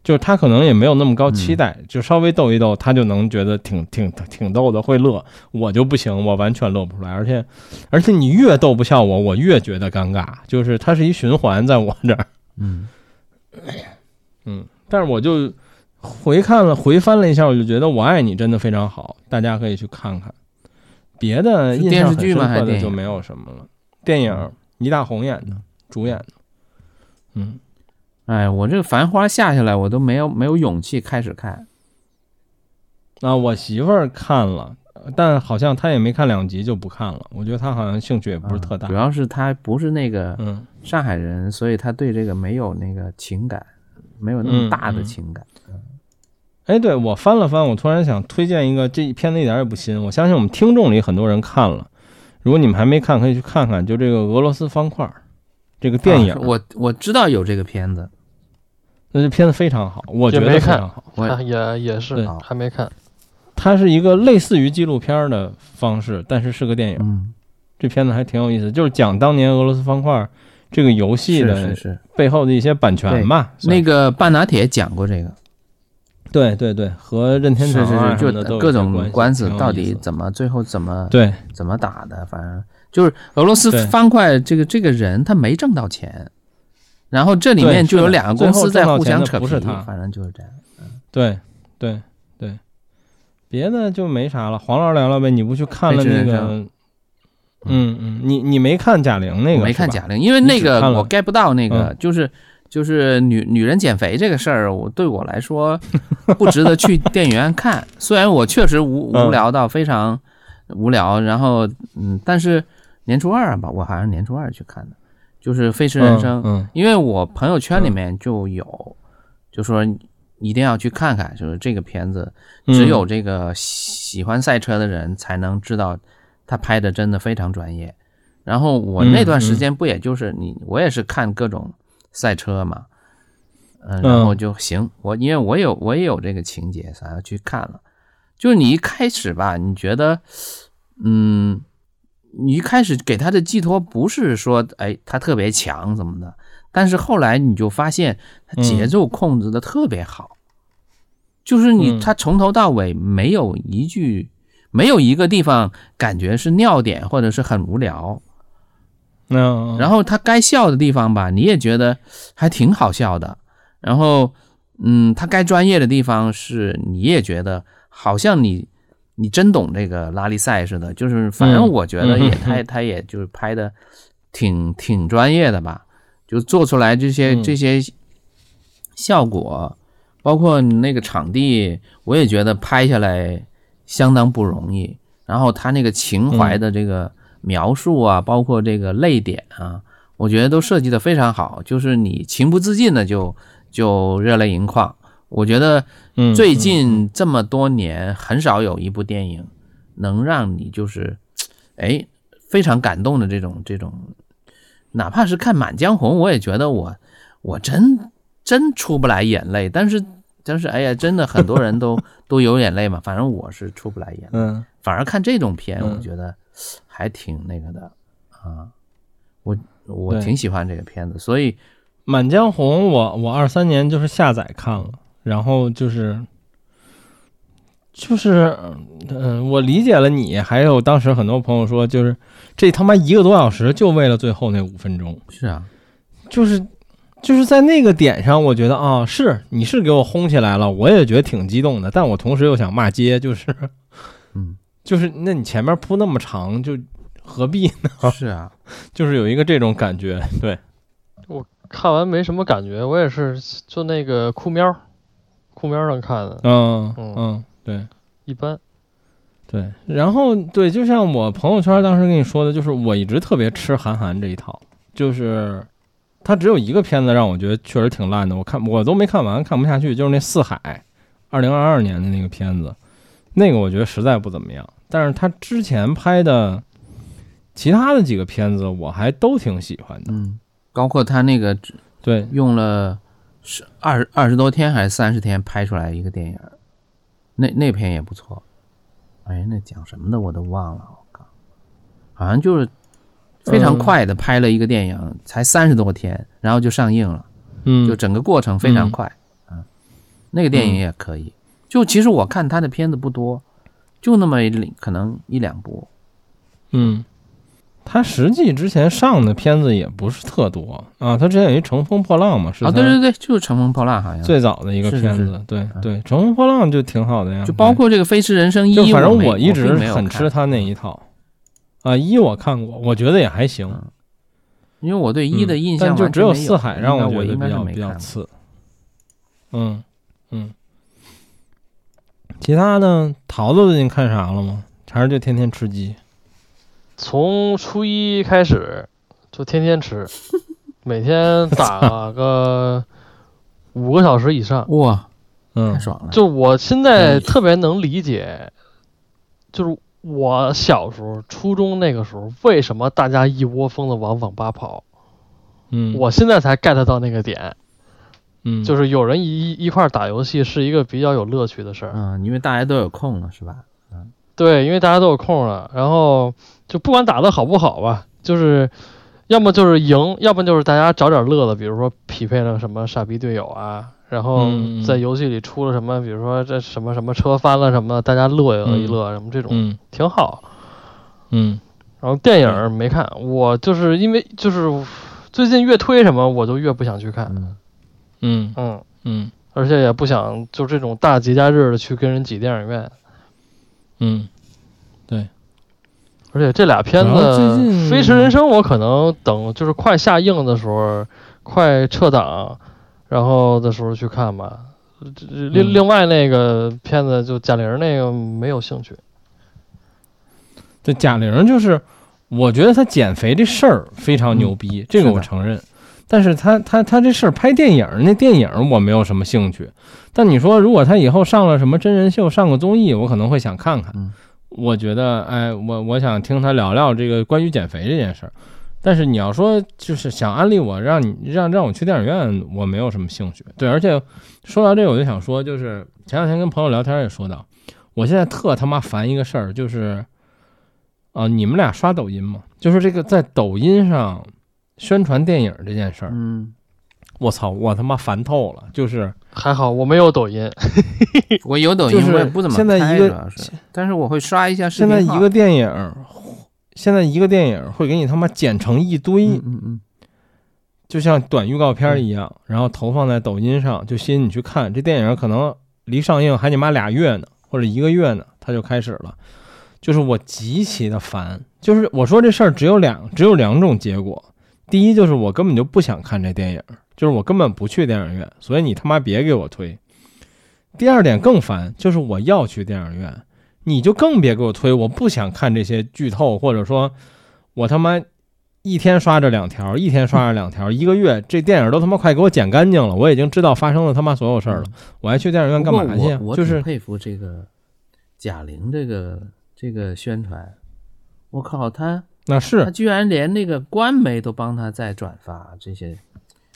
[SPEAKER 1] 就是她可能也没有那么高期待，就稍微逗一逗，她就能觉得挺挺挺逗的，会乐。我就不行，我完全乐不出来，而且而且你越逗不笑我，我越觉得尴尬，就是它是一循环在我这儿。
[SPEAKER 2] 嗯，
[SPEAKER 1] 嗯，但是我就回看了回翻了一下，我就觉得《我爱你》真的非常好，大家可以去看看。别的
[SPEAKER 2] 是
[SPEAKER 1] 印
[SPEAKER 2] 电
[SPEAKER 1] 象
[SPEAKER 2] 视
[SPEAKER 1] 很
[SPEAKER 2] 剧
[SPEAKER 1] 深
[SPEAKER 2] 吗还
[SPEAKER 1] 刻
[SPEAKER 2] 是
[SPEAKER 1] 的
[SPEAKER 2] 电
[SPEAKER 1] 就
[SPEAKER 2] 影
[SPEAKER 1] 没有什么了。电影倪大红演的，主演的。嗯，
[SPEAKER 2] 哎，我这个《繁花》下下来，我都没有没有勇气开始看。
[SPEAKER 1] 啊，我媳妇儿看了，但好像她也没看两集就不看了。我觉得她好像兴趣也不是特大
[SPEAKER 2] 啊主。要是他不是那个
[SPEAKER 1] 嗯，
[SPEAKER 2] 上海人，所以他对这个没有那个情感，没有那
[SPEAKER 1] 嗯
[SPEAKER 2] 么大的
[SPEAKER 1] 嗯
[SPEAKER 2] 情感。
[SPEAKER 1] 哎，对我翻了翻，我突然想推荐一个，这一片子一点也不新，我相信我们听众里很多人看了，如果你们还没看，可以去看看，就这个俄罗斯方块儿这个电影，
[SPEAKER 2] 啊我我知道有这个片子，
[SPEAKER 1] 那这片子非常好，我觉得
[SPEAKER 3] 也没
[SPEAKER 1] 非
[SPEAKER 3] 看
[SPEAKER 1] 常好。
[SPEAKER 2] 我
[SPEAKER 3] 啊也也
[SPEAKER 1] 对
[SPEAKER 3] 是还没看，
[SPEAKER 1] 它是一个类似于纪录片儿的方式，但是是个电影。
[SPEAKER 2] 嗯，
[SPEAKER 1] 这片子还挺有意思，就是讲当年俄罗斯方块儿这个游戏
[SPEAKER 2] 是是
[SPEAKER 1] 的
[SPEAKER 2] 是，
[SPEAKER 1] 背后的一些版权吧。算是
[SPEAKER 2] 那个半拿铁讲过这个，
[SPEAKER 1] 对对对，和任天
[SPEAKER 2] 是
[SPEAKER 1] 堂
[SPEAKER 2] 是
[SPEAKER 1] 啊
[SPEAKER 2] 是，
[SPEAKER 1] 什么的都
[SPEAKER 2] 就
[SPEAKER 1] 有
[SPEAKER 2] 各
[SPEAKER 1] 一些
[SPEAKER 2] 种
[SPEAKER 1] 关
[SPEAKER 2] 官
[SPEAKER 1] 系
[SPEAKER 2] 司
[SPEAKER 1] 挺有
[SPEAKER 2] 到
[SPEAKER 1] 意
[SPEAKER 2] 底
[SPEAKER 1] 思的
[SPEAKER 2] 怎么最后怎么
[SPEAKER 1] 对
[SPEAKER 2] 怎么打的，反正就是俄罗斯
[SPEAKER 1] 对
[SPEAKER 2] 方块这个这个人他没挣到钱，然后这里
[SPEAKER 1] 对
[SPEAKER 2] 面就是有
[SPEAKER 1] 的
[SPEAKER 2] 两个
[SPEAKER 1] 最
[SPEAKER 2] 公
[SPEAKER 1] 后
[SPEAKER 2] 司
[SPEAKER 1] 挣
[SPEAKER 2] 在
[SPEAKER 1] 到
[SPEAKER 2] 互
[SPEAKER 1] 钱
[SPEAKER 2] 相
[SPEAKER 1] 的
[SPEAKER 2] 扯
[SPEAKER 1] 不
[SPEAKER 2] 皮
[SPEAKER 1] 是他，
[SPEAKER 2] 反正就是这样。
[SPEAKER 1] 对对对，别的就没啥了。黄老师聊聊呗，你不去看了
[SPEAKER 2] 黑之
[SPEAKER 1] 那
[SPEAKER 2] 人
[SPEAKER 1] 个
[SPEAKER 2] 生？
[SPEAKER 1] 嗯嗯，你你没看贾玲那
[SPEAKER 2] 我
[SPEAKER 1] 个？
[SPEAKER 2] 没看
[SPEAKER 1] 是吧。
[SPEAKER 2] 贾玲，因为
[SPEAKER 1] 你
[SPEAKER 2] 那
[SPEAKER 1] 只
[SPEAKER 2] 个
[SPEAKER 1] 看了嗯
[SPEAKER 2] 我 get 不到那个，就是就是女女人减肥这个事儿，我对我来说不值得去电影院看。 [laughs] 虽然我确实无
[SPEAKER 1] 嗯
[SPEAKER 2] 无聊到非常无聊，然后嗯，但是年初二吧，我好像年初二去看的，就是《飞驰人生》，
[SPEAKER 1] 嗯，
[SPEAKER 2] 因为我朋友圈里面就有，就说一定要去看看，就是这个片子，
[SPEAKER 1] 嗯
[SPEAKER 2] 只有这个喜欢赛车的人才能知道，他拍的真的非常专业。然后我
[SPEAKER 1] 嗯
[SPEAKER 2] 那段时间不也就是你，我也是看各种赛车嘛，嗯，
[SPEAKER 1] 嗯
[SPEAKER 2] 然后就行，我因为我有我也有这个情节，想要去看了。就是你一开始吧，你觉得，嗯，你一开始给他的寄托不是说，哎，他特别强什么的，但是后来你就发现他
[SPEAKER 1] 嗯
[SPEAKER 2] 节奏控制的特别好，就是
[SPEAKER 1] 嗯
[SPEAKER 2] 你他从头到尾没有一句，没有一个地方感觉是尿点或者是很无聊，
[SPEAKER 1] 嗯嗯，
[SPEAKER 2] 然
[SPEAKER 1] 后
[SPEAKER 2] 后他该笑的地方吧，你也觉得还挺好笑的。然后，嗯，他该专业的地方是，你也觉得好像你你真懂这个拉力赛似的。就是反正
[SPEAKER 1] 嗯
[SPEAKER 2] 我觉得
[SPEAKER 1] 嗯
[SPEAKER 2] 也，
[SPEAKER 1] 嗯
[SPEAKER 2] 他也他也就是拍的挺挺专业的吧，就做出来这些
[SPEAKER 1] 嗯
[SPEAKER 2] 这些效果，包括那个场地，我也觉得拍下来相当不容易。然后他那个情怀的这个描述啊，包括这个泪点啊，我觉得都设计的非常好，就是你情不自禁的就就热泪盈眶。我觉得
[SPEAKER 1] 嗯
[SPEAKER 2] 最近这么多年，很少有一部电影能让你就是，哎，非常感动的这种这种，哪怕是看《满江红》，我也觉得我我真真出不来眼泪，但是但是哎呀，真的很多
[SPEAKER 1] [laughs]
[SPEAKER 2] 人都都有眼泪嘛，反正我是出不来眼泪。
[SPEAKER 1] 嗯
[SPEAKER 2] 反而看这种片，
[SPEAKER 1] 嗯
[SPEAKER 2] 我觉得还挺那个的啊，我我
[SPEAKER 1] 对
[SPEAKER 2] 挺喜欢这个片子，所以
[SPEAKER 1] 《满江红》我，我二三年就是下载看了，然后就是就是嗯、我理解了你，还有当时很多朋友说，就是这他妈一个多小时就为了最后那五分钟，
[SPEAKER 2] 是啊，
[SPEAKER 1] 就是就是在那个点上，我觉得啊，是你是给我轰起来了，我也觉得挺激动的，但我同时又想骂街，就是
[SPEAKER 2] 嗯，
[SPEAKER 1] 就是那你前面铺那么长，就何必呢？ [laughs]
[SPEAKER 2] 是啊，
[SPEAKER 1] 就是有一个这种感觉，对，
[SPEAKER 3] 看完没什么感觉，我也是就那个酷喵，酷喵上看的，
[SPEAKER 1] 嗯
[SPEAKER 3] 嗯
[SPEAKER 1] 嗯，对
[SPEAKER 3] 一般。
[SPEAKER 1] 对。然后对，就像我朋友圈当时跟你说的，就是我一直特别吃韩寒这一套，就是他只有一个片子让我觉得确实挺烂的，我看我都没看完，看不下去，就是那《四海》，二零二二年的那个片子，那个我觉得实在不怎么样。但是他之前拍的其他的几个片子，我还都挺喜欢的。
[SPEAKER 2] 嗯，包括他那个
[SPEAKER 1] 对，
[SPEAKER 2] 用了是二二十多天还是三十天拍出来一个电影儿，那那篇也不错。哎，那讲什么的我都忘了，我靠，好像就是非
[SPEAKER 1] 嗯
[SPEAKER 2] 常快的拍了一个电影，才三十多天，然后就上映了，
[SPEAKER 1] 嗯，
[SPEAKER 2] 就整个过程非常快。啊，那个电影也可以。就其实我看他的片子不多，就那么一可能一两部。
[SPEAKER 1] 嗯，他实际之前上的片子也不是特多啊，他之前有一《乘风破浪》嘛，是
[SPEAKER 2] 啊，
[SPEAKER 1] 他
[SPEAKER 2] 对对对，就是《乘风破浪》好像，
[SPEAKER 1] 最早的一个
[SPEAKER 2] 是是
[SPEAKER 1] 片
[SPEAKER 2] 是嗯
[SPEAKER 1] 子，对对，《乘风破浪》就挺好的呀，
[SPEAKER 2] 就包括这个《飞驰人生
[SPEAKER 1] 对
[SPEAKER 2] 一
[SPEAKER 1] 就》，反正
[SPEAKER 2] 我
[SPEAKER 1] 一直
[SPEAKER 2] 没有
[SPEAKER 1] 很
[SPEAKER 2] 看
[SPEAKER 1] 吃他那一套啊，一我看过，我觉得也还行，
[SPEAKER 2] 嗯因为我对一的
[SPEAKER 1] 嗯
[SPEAKER 2] 印象
[SPEAKER 1] 但就
[SPEAKER 2] 完
[SPEAKER 1] 只
[SPEAKER 2] 全没
[SPEAKER 1] 有
[SPEAKER 2] 有
[SPEAKER 1] 四海
[SPEAKER 2] 应
[SPEAKER 1] 让
[SPEAKER 2] 该
[SPEAKER 1] 我
[SPEAKER 2] 我
[SPEAKER 1] 觉得
[SPEAKER 2] 应
[SPEAKER 1] 比
[SPEAKER 2] 该是
[SPEAKER 1] 较
[SPEAKER 2] 没
[SPEAKER 1] 比较
[SPEAKER 2] 看过
[SPEAKER 1] 次，嗯嗯，其他呢？桃子最近看啥了吗？还是就天天吃鸡？
[SPEAKER 3] 从初一开始就天天
[SPEAKER 1] [laughs]
[SPEAKER 3] 吃，每天打个五个小时以上。
[SPEAKER 2] 哇，
[SPEAKER 1] 嗯
[SPEAKER 2] 太，爽了！
[SPEAKER 3] 就我现在
[SPEAKER 2] 哎
[SPEAKER 3] 特别能理解，就是我小时候初中那个时候，为什么大家一窝蜂的往网吧跑？
[SPEAKER 1] 嗯，
[SPEAKER 3] 我现在才 get 到那个点，
[SPEAKER 1] 嗯
[SPEAKER 3] 就是有人一一块儿打游戏是一个比较有乐趣的事儿。
[SPEAKER 2] 嗯，因为大家都有空了，是吧？
[SPEAKER 3] 对，因为大家都有空了，然后就不管打的好不好吧，就是要么就是赢，要么就是大家找点乐子，比如说匹配了什么傻逼队友啊，然后
[SPEAKER 1] 嗯嗯
[SPEAKER 3] 在游戏里出了什么，比如说这什么什么车翻了什么，大家乐一乐，什么这种、
[SPEAKER 1] 嗯
[SPEAKER 3] 挺好。
[SPEAKER 1] 嗯
[SPEAKER 3] 然后电影儿没看，我就是因为就是最近越推什么，我就越不想去看，
[SPEAKER 2] 嗯，
[SPEAKER 1] 嗯
[SPEAKER 3] 嗯，
[SPEAKER 1] 嗯
[SPEAKER 3] 而且也不想就这种大节假日的去跟人挤电影院，
[SPEAKER 1] 嗯，
[SPEAKER 3] 而且这俩片
[SPEAKER 1] 然后最
[SPEAKER 3] 子
[SPEAKER 1] 近
[SPEAKER 3] 《飞驰人生》，我可能等就是快下映的时候，快撤档，然后的时候去看吧。这这另
[SPEAKER 1] 嗯
[SPEAKER 3] 另外那个片子就贾玲那个没有兴趣，
[SPEAKER 1] 这贾玲就是，我觉得她减肥这事儿非常牛逼，这个我承认。但是她她她这事儿拍电影儿，那电影儿我没有什么兴趣。但你说如果她以后上了什么真人秀，上个综艺，我可能会想看看。
[SPEAKER 2] 嗯
[SPEAKER 1] 我觉得，哎，我我想听她聊聊这个关于减肥这件事儿。但是你要说就是想安利我，让你让让我去电影院，我没有什么兴趣。对，而且说到这个，我就想说，就是前两天跟朋友聊天也说到，我现在特他妈烦一个事儿，就是啊、你们俩刷抖音吗？就是这个在抖音上宣传电影这件事儿，
[SPEAKER 2] 嗯，
[SPEAKER 1] 我操，我他妈烦透了。就是
[SPEAKER 3] 还好我没有抖音，
[SPEAKER 2] 我有抖音，
[SPEAKER 1] 就是
[SPEAKER 2] 我也不怎么
[SPEAKER 1] 现在
[SPEAKER 2] 开
[SPEAKER 1] 一个
[SPEAKER 2] 主要是，但是我会刷一下视
[SPEAKER 1] 现
[SPEAKER 2] 频号。
[SPEAKER 1] 在一个电影儿，现在一个电影儿会给你他妈剪成一堆，
[SPEAKER 2] 嗯嗯嗯，
[SPEAKER 1] 就像短预告片儿一样，然后投放在抖音上，就吸引你去看。这电影可能离上映还你妈俩月呢，或者一个月呢，它就开始了。就是我极其的烦，就是我说这事儿只有两只有两种结果，第一就是我根本就不想看这电影，就是我根本不去电影院，所以你他妈别给我推。第二点更烦，就是我要去电影院，你就更别给我推，我不想看这些剧透，或者说，我他妈一天刷着两条，一天刷着两条，一个月这电影都他妈快给我剪干净了，我已经知道发生了他妈所有事儿了，我还去电影院干嘛
[SPEAKER 2] 嗯不过
[SPEAKER 1] 去呀
[SPEAKER 2] 我？我
[SPEAKER 1] 就
[SPEAKER 2] 挺
[SPEAKER 1] 是
[SPEAKER 2] 佩服这个贾玲这个这个宣传，我靠，她
[SPEAKER 1] 那
[SPEAKER 2] 她
[SPEAKER 1] 是
[SPEAKER 2] 居然连那个官媒都帮她在转发这些，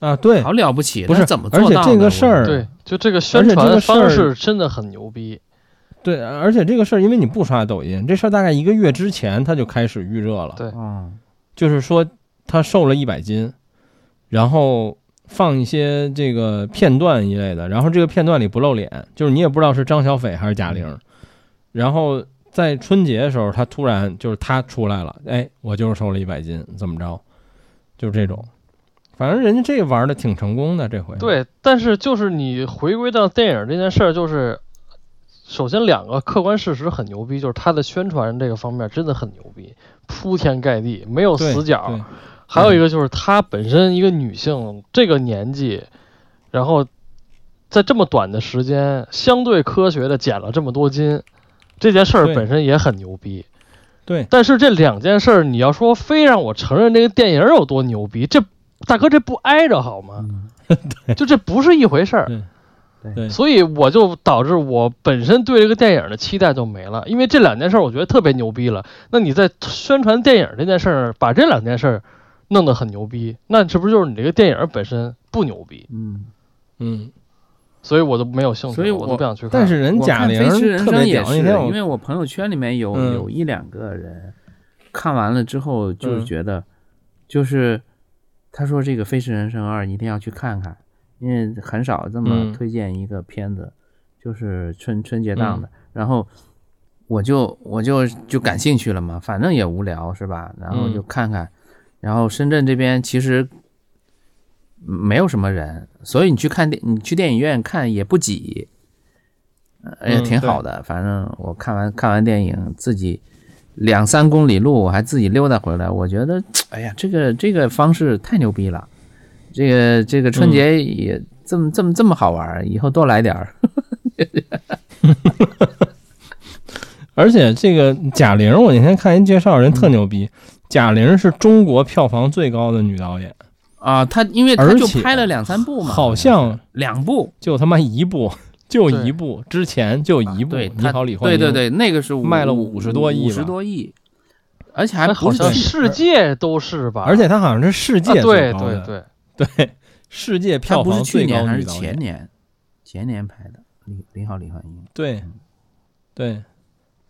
[SPEAKER 1] 啊，对，
[SPEAKER 2] 好了不起！
[SPEAKER 1] 不
[SPEAKER 2] 她
[SPEAKER 1] 是
[SPEAKER 2] 怎么
[SPEAKER 1] 而
[SPEAKER 2] 做
[SPEAKER 1] 且
[SPEAKER 2] 到
[SPEAKER 1] 这
[SPEAKER 2] 的
[SPEAKER 1] 个
[SPEAKER 2] 我
[SPEAKER 1] 事儿是
[SPEAKER 3] 对，就这个
[SPEAKER 1] 而
[SPEAKER 3] 宣
[SPEAKER 1] 且这
[SPEAKER 3] 传
[SPEAKER 1] 个事儿
[SPEAKER 3] 方式真的很牛逼，
[SPEAKER 1] 对，而且这个事儿，因为你不刷抖音，这事儿大概一个月之前他就开始预热了。
[SPEAKER 3] 对
[SPEAKER 2] 嗯
[SPEAKER 1] 就是说他瘦了一百斤，然后放一些这个片段一类的，然后这个片段里不露脸，就是你也不知道是张小斐还是贾
[SPEAKER 2] 嗯
[SPEAKER 1] 玲。然后在春节的时候，他突然就是他出来了，哎，我就是瘦了一百斤，怎么着？就是这种，反正人家这玩的挺成功的这回。，
[SPEAKER 3] 对。但是就是你回归到电影这件事儿，就是首先两个客观事实很牛逼，就是它的宣传这个方面真的很牛逼，铺天盖地，没有
[SPEAKER 1] 对嗯
[SPEAKER 3] 死角。
[SPEAKER 1] 对
[SPEAKER 3] 还有一个就是她本身一个女性这个年纪，然后在这么短的时间，相对科学的减了这么多斤，这件事儿
[SPEAKER 1] 对
[SPEAKER 3] 本身也很牛逼。
[SPEAKER 1] 对，
[SPEAKER 3] 但是这两件事儿，你要说非让我承认这个电影有多牛逼，这大哥这不挨着好吗？
[SPEAKER 2] 嗯
[SPEAKER 3] 就这不是一回事儿
[SPEAKER 1] 对。对
[SPEAKER 3] 所以我就导致我本身对这个电影的期待就没了，因为这两件事儿我觉得特别牛逼了。那你在宣传电影这件事儿，把这两件事儿弄得很牛逼，那是不是就是你这个电影本身不牛逼？
[SPEAKER 2] 嗯，
[SPEAKER 1] 嗯，
[SPEAKER 3] 所以我都没有兴趣了，
[SPEAKER 2] 所以
[SPEAKER 3] 我
[SPEAKER 2] 我
[SPEAKER 3] 都不想去看。
[SPEAKER 1] 但是人
[SPEAKER 2] 我
[SPEAKER 1] 贾
[SPEAKER 2] 看
[SPEAKER 1] 玲
[SPEAKER 2] 飞驰人
[SPEAKER 1] 特
[SPEAKER 2] 生
[SPEAKER 1] 别
[SPEAKER 2] 也
[SPEAKER 1] 屌，那
[SPEAKER 2] 是，
[SPEAKER 1] 天我
[SPEAKER 2] 因为我朋友圈里面有、
[SPEAKER 1] 嗯
[SPEAKER 2] 有一两个人看完了之后，就是
[SPEAKER 1] 嗯
[SPEAKER 2] 觉得，就是他说这个《飞驰人生二》一定要去看看，因为很少这么
[SPEAKER 1] 嗯
[SPEAKER 2] 推荐一个片子，就是春春节
[SPEAKER 1] 嗯
[SPEAKER 2] 档的。然后我就我就就感兴趣了嘛，反正也无聊是吧？然后
[SPEAKER 1] 嗯
[SPEAKER 2] 就看看，然后深圳这边其实没有什么人，所以你去看电，你去电影院看也不挤，呃也
[SPEAKER 1] 嗯
[SPEAKER 2] 挺好的。反正我看完看完电影，自己两三公里路我还自己溜达回来，我觉得，哎呀，这个这个方式太牛逼了，这个这个春节也这么这么这么好玩儿，以后多来点儿。
[SPEAKER 1] 而且这个贾玲，我那天看人介绍，人特牛逼。贾玲是中国票房最高的女导演，
[SPEAKER 2] 啊，他因为他
[SPEAKER 1] 而
[SPEAKER 2] 就
[SPEAKER 1] 且
[SPEAKER 2] 拍了两三部嘛，
[SPEAKER 1] 好像
[SPEAKER 2] 两部，
[SPEAKER 1] 就他妈一部， [laughs] 就
[SPEAKER 3] 对
[SPEAKER 1] 一部，之前就一部。
[SPEAKER 2] 啊对，
[SPEAKER 1] 你
[SPEAKER 2] 他
[SPEAKER 1] 好，李焕
[SPEAKER 2] 对
[SPEAKER 1] 英。
[SPEAKER 2] 对对，那个是
[SPEAKER 1] 卖了
[SPEAKER 2] 50
[SPEAKER 1] 50多亿吧
[SPEAKER 2] 五十多亿，而且还
[SPEAKER 3] 哎
[SPEAKER 2] 不
[SPEAKER 3] 好
[SPEAKER 2] 是
[SPEAKER 3] 像
[SPEAKER 2] 去
[SPEAKER 3] 世界都是吧？
[SPEAKER 1] 而且她好像是世
[SPEAKER 3] 啊，
[SPEAKER 1] 界最
[SPEAKER 3] 对
[SPEAKER 1] 高的
[SPEAKER 3] 对，对，
[SPEAKER 1] [laughs] 对世界
[SPEAKER 2] 他
[SPEAKER 1] 票
[SPEAKER 2] 不是
[SPEAKER 1] 房
[SPEAKER 2] 去
[SPEAKER 1] 最
[SPEAKER 2] 年
[SPEAKER 1] 高
[SPEAKER 2] 还
[SPEAKER 1] 女
[SPEAKER 2] 是
[SPEAKER 1] 导
[SPEAKER 2] 前
[SPEAKER 1] 演。
[SPEAKER 2] 年，前年拍的李李好李焕英，
[SPEAKER 1] 对，对，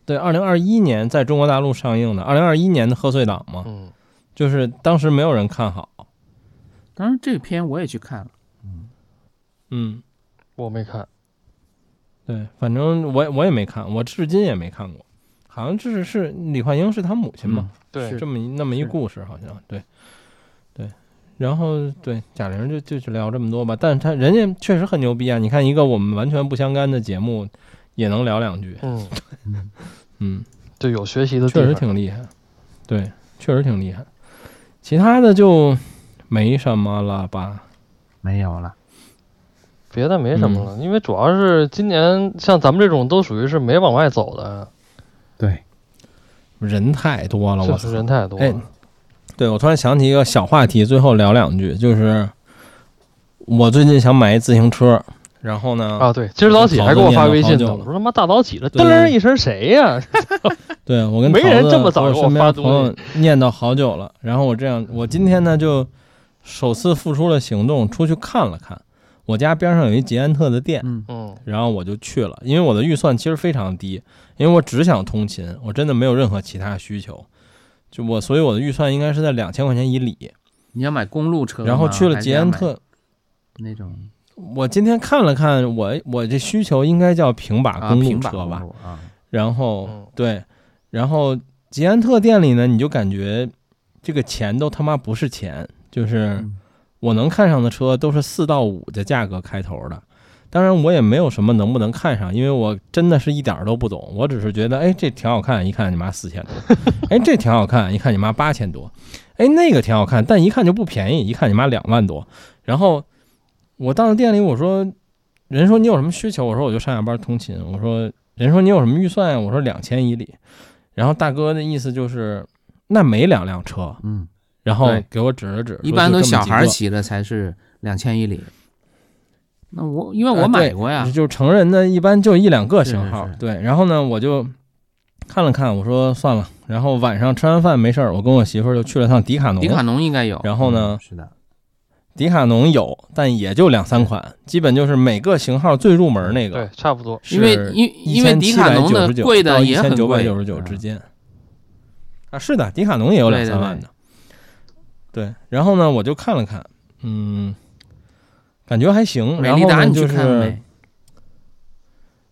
[SPEAKER 1] 对，二零二一年在中国大陆上映的，二零二一年的贺岁档嘛，
[SPEAKER 3] 嗯，
[SPEAKER 1] 就是当时没有人看好。
[SPEAKER 2] 当然这个片我也去看了，
[SPEAKER 1] 嗯，
[SPEAKER 3] 我没看。
[SPEAKER 1] 对，反正我也我也没看，我至今也没看过。好像这是是李焕英是她母亲嘛，
[SPEAKER 2] 嗯
[SPEAKER 3] 对，
[SPEAKER 1] 这么一那么一
[SPEAKER 2] 是
[SPEAKER 1] 故事，好像对，对，然后对贾玲就就去聊这么多吧，但是她人家确实很牛逼啊！你看一个我们完全不相干的节目，也能聊两句，
[SPEAKER 3] 嗯，
[SPEAKER 1] 嗯，
[SPEAKER 3] 就有学习的地
[SPEAKER 1] 确
[SPEAKER 3] 方。
[SPEAKER 1] 实挺厉害，对，确实挺厉害。其他的就没什么了吧？
[SPEAKER 2] 没有了，
[SPEAKER 3] 别的没什么
[SPEAKER 1] 嗯
[SPEAKER 3] 了，因为主要是今年像咱们这种都属于是没往外走的，
[SPEAKER 2] 对，
[SPEAKER 1] 人太多了，我
[SPEAKER 3] 就
[SPEAKER 1] 操
[SPEAKER 3] 是！人太多
[SPEAKER 1] 哎
[SPEAKER 3] 了。
[SPEAKER 1] 对我突然想起一个小话题，最后聊两句，就是我最近想买一自行车，然后呢，
[SPEAKER 3] 啊，对，今儿早起还给我发微信
[SPEAKER 1] 早
[SPEAKER 3] 呢，
[SPEAKER 1] 就念了好久
[SPEAKER 3] 我说他妈大早起了，
[SPEAKER 1] 对
[SPEAKER 3] 噔
[SPEAKER 1] 对
[SPEAKER 3] 儿一声谁呀？
[SPEAKER 1] 对我跟
[SPEAKER 3] 没人
[SPEAKER 1] 桃子
[SPEAKER 3] 这么早
[SPEAKER 1] 我
[SPEAKER 3] 给我
[SPEAKER 1] 身边
[SPEAKER 3] 发
[SPEAKER 1] 朋
[SPEAKER 3] 东
[SPEAKER 1] 友
[SPEAKER 3] [laughs]
[SPEAKER 1] 念叨好久了，然后我这样，我今天呢就首次付出了行动，出去看了看。我家边上有一捷安特的店，
[SPEAKER 2] 嗯，
[SPEAKER 3] [laughs] 嗯，
[SPEAKER 1] 然后我就去了，因为我的预算其实非常低，因为我只想通勤，我真的没有任何其他需求，就我，所以我的预算应该是在两千块钱以里。
[SPEAKER 2] 你要买公路车吗，
[SPEAKER 1] 然后去了
[SPEAKER 2] 还是
[SPEAKER 1] 捷
[SPEAKER 2] 要
[SPEAKER 1] 安
[SPEAKER 2] 买
[SPEAKER 1] 特，
[SPEAKER 2] 那种
[SPEAKER 1] 我今天看了看，我我这需求应该叫平把
[SPEAKER 2] 啊
[SPEAKER 1] 公
[SPEAKER 2] 平
[SPEAKER 1] 路
[SPEAKER 2] 板
[SPEAKER 1] 车吧，
[SPEAKER 2] 公路啊，
[SPEAKER 1] 然后、
[SPEAKER 3] 嗯
[SPEAKER 1] 对，然后捷安特店里呢，你就感觉这个钱都他妈不是钱，就是
[SPEAKER 2] 嗯
[SPEAKER 1] 我能看上的车都是四到五的价格开头的。当然，我也没有什么能不能看上，因为我真的是一点儿都不懂。我只是觉得，哎，这挺好看，一看你妈四千多；哎，这挺好看，一看你妈八千多；哎，那个挺好看，但一看就不便宜，一看你妈两万多。然后我到了店里，我说，人说你有什么需求？我说我就上下班通勤。我说人说你有什么预算啊呀？我说两千以里。然后大哥的意思就是，那没两辆车，
[SPEAKER 2] 嗯，
[SPEAKER 1] 然后
[SPEAKER 2] 对
[SPEAKER 1] 给我指了指，
[SPEAKER 2] 一般
[SPEAKER 1] 说
[SPEAKER 2] 都
[SPEAKER 1] 就这么
[SPEAKER 2] 小
[SPEAKER 1] 几
[SPEAKER 2] 孩儿
[SPEAKER 1] 个
[SPEAKER 2] 骑的才是两千一里，那我因为
[SPEAKER 1] 呃对
[SPEAKER 2] 我买过呀，
[SPEAKER 1] 就成人的一般就一两个型号
[SPEAKER 2] 啊是是是，
[SPEAKER 1] 对。然后呢，我就看了看，我说算了。然后晚上吃完饭没事儿，我跟我媳妇儿就去了趟迪卡侬。
[SPEAKER 2] 迪卡侬应该有，
[SPEAKER 1] 然后呢
[SPEAKER 2] 嗯是的，
[SPEAKER 1] 迪卡侬有，但也就两三款，基本就是每个型号最入门那
[SPEAKER 3] 对
[SPEAKER 1] 个。，
[SPEAKER 3] 差不多。
[SPEAKER 2] 因为因因为迪卡侬的贵的也很
[SPEAKER 1] 一千九百
[SPEAKER 2] 贵
[SPEAKER 1] 九十九之间。嗯啊，是的，迪卡侬也有
[SPEAKER 2] 对
[SPEAKER 1] 两
[SPEAKER 2] 对
[SPEAKER 1] 三万的。对，然后呢，我就看了看，嗯，感觉还行。
[SPEAKER 2] 嗯美
[SPEAKER 1] 然
[SPEAKER 2] 利
[SPEAKER 1] 后
[SPEAKER 2] 达
[SPEAKER 1] 呢
[SPEAKER 2] 你
[SPEAKER 1] 就
[SPEAKER 2] 去看了
[SPEAKER 1] 是
[SPEAKER 2] 没？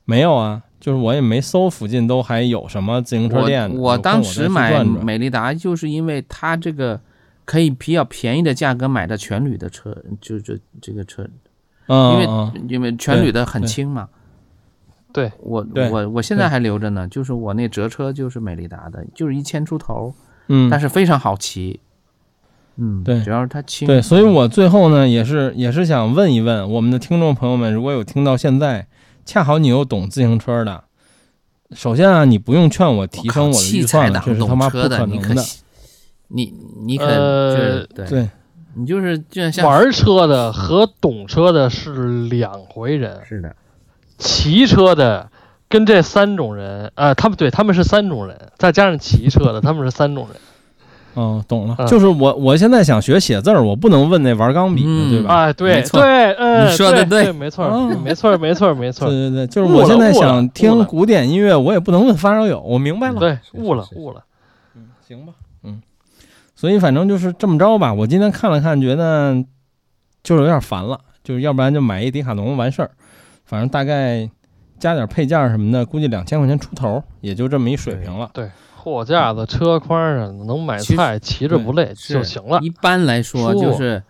[SPEAKER 1] 没有啊，就是我也没搜附近都还有什么自行车店呢
[SPEAKER 2] 我我
[SPEAKER 1] 有空
[SPEAKER 2] 当
[SPEAKER 1] 我再
[SPEAKER 2] 时
[SPEAKER 1] 去
[SPEAKER 2] 买
[SPEAKER 1] 转转
[SPEAKER 2] 美利达，就是因为它这个可以比较便宜的价格买到全铝的车，就就这个车，
[SPEAKER 1] 嗯
[SPEAKER 2] 因为、
[SPEAKER 1] 嗯嗯
[SPEAKER 2] 因为全铝的很
[SPEAKER 1] 对
[SPEAKER 2] 轻嘛。
[SPEAKER 3] 对，
[SPEAKER 2] 我
[SPEAKER 1] 对
[SPEAKER 2] 我我现在
[SPEAKER 1] 对
[SPEAKER 2] 还留着呢，就是我那折车就是美利达的，就是一千出头，
[SPEAKER 1] 嗯，
[SPEAKER 2] 但是非常好骑。嗯，
[SPEAKER 1] 对
[SPEAKER 2] 只要是它轻，
[SPEAKER 1] 对，所以我最后呢，也是也是想问一问我们的听众朋友们，如果有听到现在，恰好你又懂自行车的，首先啊，你不用劝我提升我的
[SPEAKER 2] 器
[SPEAKER 1] 预
[SPEAKER 2] 材
[SPEAKER 1] 算了，
[SPEAKER 2] 党
[SPEAKER 1] 这是他
[SPEAKER 2] 懂
[SPEAKER 1] 妈不
[SPEAKER 2] 车的，你
[SPEAKER 1] 能的。
[SPEAKER 2] 你你可
[SPEAKER 3] 呃
[SPEAKER 2] 就是对，
[SPEAKER 1] 对，
[SPEAKER 2] 你就是就像
[SPEAKER 3] 玩车的和懂车的是两回人，
[SPEAKER 2] 是的，
[SPEAKER 3] 骑车的跟这三种人，呃，他们对他们是三种人，再加上骑车的，他们是三种人。
[SPEAKER 1] 嗯，懂了。
[SPEAKER 3] 嗯
[SPEAKER 1] 就是我我现在想学写字儿，我不能问那玩钢笔的，
[SPEAKER 2] 嗯
[SPEAKER 1] 对吧？
[SPEAKER 3] 哎，对
[SPEAKER 2] 没错
[SPEAKER 3] 对，嗯，
[SPEAKER 2] 你说的
[SPEAKER 3] 对，
[SPEAKER 2] 对
[SPEAKER 3] 没错
[SPEAKER 1] 哦，
[SPEAKER 3] 没错，没错，没
[SPEAKER 2] 啊
[SPEAKER 3] 错
[SPEAKER 1] 对，对对，就是
[SPEAKER 3] 悟
[SPEAKER 1] 我
[SPEAKER 3] 了
[SPEAKER 1] 现在
[SPEAKER 3] 悟了
[SPEAKER 1] 想
[SPEAKER 3] 悟
[SPEAKER 1] 听
[SPEAKER 3] 了
[SPEAKER 1] 古典音乐，我也不能问发烧友，我明白了。
[SPEAKER 3] 对，
[SPEAKER 2] 是
[SPEAKER 3] 悟了
[SPEAKER 2] 是，是
[SPEAKER 3] 悟了。
[SPEAKER 1] 嗯，行吧，嗯，所以反正就是这么着吧。我今天看了看，觉得就是有点烦了，就是要不然就买一迪卡侬完事儿，反正大概加点配件什么的，估计两千块钱出头，也就这么一水平了。
[SPEAKER 3] 货架子、车筐上能买
[SPEAKER 2] 其实
[SPEAKER 3] 菜，骑着不累
[SPEAKER 2] 是
[SPEAKER 3] 就行了。
[SPEAKER 2] 一般来说
[SPEAKER 3] 舒服
[SPEAKER 2] 就是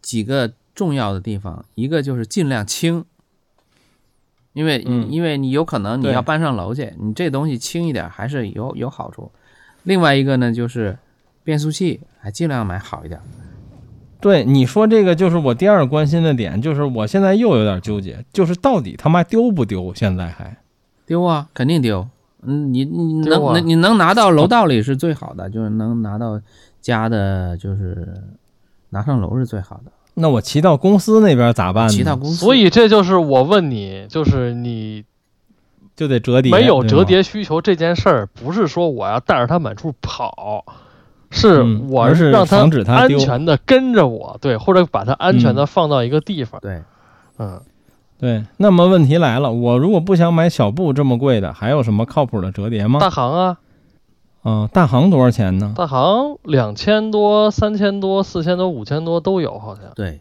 [SPEAKER 2] 几个重要的地方，一个就是尽量轻，因为、
[SPEAKER 1] 嗯
[SPEAKER 2] 因为你有可能你
[SPEAKER 1] 对
[SPEAKER 2] 要搬上楼去，你这东西轻一点还是有有好处。另外一个呢就是变速器，还尽量买好一点。
[SPEAKER 1] 对你说这个，就是我第二关心的点，就是我现在又有点纠结，就是到底他妈丢不丢？现在还
[SPEAKER 2] 丢啊，肯定丢。嗯，你你能、
[SPEAKER 3] 丢啊
[SPEAKER 2] 你能拿到楼道里是最好的，就是能拿到家的，就是拿上楼是最好的。
[SPEAKER 1] 那我骑到公司那边咋办呢？
[SPEAKER 2] 骑到公司，
[SPEAKER 3] 嗯所以这就是我问你，就是你
[SPEAKER 1] 就得折叠，
[SPEAKER 3] 没有
[SPEAKER 1] 对
[SPEAKER 3] 折
[SPEAKER 1] 吗
[SPEAKER 3] 叠需求这件事儿，不是说我要带着它满处跑，是
[SPEAKER 1] 嗯
[SPEAKER 3] 我
[SPEAKER 1] 而是
[SPEAKER 3] 让它
[SPEAKER 1] 防止它
[SPEAKER 3] 安
[SPEAKER 1] 丢
[SPEAKER 3] 全的跟着我，对，或者把它安全的
[SPEAKER 1] 嗯
[SPEAKER 3] 放到一个地方，
[SPEAKER 2] 对，
[SPEAKER 3] 嗯，
[SPEAKER 1] 对，那么问题来了，我如果不想买小布这么贵的，还有什么靠谱的折叠吗？
[SPEAKER 3] 大行啊，
[SPEAKER 1] 嗯、大行多少钱呢？
[SPEAKER 3] 大行两千多、三千多、四千多、五千多都有，好像
[SPEAKER 2] 对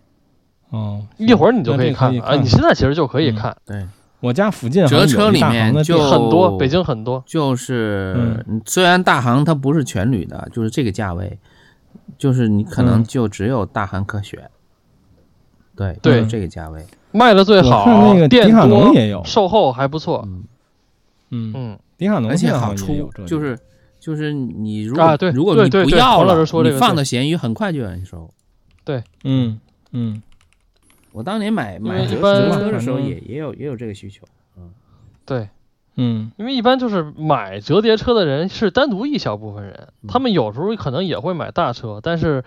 [SPEAKER 1] 哦，
[SPEAKER 3] 一会儿你就
[SPEAKER 1] 那
[SPEAKER 3] 可以
[SPEAKER 1] 这
[SPEAKER 3] 看
[SPEAKER 1] 可以
[SPEAKER 3] 了啊，
[SPEAKER 1] 看
[SPEAKER 3] 你现在其实就可以
[SPEAKER 1] 嗯
[SPEAKER 3] 看，
[SPEAKER 2] 对，
[SPEAKER 1] 我家附近好像
[SPEAKER 2] 折车
[SPEAKER 1] 有一
[SPEAKER 2] 里
[SPEAKER 1] 大
[SPEAKER 2] 面
[SPEAKER 1] 行的
[SPEAKER 2] 就
[SPEAKER 1] 店
[SPEAKER 3] 很
[SPEAKER 2] 哦
[SPEAKER 3] 多，北京很多，
[SPEAKER 2] 就是、
[SPEAKER 1] 嗯
[SPEAKER 2] 虽然大行它不是全铝的，就是这个价位，就是你可能
[SPEAKER 1] 嗯
[SPEAKER 2] 就只有大行可选。对，
[SPEAKER 3] 对
[SPEAKER 2] 就是这个价位，
[SPEAKER 3] 卖的最
[SPEAKER 1] 我看
[SPEAKER 3] 好
[SPEAKER 1] 那个，迪
[SPEAKER 3] 店
[SPEAKER 1] 卡侬
[SPEAKER 3] 多，
[SPEAKER 1] 也有，
[SPEAKER 3] 售后还不错，
[SPEAKER 2] 嗯，
[SPEAKER 1] 嗯，
[SPEAKER 3] 嗯，
[SPEAKER 1] 迪卡侬
[SPEAKER 2] 而且
[SPEAKER 1] 现在好
[SPEAKER 2] 好
[SPEAKER 1] 像也有折，
[SPEAKER 2] 出
[SPEAKER 1] 叠
[SPEAKER 2] 就是就是你如果、
[SPEAKER 3] 啊对
[SPEAKER 2] 如果
[SPEAKER 3] 对
[SPEAKER 2] 你
[SPEAKER 3] 对
[SPEAKER 2] 不
[SPEAKER 3] 对
[SPEAKER 2] 要
[SPEAKER 3] 黄老
[SPEAKER 2] 了，
[SPEAKER 3] 师说这
[SPEAKER 2] 你
[SPEAKER 3] 个
[SPEAKER 2] 放
[SPEAKER 3] 对
[SPEAKER 2] 到闲鱼很快就有人收。
[SPEAKER 1] 嗯嗯，
[SPEAKER 2] 我当年买
[SPEAKER 3] 因为
[SPEAKER 2] 买
[SPEAKER 3] 一
[SPEAKER 2] 折
[SPEAKER 3] 般
[SPEAKER 2] 折车的时候
[SPEAKER 1] 反正
[SPEAKER 2] 也也有也有这个需求，
[SPEAKER 3] 对。
[SPEAKER 1] 嗯，
[SPEAKER 3] 因为一般就是买折叠车的人是单独一小部分人，
[SPEAKER 2] 嗯
[SPEAKER 3] 他们有时候可能也会买大车，但是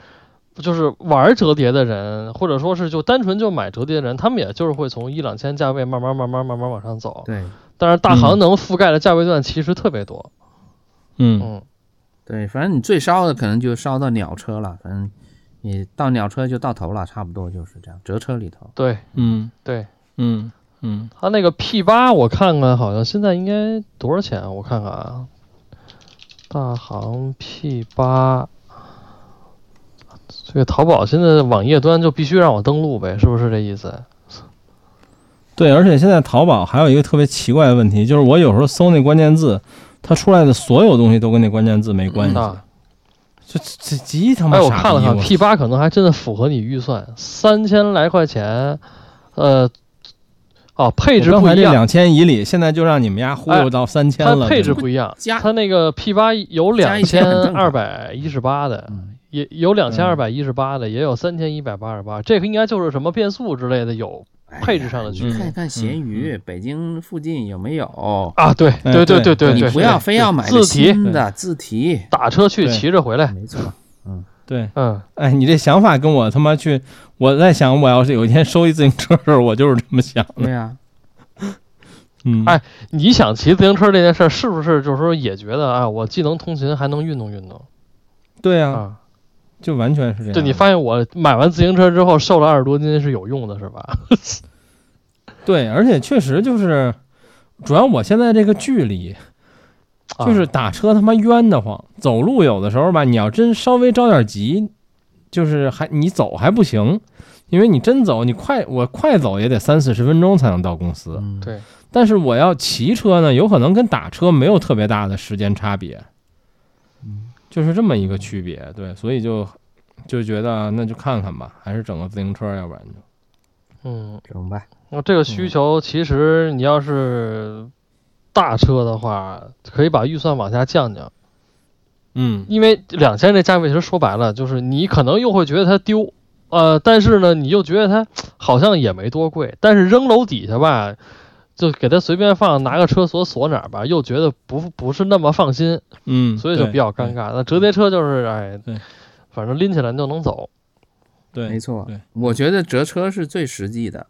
[SPEAKER 3] 就是玩折叠的人，或者说是就单纯就买折叠的人，他们也就是会从一两千价位慢慢慢慢慢慢往上走。
[SPEAKER 2] 对
[SPEAKER 3] 但是大
[SPEAKER 1] 嗯
[SPEAKER 3] 行能覆盖的价位段其实特别多，
[SPEAKER 1] 嗯
[SPEAKER 3] 嗯，
[SPEAKER 2] 对，反正你最烧的可能就烧到鸟车了，反正你到鸟车就到头了，差不多就是这样。折车里头，
[SPEAKER 3] 对
[SPEAKER 1] 嗯
[SPEAKER 3] 对，
[SPEAKER 1] 嗯嗯，
[SPEAKER 3] 他那个 P 八我看看好像现在应该多少钱啊？我看看啊，大行 P 八。这个淘宝现在网页端就必须让我登录呗，是不是这意思？
[SPEAKER 1] 对，而且现在淘宝还有一个特别奇怪的问题，就是我有时候搜那关键字，它出来的所有东西都跟那关键字没关系，
[SPEAKER 3] 啊，
[SPEAKER 1] 这这这极他妈
[SPEAKER 3] 哎，我
[SPEAKER 1] 嗯傻
[SPEAKER 3] 看了
[SPEAKER 1] 逼
[SPEAKER 3] 看
[SPEAKER 1] 我
[SPEAKER 3] P 八，可能还真的符合你预算，三千来块钱，呃，哦，配置
[SPEAKER 1] 我刚
[SPEAKER 3] 不
[SPEAKER 1] 才
[SPEAKER 3] 一
[SPEAKER 1] 这
[SPEAKER 3] 样，
[SPEAKER 1] 两千以里，现在就让你们家忽悠到三千了。
[SPEAKER 3] 它配置
[SPEAKER 1] 真的
[SPEAKER 3] 不一样，
[SPEAKER 2] 加
[SPEAKER 3] 它那个 P 八有
[SPEAKER 2] 加
[SPEAKER 3] 两
[SPEAKER 2] 一千
[SPEAKER 3] 千
[SPEAKER 2] 很正
[SPEAKER 3] 二
[SPEAKER 2] 常
[SPEAKER 3] 百一十八的，
[SPEAKER 2] 嗯，
[SPEAKER 3] 也有两千二百一十八的，也有三千一百八十八，这个应该就是什么变速之类的有配置上
[SPEAKER 2] 哎
[SPEAKER 3] 的
[SPEAKER 2] 呀
[SPEAKER 3] 区
[SPEAKER 2] 你
[SPEAKER 1] 别
[SPEAKER 2] 看一看闲
[SPEAKER 1] 嗯
[SPEAKER 2] 鱼，北京附近有没有？
[SPEAKER 3] 啊，对
[SPEAKER 1] 哎
[SPEAKER 3] 对
[SPEAKER 1] 对嗯
[SPEAKER 3] 对对
[SPEAKER 2] 你
[SPEAKER 3] 对，
[SPEAKER 2] 不要
[SPEAKER 3] 对
[SPEAKER 2] 非要买
[SPEAKER 3] 字
[SPEAKER 2] 个
[SPEAKER 3] 体
[SPEAKER 2] 新的字体，
[SPEAKER 3] 打车去
[SPEAKER 1] 对
[SPEAKER 3] 骑着回来，
[SPEAKER 2] 没错，
[SPEAKER 1] 对，
[SPEAKER 3] 嗯，
[SPEAKER 1] 哎，你这想法跟我他妈去，我在想，我要是有一天收一自行车的时候，我就是这么想的。
[SPEAKER 2] 对啊呀，
[SPEAKER 1] 嗯，
[SPEAKER 3] 哎你想骑自行车这件事儿，是不是就是说也觉得啊，我既能通勤还能运动运动
[SPEAKER 1] 对啊，
[SPEAKER 3] 啊？
[SPEAKER 1] 就完全是这样。
[SPEAKER 3] 对，你发现我买完自行车之后瘦了二十多斤是有用的，是吧？
[SPEAKER 1] 对，而且确实就是，主要我现在这个距离，
[SPEAKER 3] 啊
[SPEAKER 1] 就是打车他妈冤得慌，走路有的时候吧，你要真稍微着点急，就是还你走还不行，因为你真走你快我快走也得三四十分钟才能到公司。
[SPEAKER 2] 嗯，
[SPEAKER 3] 对
[SPEAKER 1] 但是我要骑车呢，有可能跟打车没有特别大的时间差别，
[SPEAKER 2] 嗯
[SPEAKER 1] 就是这么一个区别。对，所以就就觉得啊那就看看吧，还是整个自行车，要不然就
[SPEAKER 3] 啊，嗯，
[SPEAKER 2] 整吧，
[SPEAKER 3] 那这个
[SPEAKER 1] 嗯
[SPEAKER 3] 需求其实你要是大车的话，可以把预算往下降降。
[SPEAKER 1] 嗯
[SPEAKER 3] 因为两千这价位其实说白了就是你可能又会觉得它丢，呃，但是呢，你又觉得它好像也没多贵，但是扔楼底下吧，就给它随便放，拿个车锁锁哪儿吧，又觉得不不是那么放心，
[SPEAKER 1] 嗯，
[SPEAKER 3] 所以就比较尴
[SPEAKER 1] 尬。
[SPEAKER 3] 尬。那折叠车就是哎
[SPEAKER 1] 对，
[SPEAKER 3] 反正拎起来你就能走。
[SPEAKER 1] 对，
[SPEAKER 2] 没错
[SPEAKER 1] 对，
[SPEAKER 2] 我觉得折车是最实际的，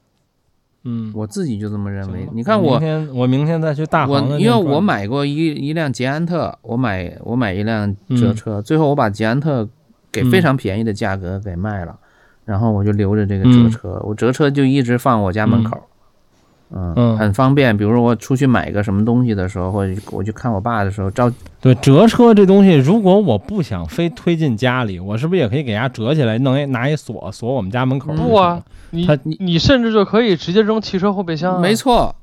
[SPEAKER 1] 嗯，
[SPEAKER 2] 我自己就这么认为
[SPEAKER 1] 行吧。
[SPEAKER 2] 你看
[SPEAKER 1] 明
[SPEAKER 2] 我，
[SPEAKER 1] 天我明天再去大
[SPEAKER 2] 我
[SPEAKER 1] 行的
[SPEAKER 2] 因
[SPEAKER 1] 店
[SPEAKER 2] 为
[SPEAKER 1] 转，
[SPEAKER 2] 我买过一一辆捷安特，我买我买一辆折车，最后我把捷安特给
[SPEAKER 1] 嗯
[SPEAKER 2] 非常便宜的价格给卖了，然后我就留着这个
[SPEAKER 1] 嗯
[SPEAKER 2] 折车，我折车就一直放我家门口。嗯
[SPEAKER 1] 嗯
[SPEAKER 2] 很方便。比如说我出去买个什么东西的时候，或者我去看我爸的时候，照
[SPEAKER 1] 对折车这东西，如果我不想非推进家里，我是不是也可以给它折起来，弄一拿一锁锁我们家门口？
[SPEAKER 3] 不啊，，你
[SPEAKER 1] 嗯它
[SPEAKER 3] 你你甚至就可以直接扔汽车后备
[SPEAKER 1] 哦
[SPEAKER 3] 箱啊、
[SPEAKER 2] 没错，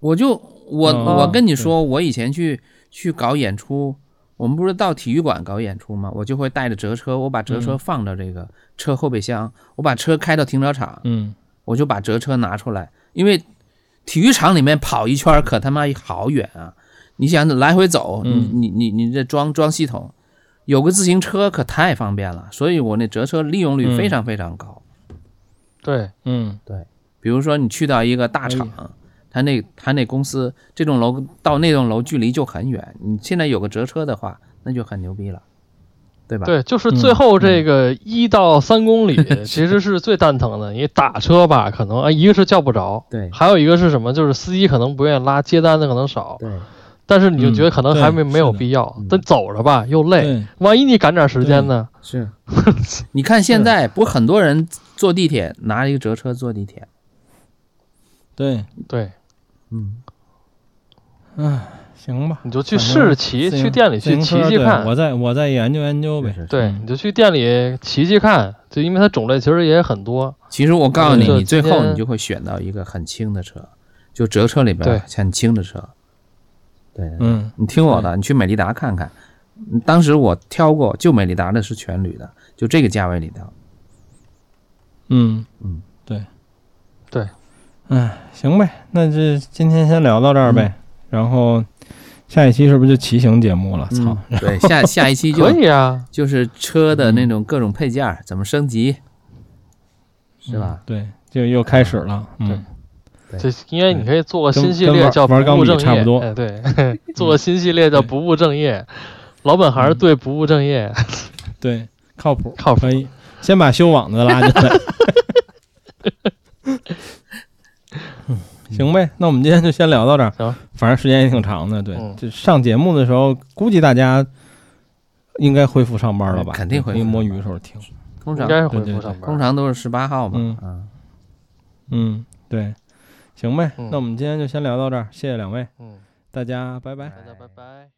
[SPEAKER 2] 我就我、
[SPEAKER 1] 嗯
[SPEAKER 2] 我跟你说，我以前去去搞演出，我们不是到体育馆搞演出吗？我就会带着折车，我把折车
[SPEAKER 1] 嗯
[SPEAKER 2] 放到这个车后备箱，我把车开到停车场，
[SPEAKER 1] 嗯，
[SPEAKER 2] 我就把折车拿出来，因为体育场里面跑一圈儿可他妈好远啊！你想来回走，你
[SPEAKER 1] 嗯
[SPEAKER 2] 你你你这装装系统，有个自行车可太方便了，所以我那折车利用率
[SPEAKER 1] 嗯
[SPEAKER 2] 非常非常高。
[SPEAKER 3] 对，
[SPEAKER 1] 嗯
[SPEAKER 2] 比如说你去到一个大厂，
[SPEAKER 1] 哎
[SPEAKER 2] 他那他那公司这栋楼到那栋楼距离就很远，你现在有个折车的话，那就很牛逼了，对吧？，
[SPEAKER 3] 对，就是
[SPEAKER 1] 嗯
[SPEAKER 3] 最后这个一到三
[SPEAKER 1] [laughs]
[SPEAKER 3] 公里其实是最蛋疼的。你打车吧，可能啊，一个是叫不着，
[SPEAKER 2] 对
[SPEAKER 3] 还有一个是什么？就是司机可能不愿意拉，接单的可能少，
[SPEAKER 2] 对，
[SPEAKER 3] 但是你就觉得可能
[SPEAKER 1] 嗯
[SPEAKER 3] 还没、
[SPEAKER 1] 对
[SPEAKER 3] 没有
[SPEAKER 1] 是的
[SPEAKER 3] 必要
[SPEAKER 2] 嗯。
[SPEAKER 3] 但走着吧又累，
[SPEAKER 1] 对，
[SPEAKER 3] 万一你赶点时间呢？
[SPEAKER 2] 是。
[SPEAKER 1] [laughs]
[SPEAKER 2] 你看现在不很多人坐地铁拿一个折车坐地铁，
[SPEAKER 1] 对，
[SPEAKER 3] 对，
[SPEAKER 2] 嗯，
[SPEAKER 1] 唉，行吧，
[SPEAKER 3] 你就去
[SPEAKER 1] 反正
[SPEAKER 3] 试骑，
[SPEAKER 1] 自行
[SPEAKER 3] 去店里
[SPEAKER 1] 自
[SPEAKER 3] 去
[SPEAKER 1] 行
[SPEAKER 3] 骑
[SPEAKER 1] 车
[SPEAKER 3] 骑
[SPEAKER 1] 对
[SPEAKER 3] 看。
[SPEAKER 1] 我再我再研究研究呗。
[SPEAKER 2] 是是
[SPEAKER 3] 对，
[SPEAKER 1] 嗯
[SPEAKER 3] 你就去店里骑骑看，就因为它种类其实也很多。
[SPEAKER 2] 其实我告诉你，
[SPEAKER 3] 就
[SPEAKER 2] 你最
[SPEAKER 3] 今
[SPEAKER 2] 后
[SPEAKER 3] 天
[SPEAKER 2] 你就会选到一个很轻的车，就折车里
[SPEAKER 3] 对
[SPEAKER 2] 边很轻的车。对，
[SPEAKER 1] 嗯
[SPEAKER 2] 你听我的，你去美利达看看。嗯当时我挑过，就美利达的是全铝的，就这个价位里头。
[SPEAKER 1] 嗯
[SPEAKER 2] 嗯，
[SPEAKER 1] 对
[SPEAKER 3] 对，
[SPEAKER 1] 唉，行呗，那这今天先聊到这儿
[SPEAKER 2] 嗯
[SPEAKER 1] 呗，然后下一期是不是就骑行节目了？操，
[SPEAKER 2] 嗯，对，
[SPEAKER 3] [laughs]
[SPEAKER 2] 下下一期就
[SPEAKER 3] 可以嗯啊，
[SPEAKER 2] 就是车的那种各种配件儿怎么升级，是吧？
[SPEAKER 1] 嗯对，就又开始了。嗯，
[SPEAKER 3] 这应该你可以做个
[SPEAKER 1] 跟
[SPEAKER 3] 新系
[SPEAKER 1] 跟
[SPEAKER 3] 列
[SPEAKER 1] 玩
[SPEAKER 3] 叫“不
[SPEAKER 1] 玩钢
[SPEAKER 3] 务
[SPEAKER 1] 笔
[SPEAKER 3] 正业”，
[SPEAKER 1] 差不多
[SPEAKER 3] 哎，对，做个新系列叫“
[SPEAKER 1] 对嗯
[SPEAKER 3] 不务正业”，老本行对不务正业
[SPEAKER 1] 对，靠谱，
[SPEAKER 3] 靠谱
[SPEAKER 1] 可。以。先把修网的拉进来。 [laughs] 嗯行呗，那我们今天就先聊到这儿。
[SPEAKER 3] 行，
[SPEAKER 1] 反正时间也挺长的。对
[SPEAKER 3] 嗯，
[SPEAKER 1] 这上节目的时候，估计大家应该恢复上班了吧？
[SPEAKER 2] 肯定恢复
[SPEAKER 1] 可以摸鱼的时候听。
[SPEAKER 2] 通
[SPEAKER 3] 嗯应
[SPEAKER 2] 常
[SPEAKER 3] 该是
[SPEAKER 1] 对
[SPEAKER 3] 恢
[SPEAKER 1] 对
[SPEAKER 3] 复
[SPEAKER 1] 对
[SPEAKER 3] 上班
[SPEAKER 2] 通
[SPEAKER 3] 儿。
[SPEAKER 2] 常都是十八号
[SPEAKER 1] 嗯
[SPEAKER 2] 嘛，嗯，
[SPEAKER 1] 嗯，对，行呗
[SPEAKER 3] 嗯。
[SPEAKER 1] 那我们今天就先聊到这儿，谢谢两位，
[SPEAKER 3] 嗯，
[SPEAKER 1] 大家拜拜。
[SPEAKER 3] 大家拜拜。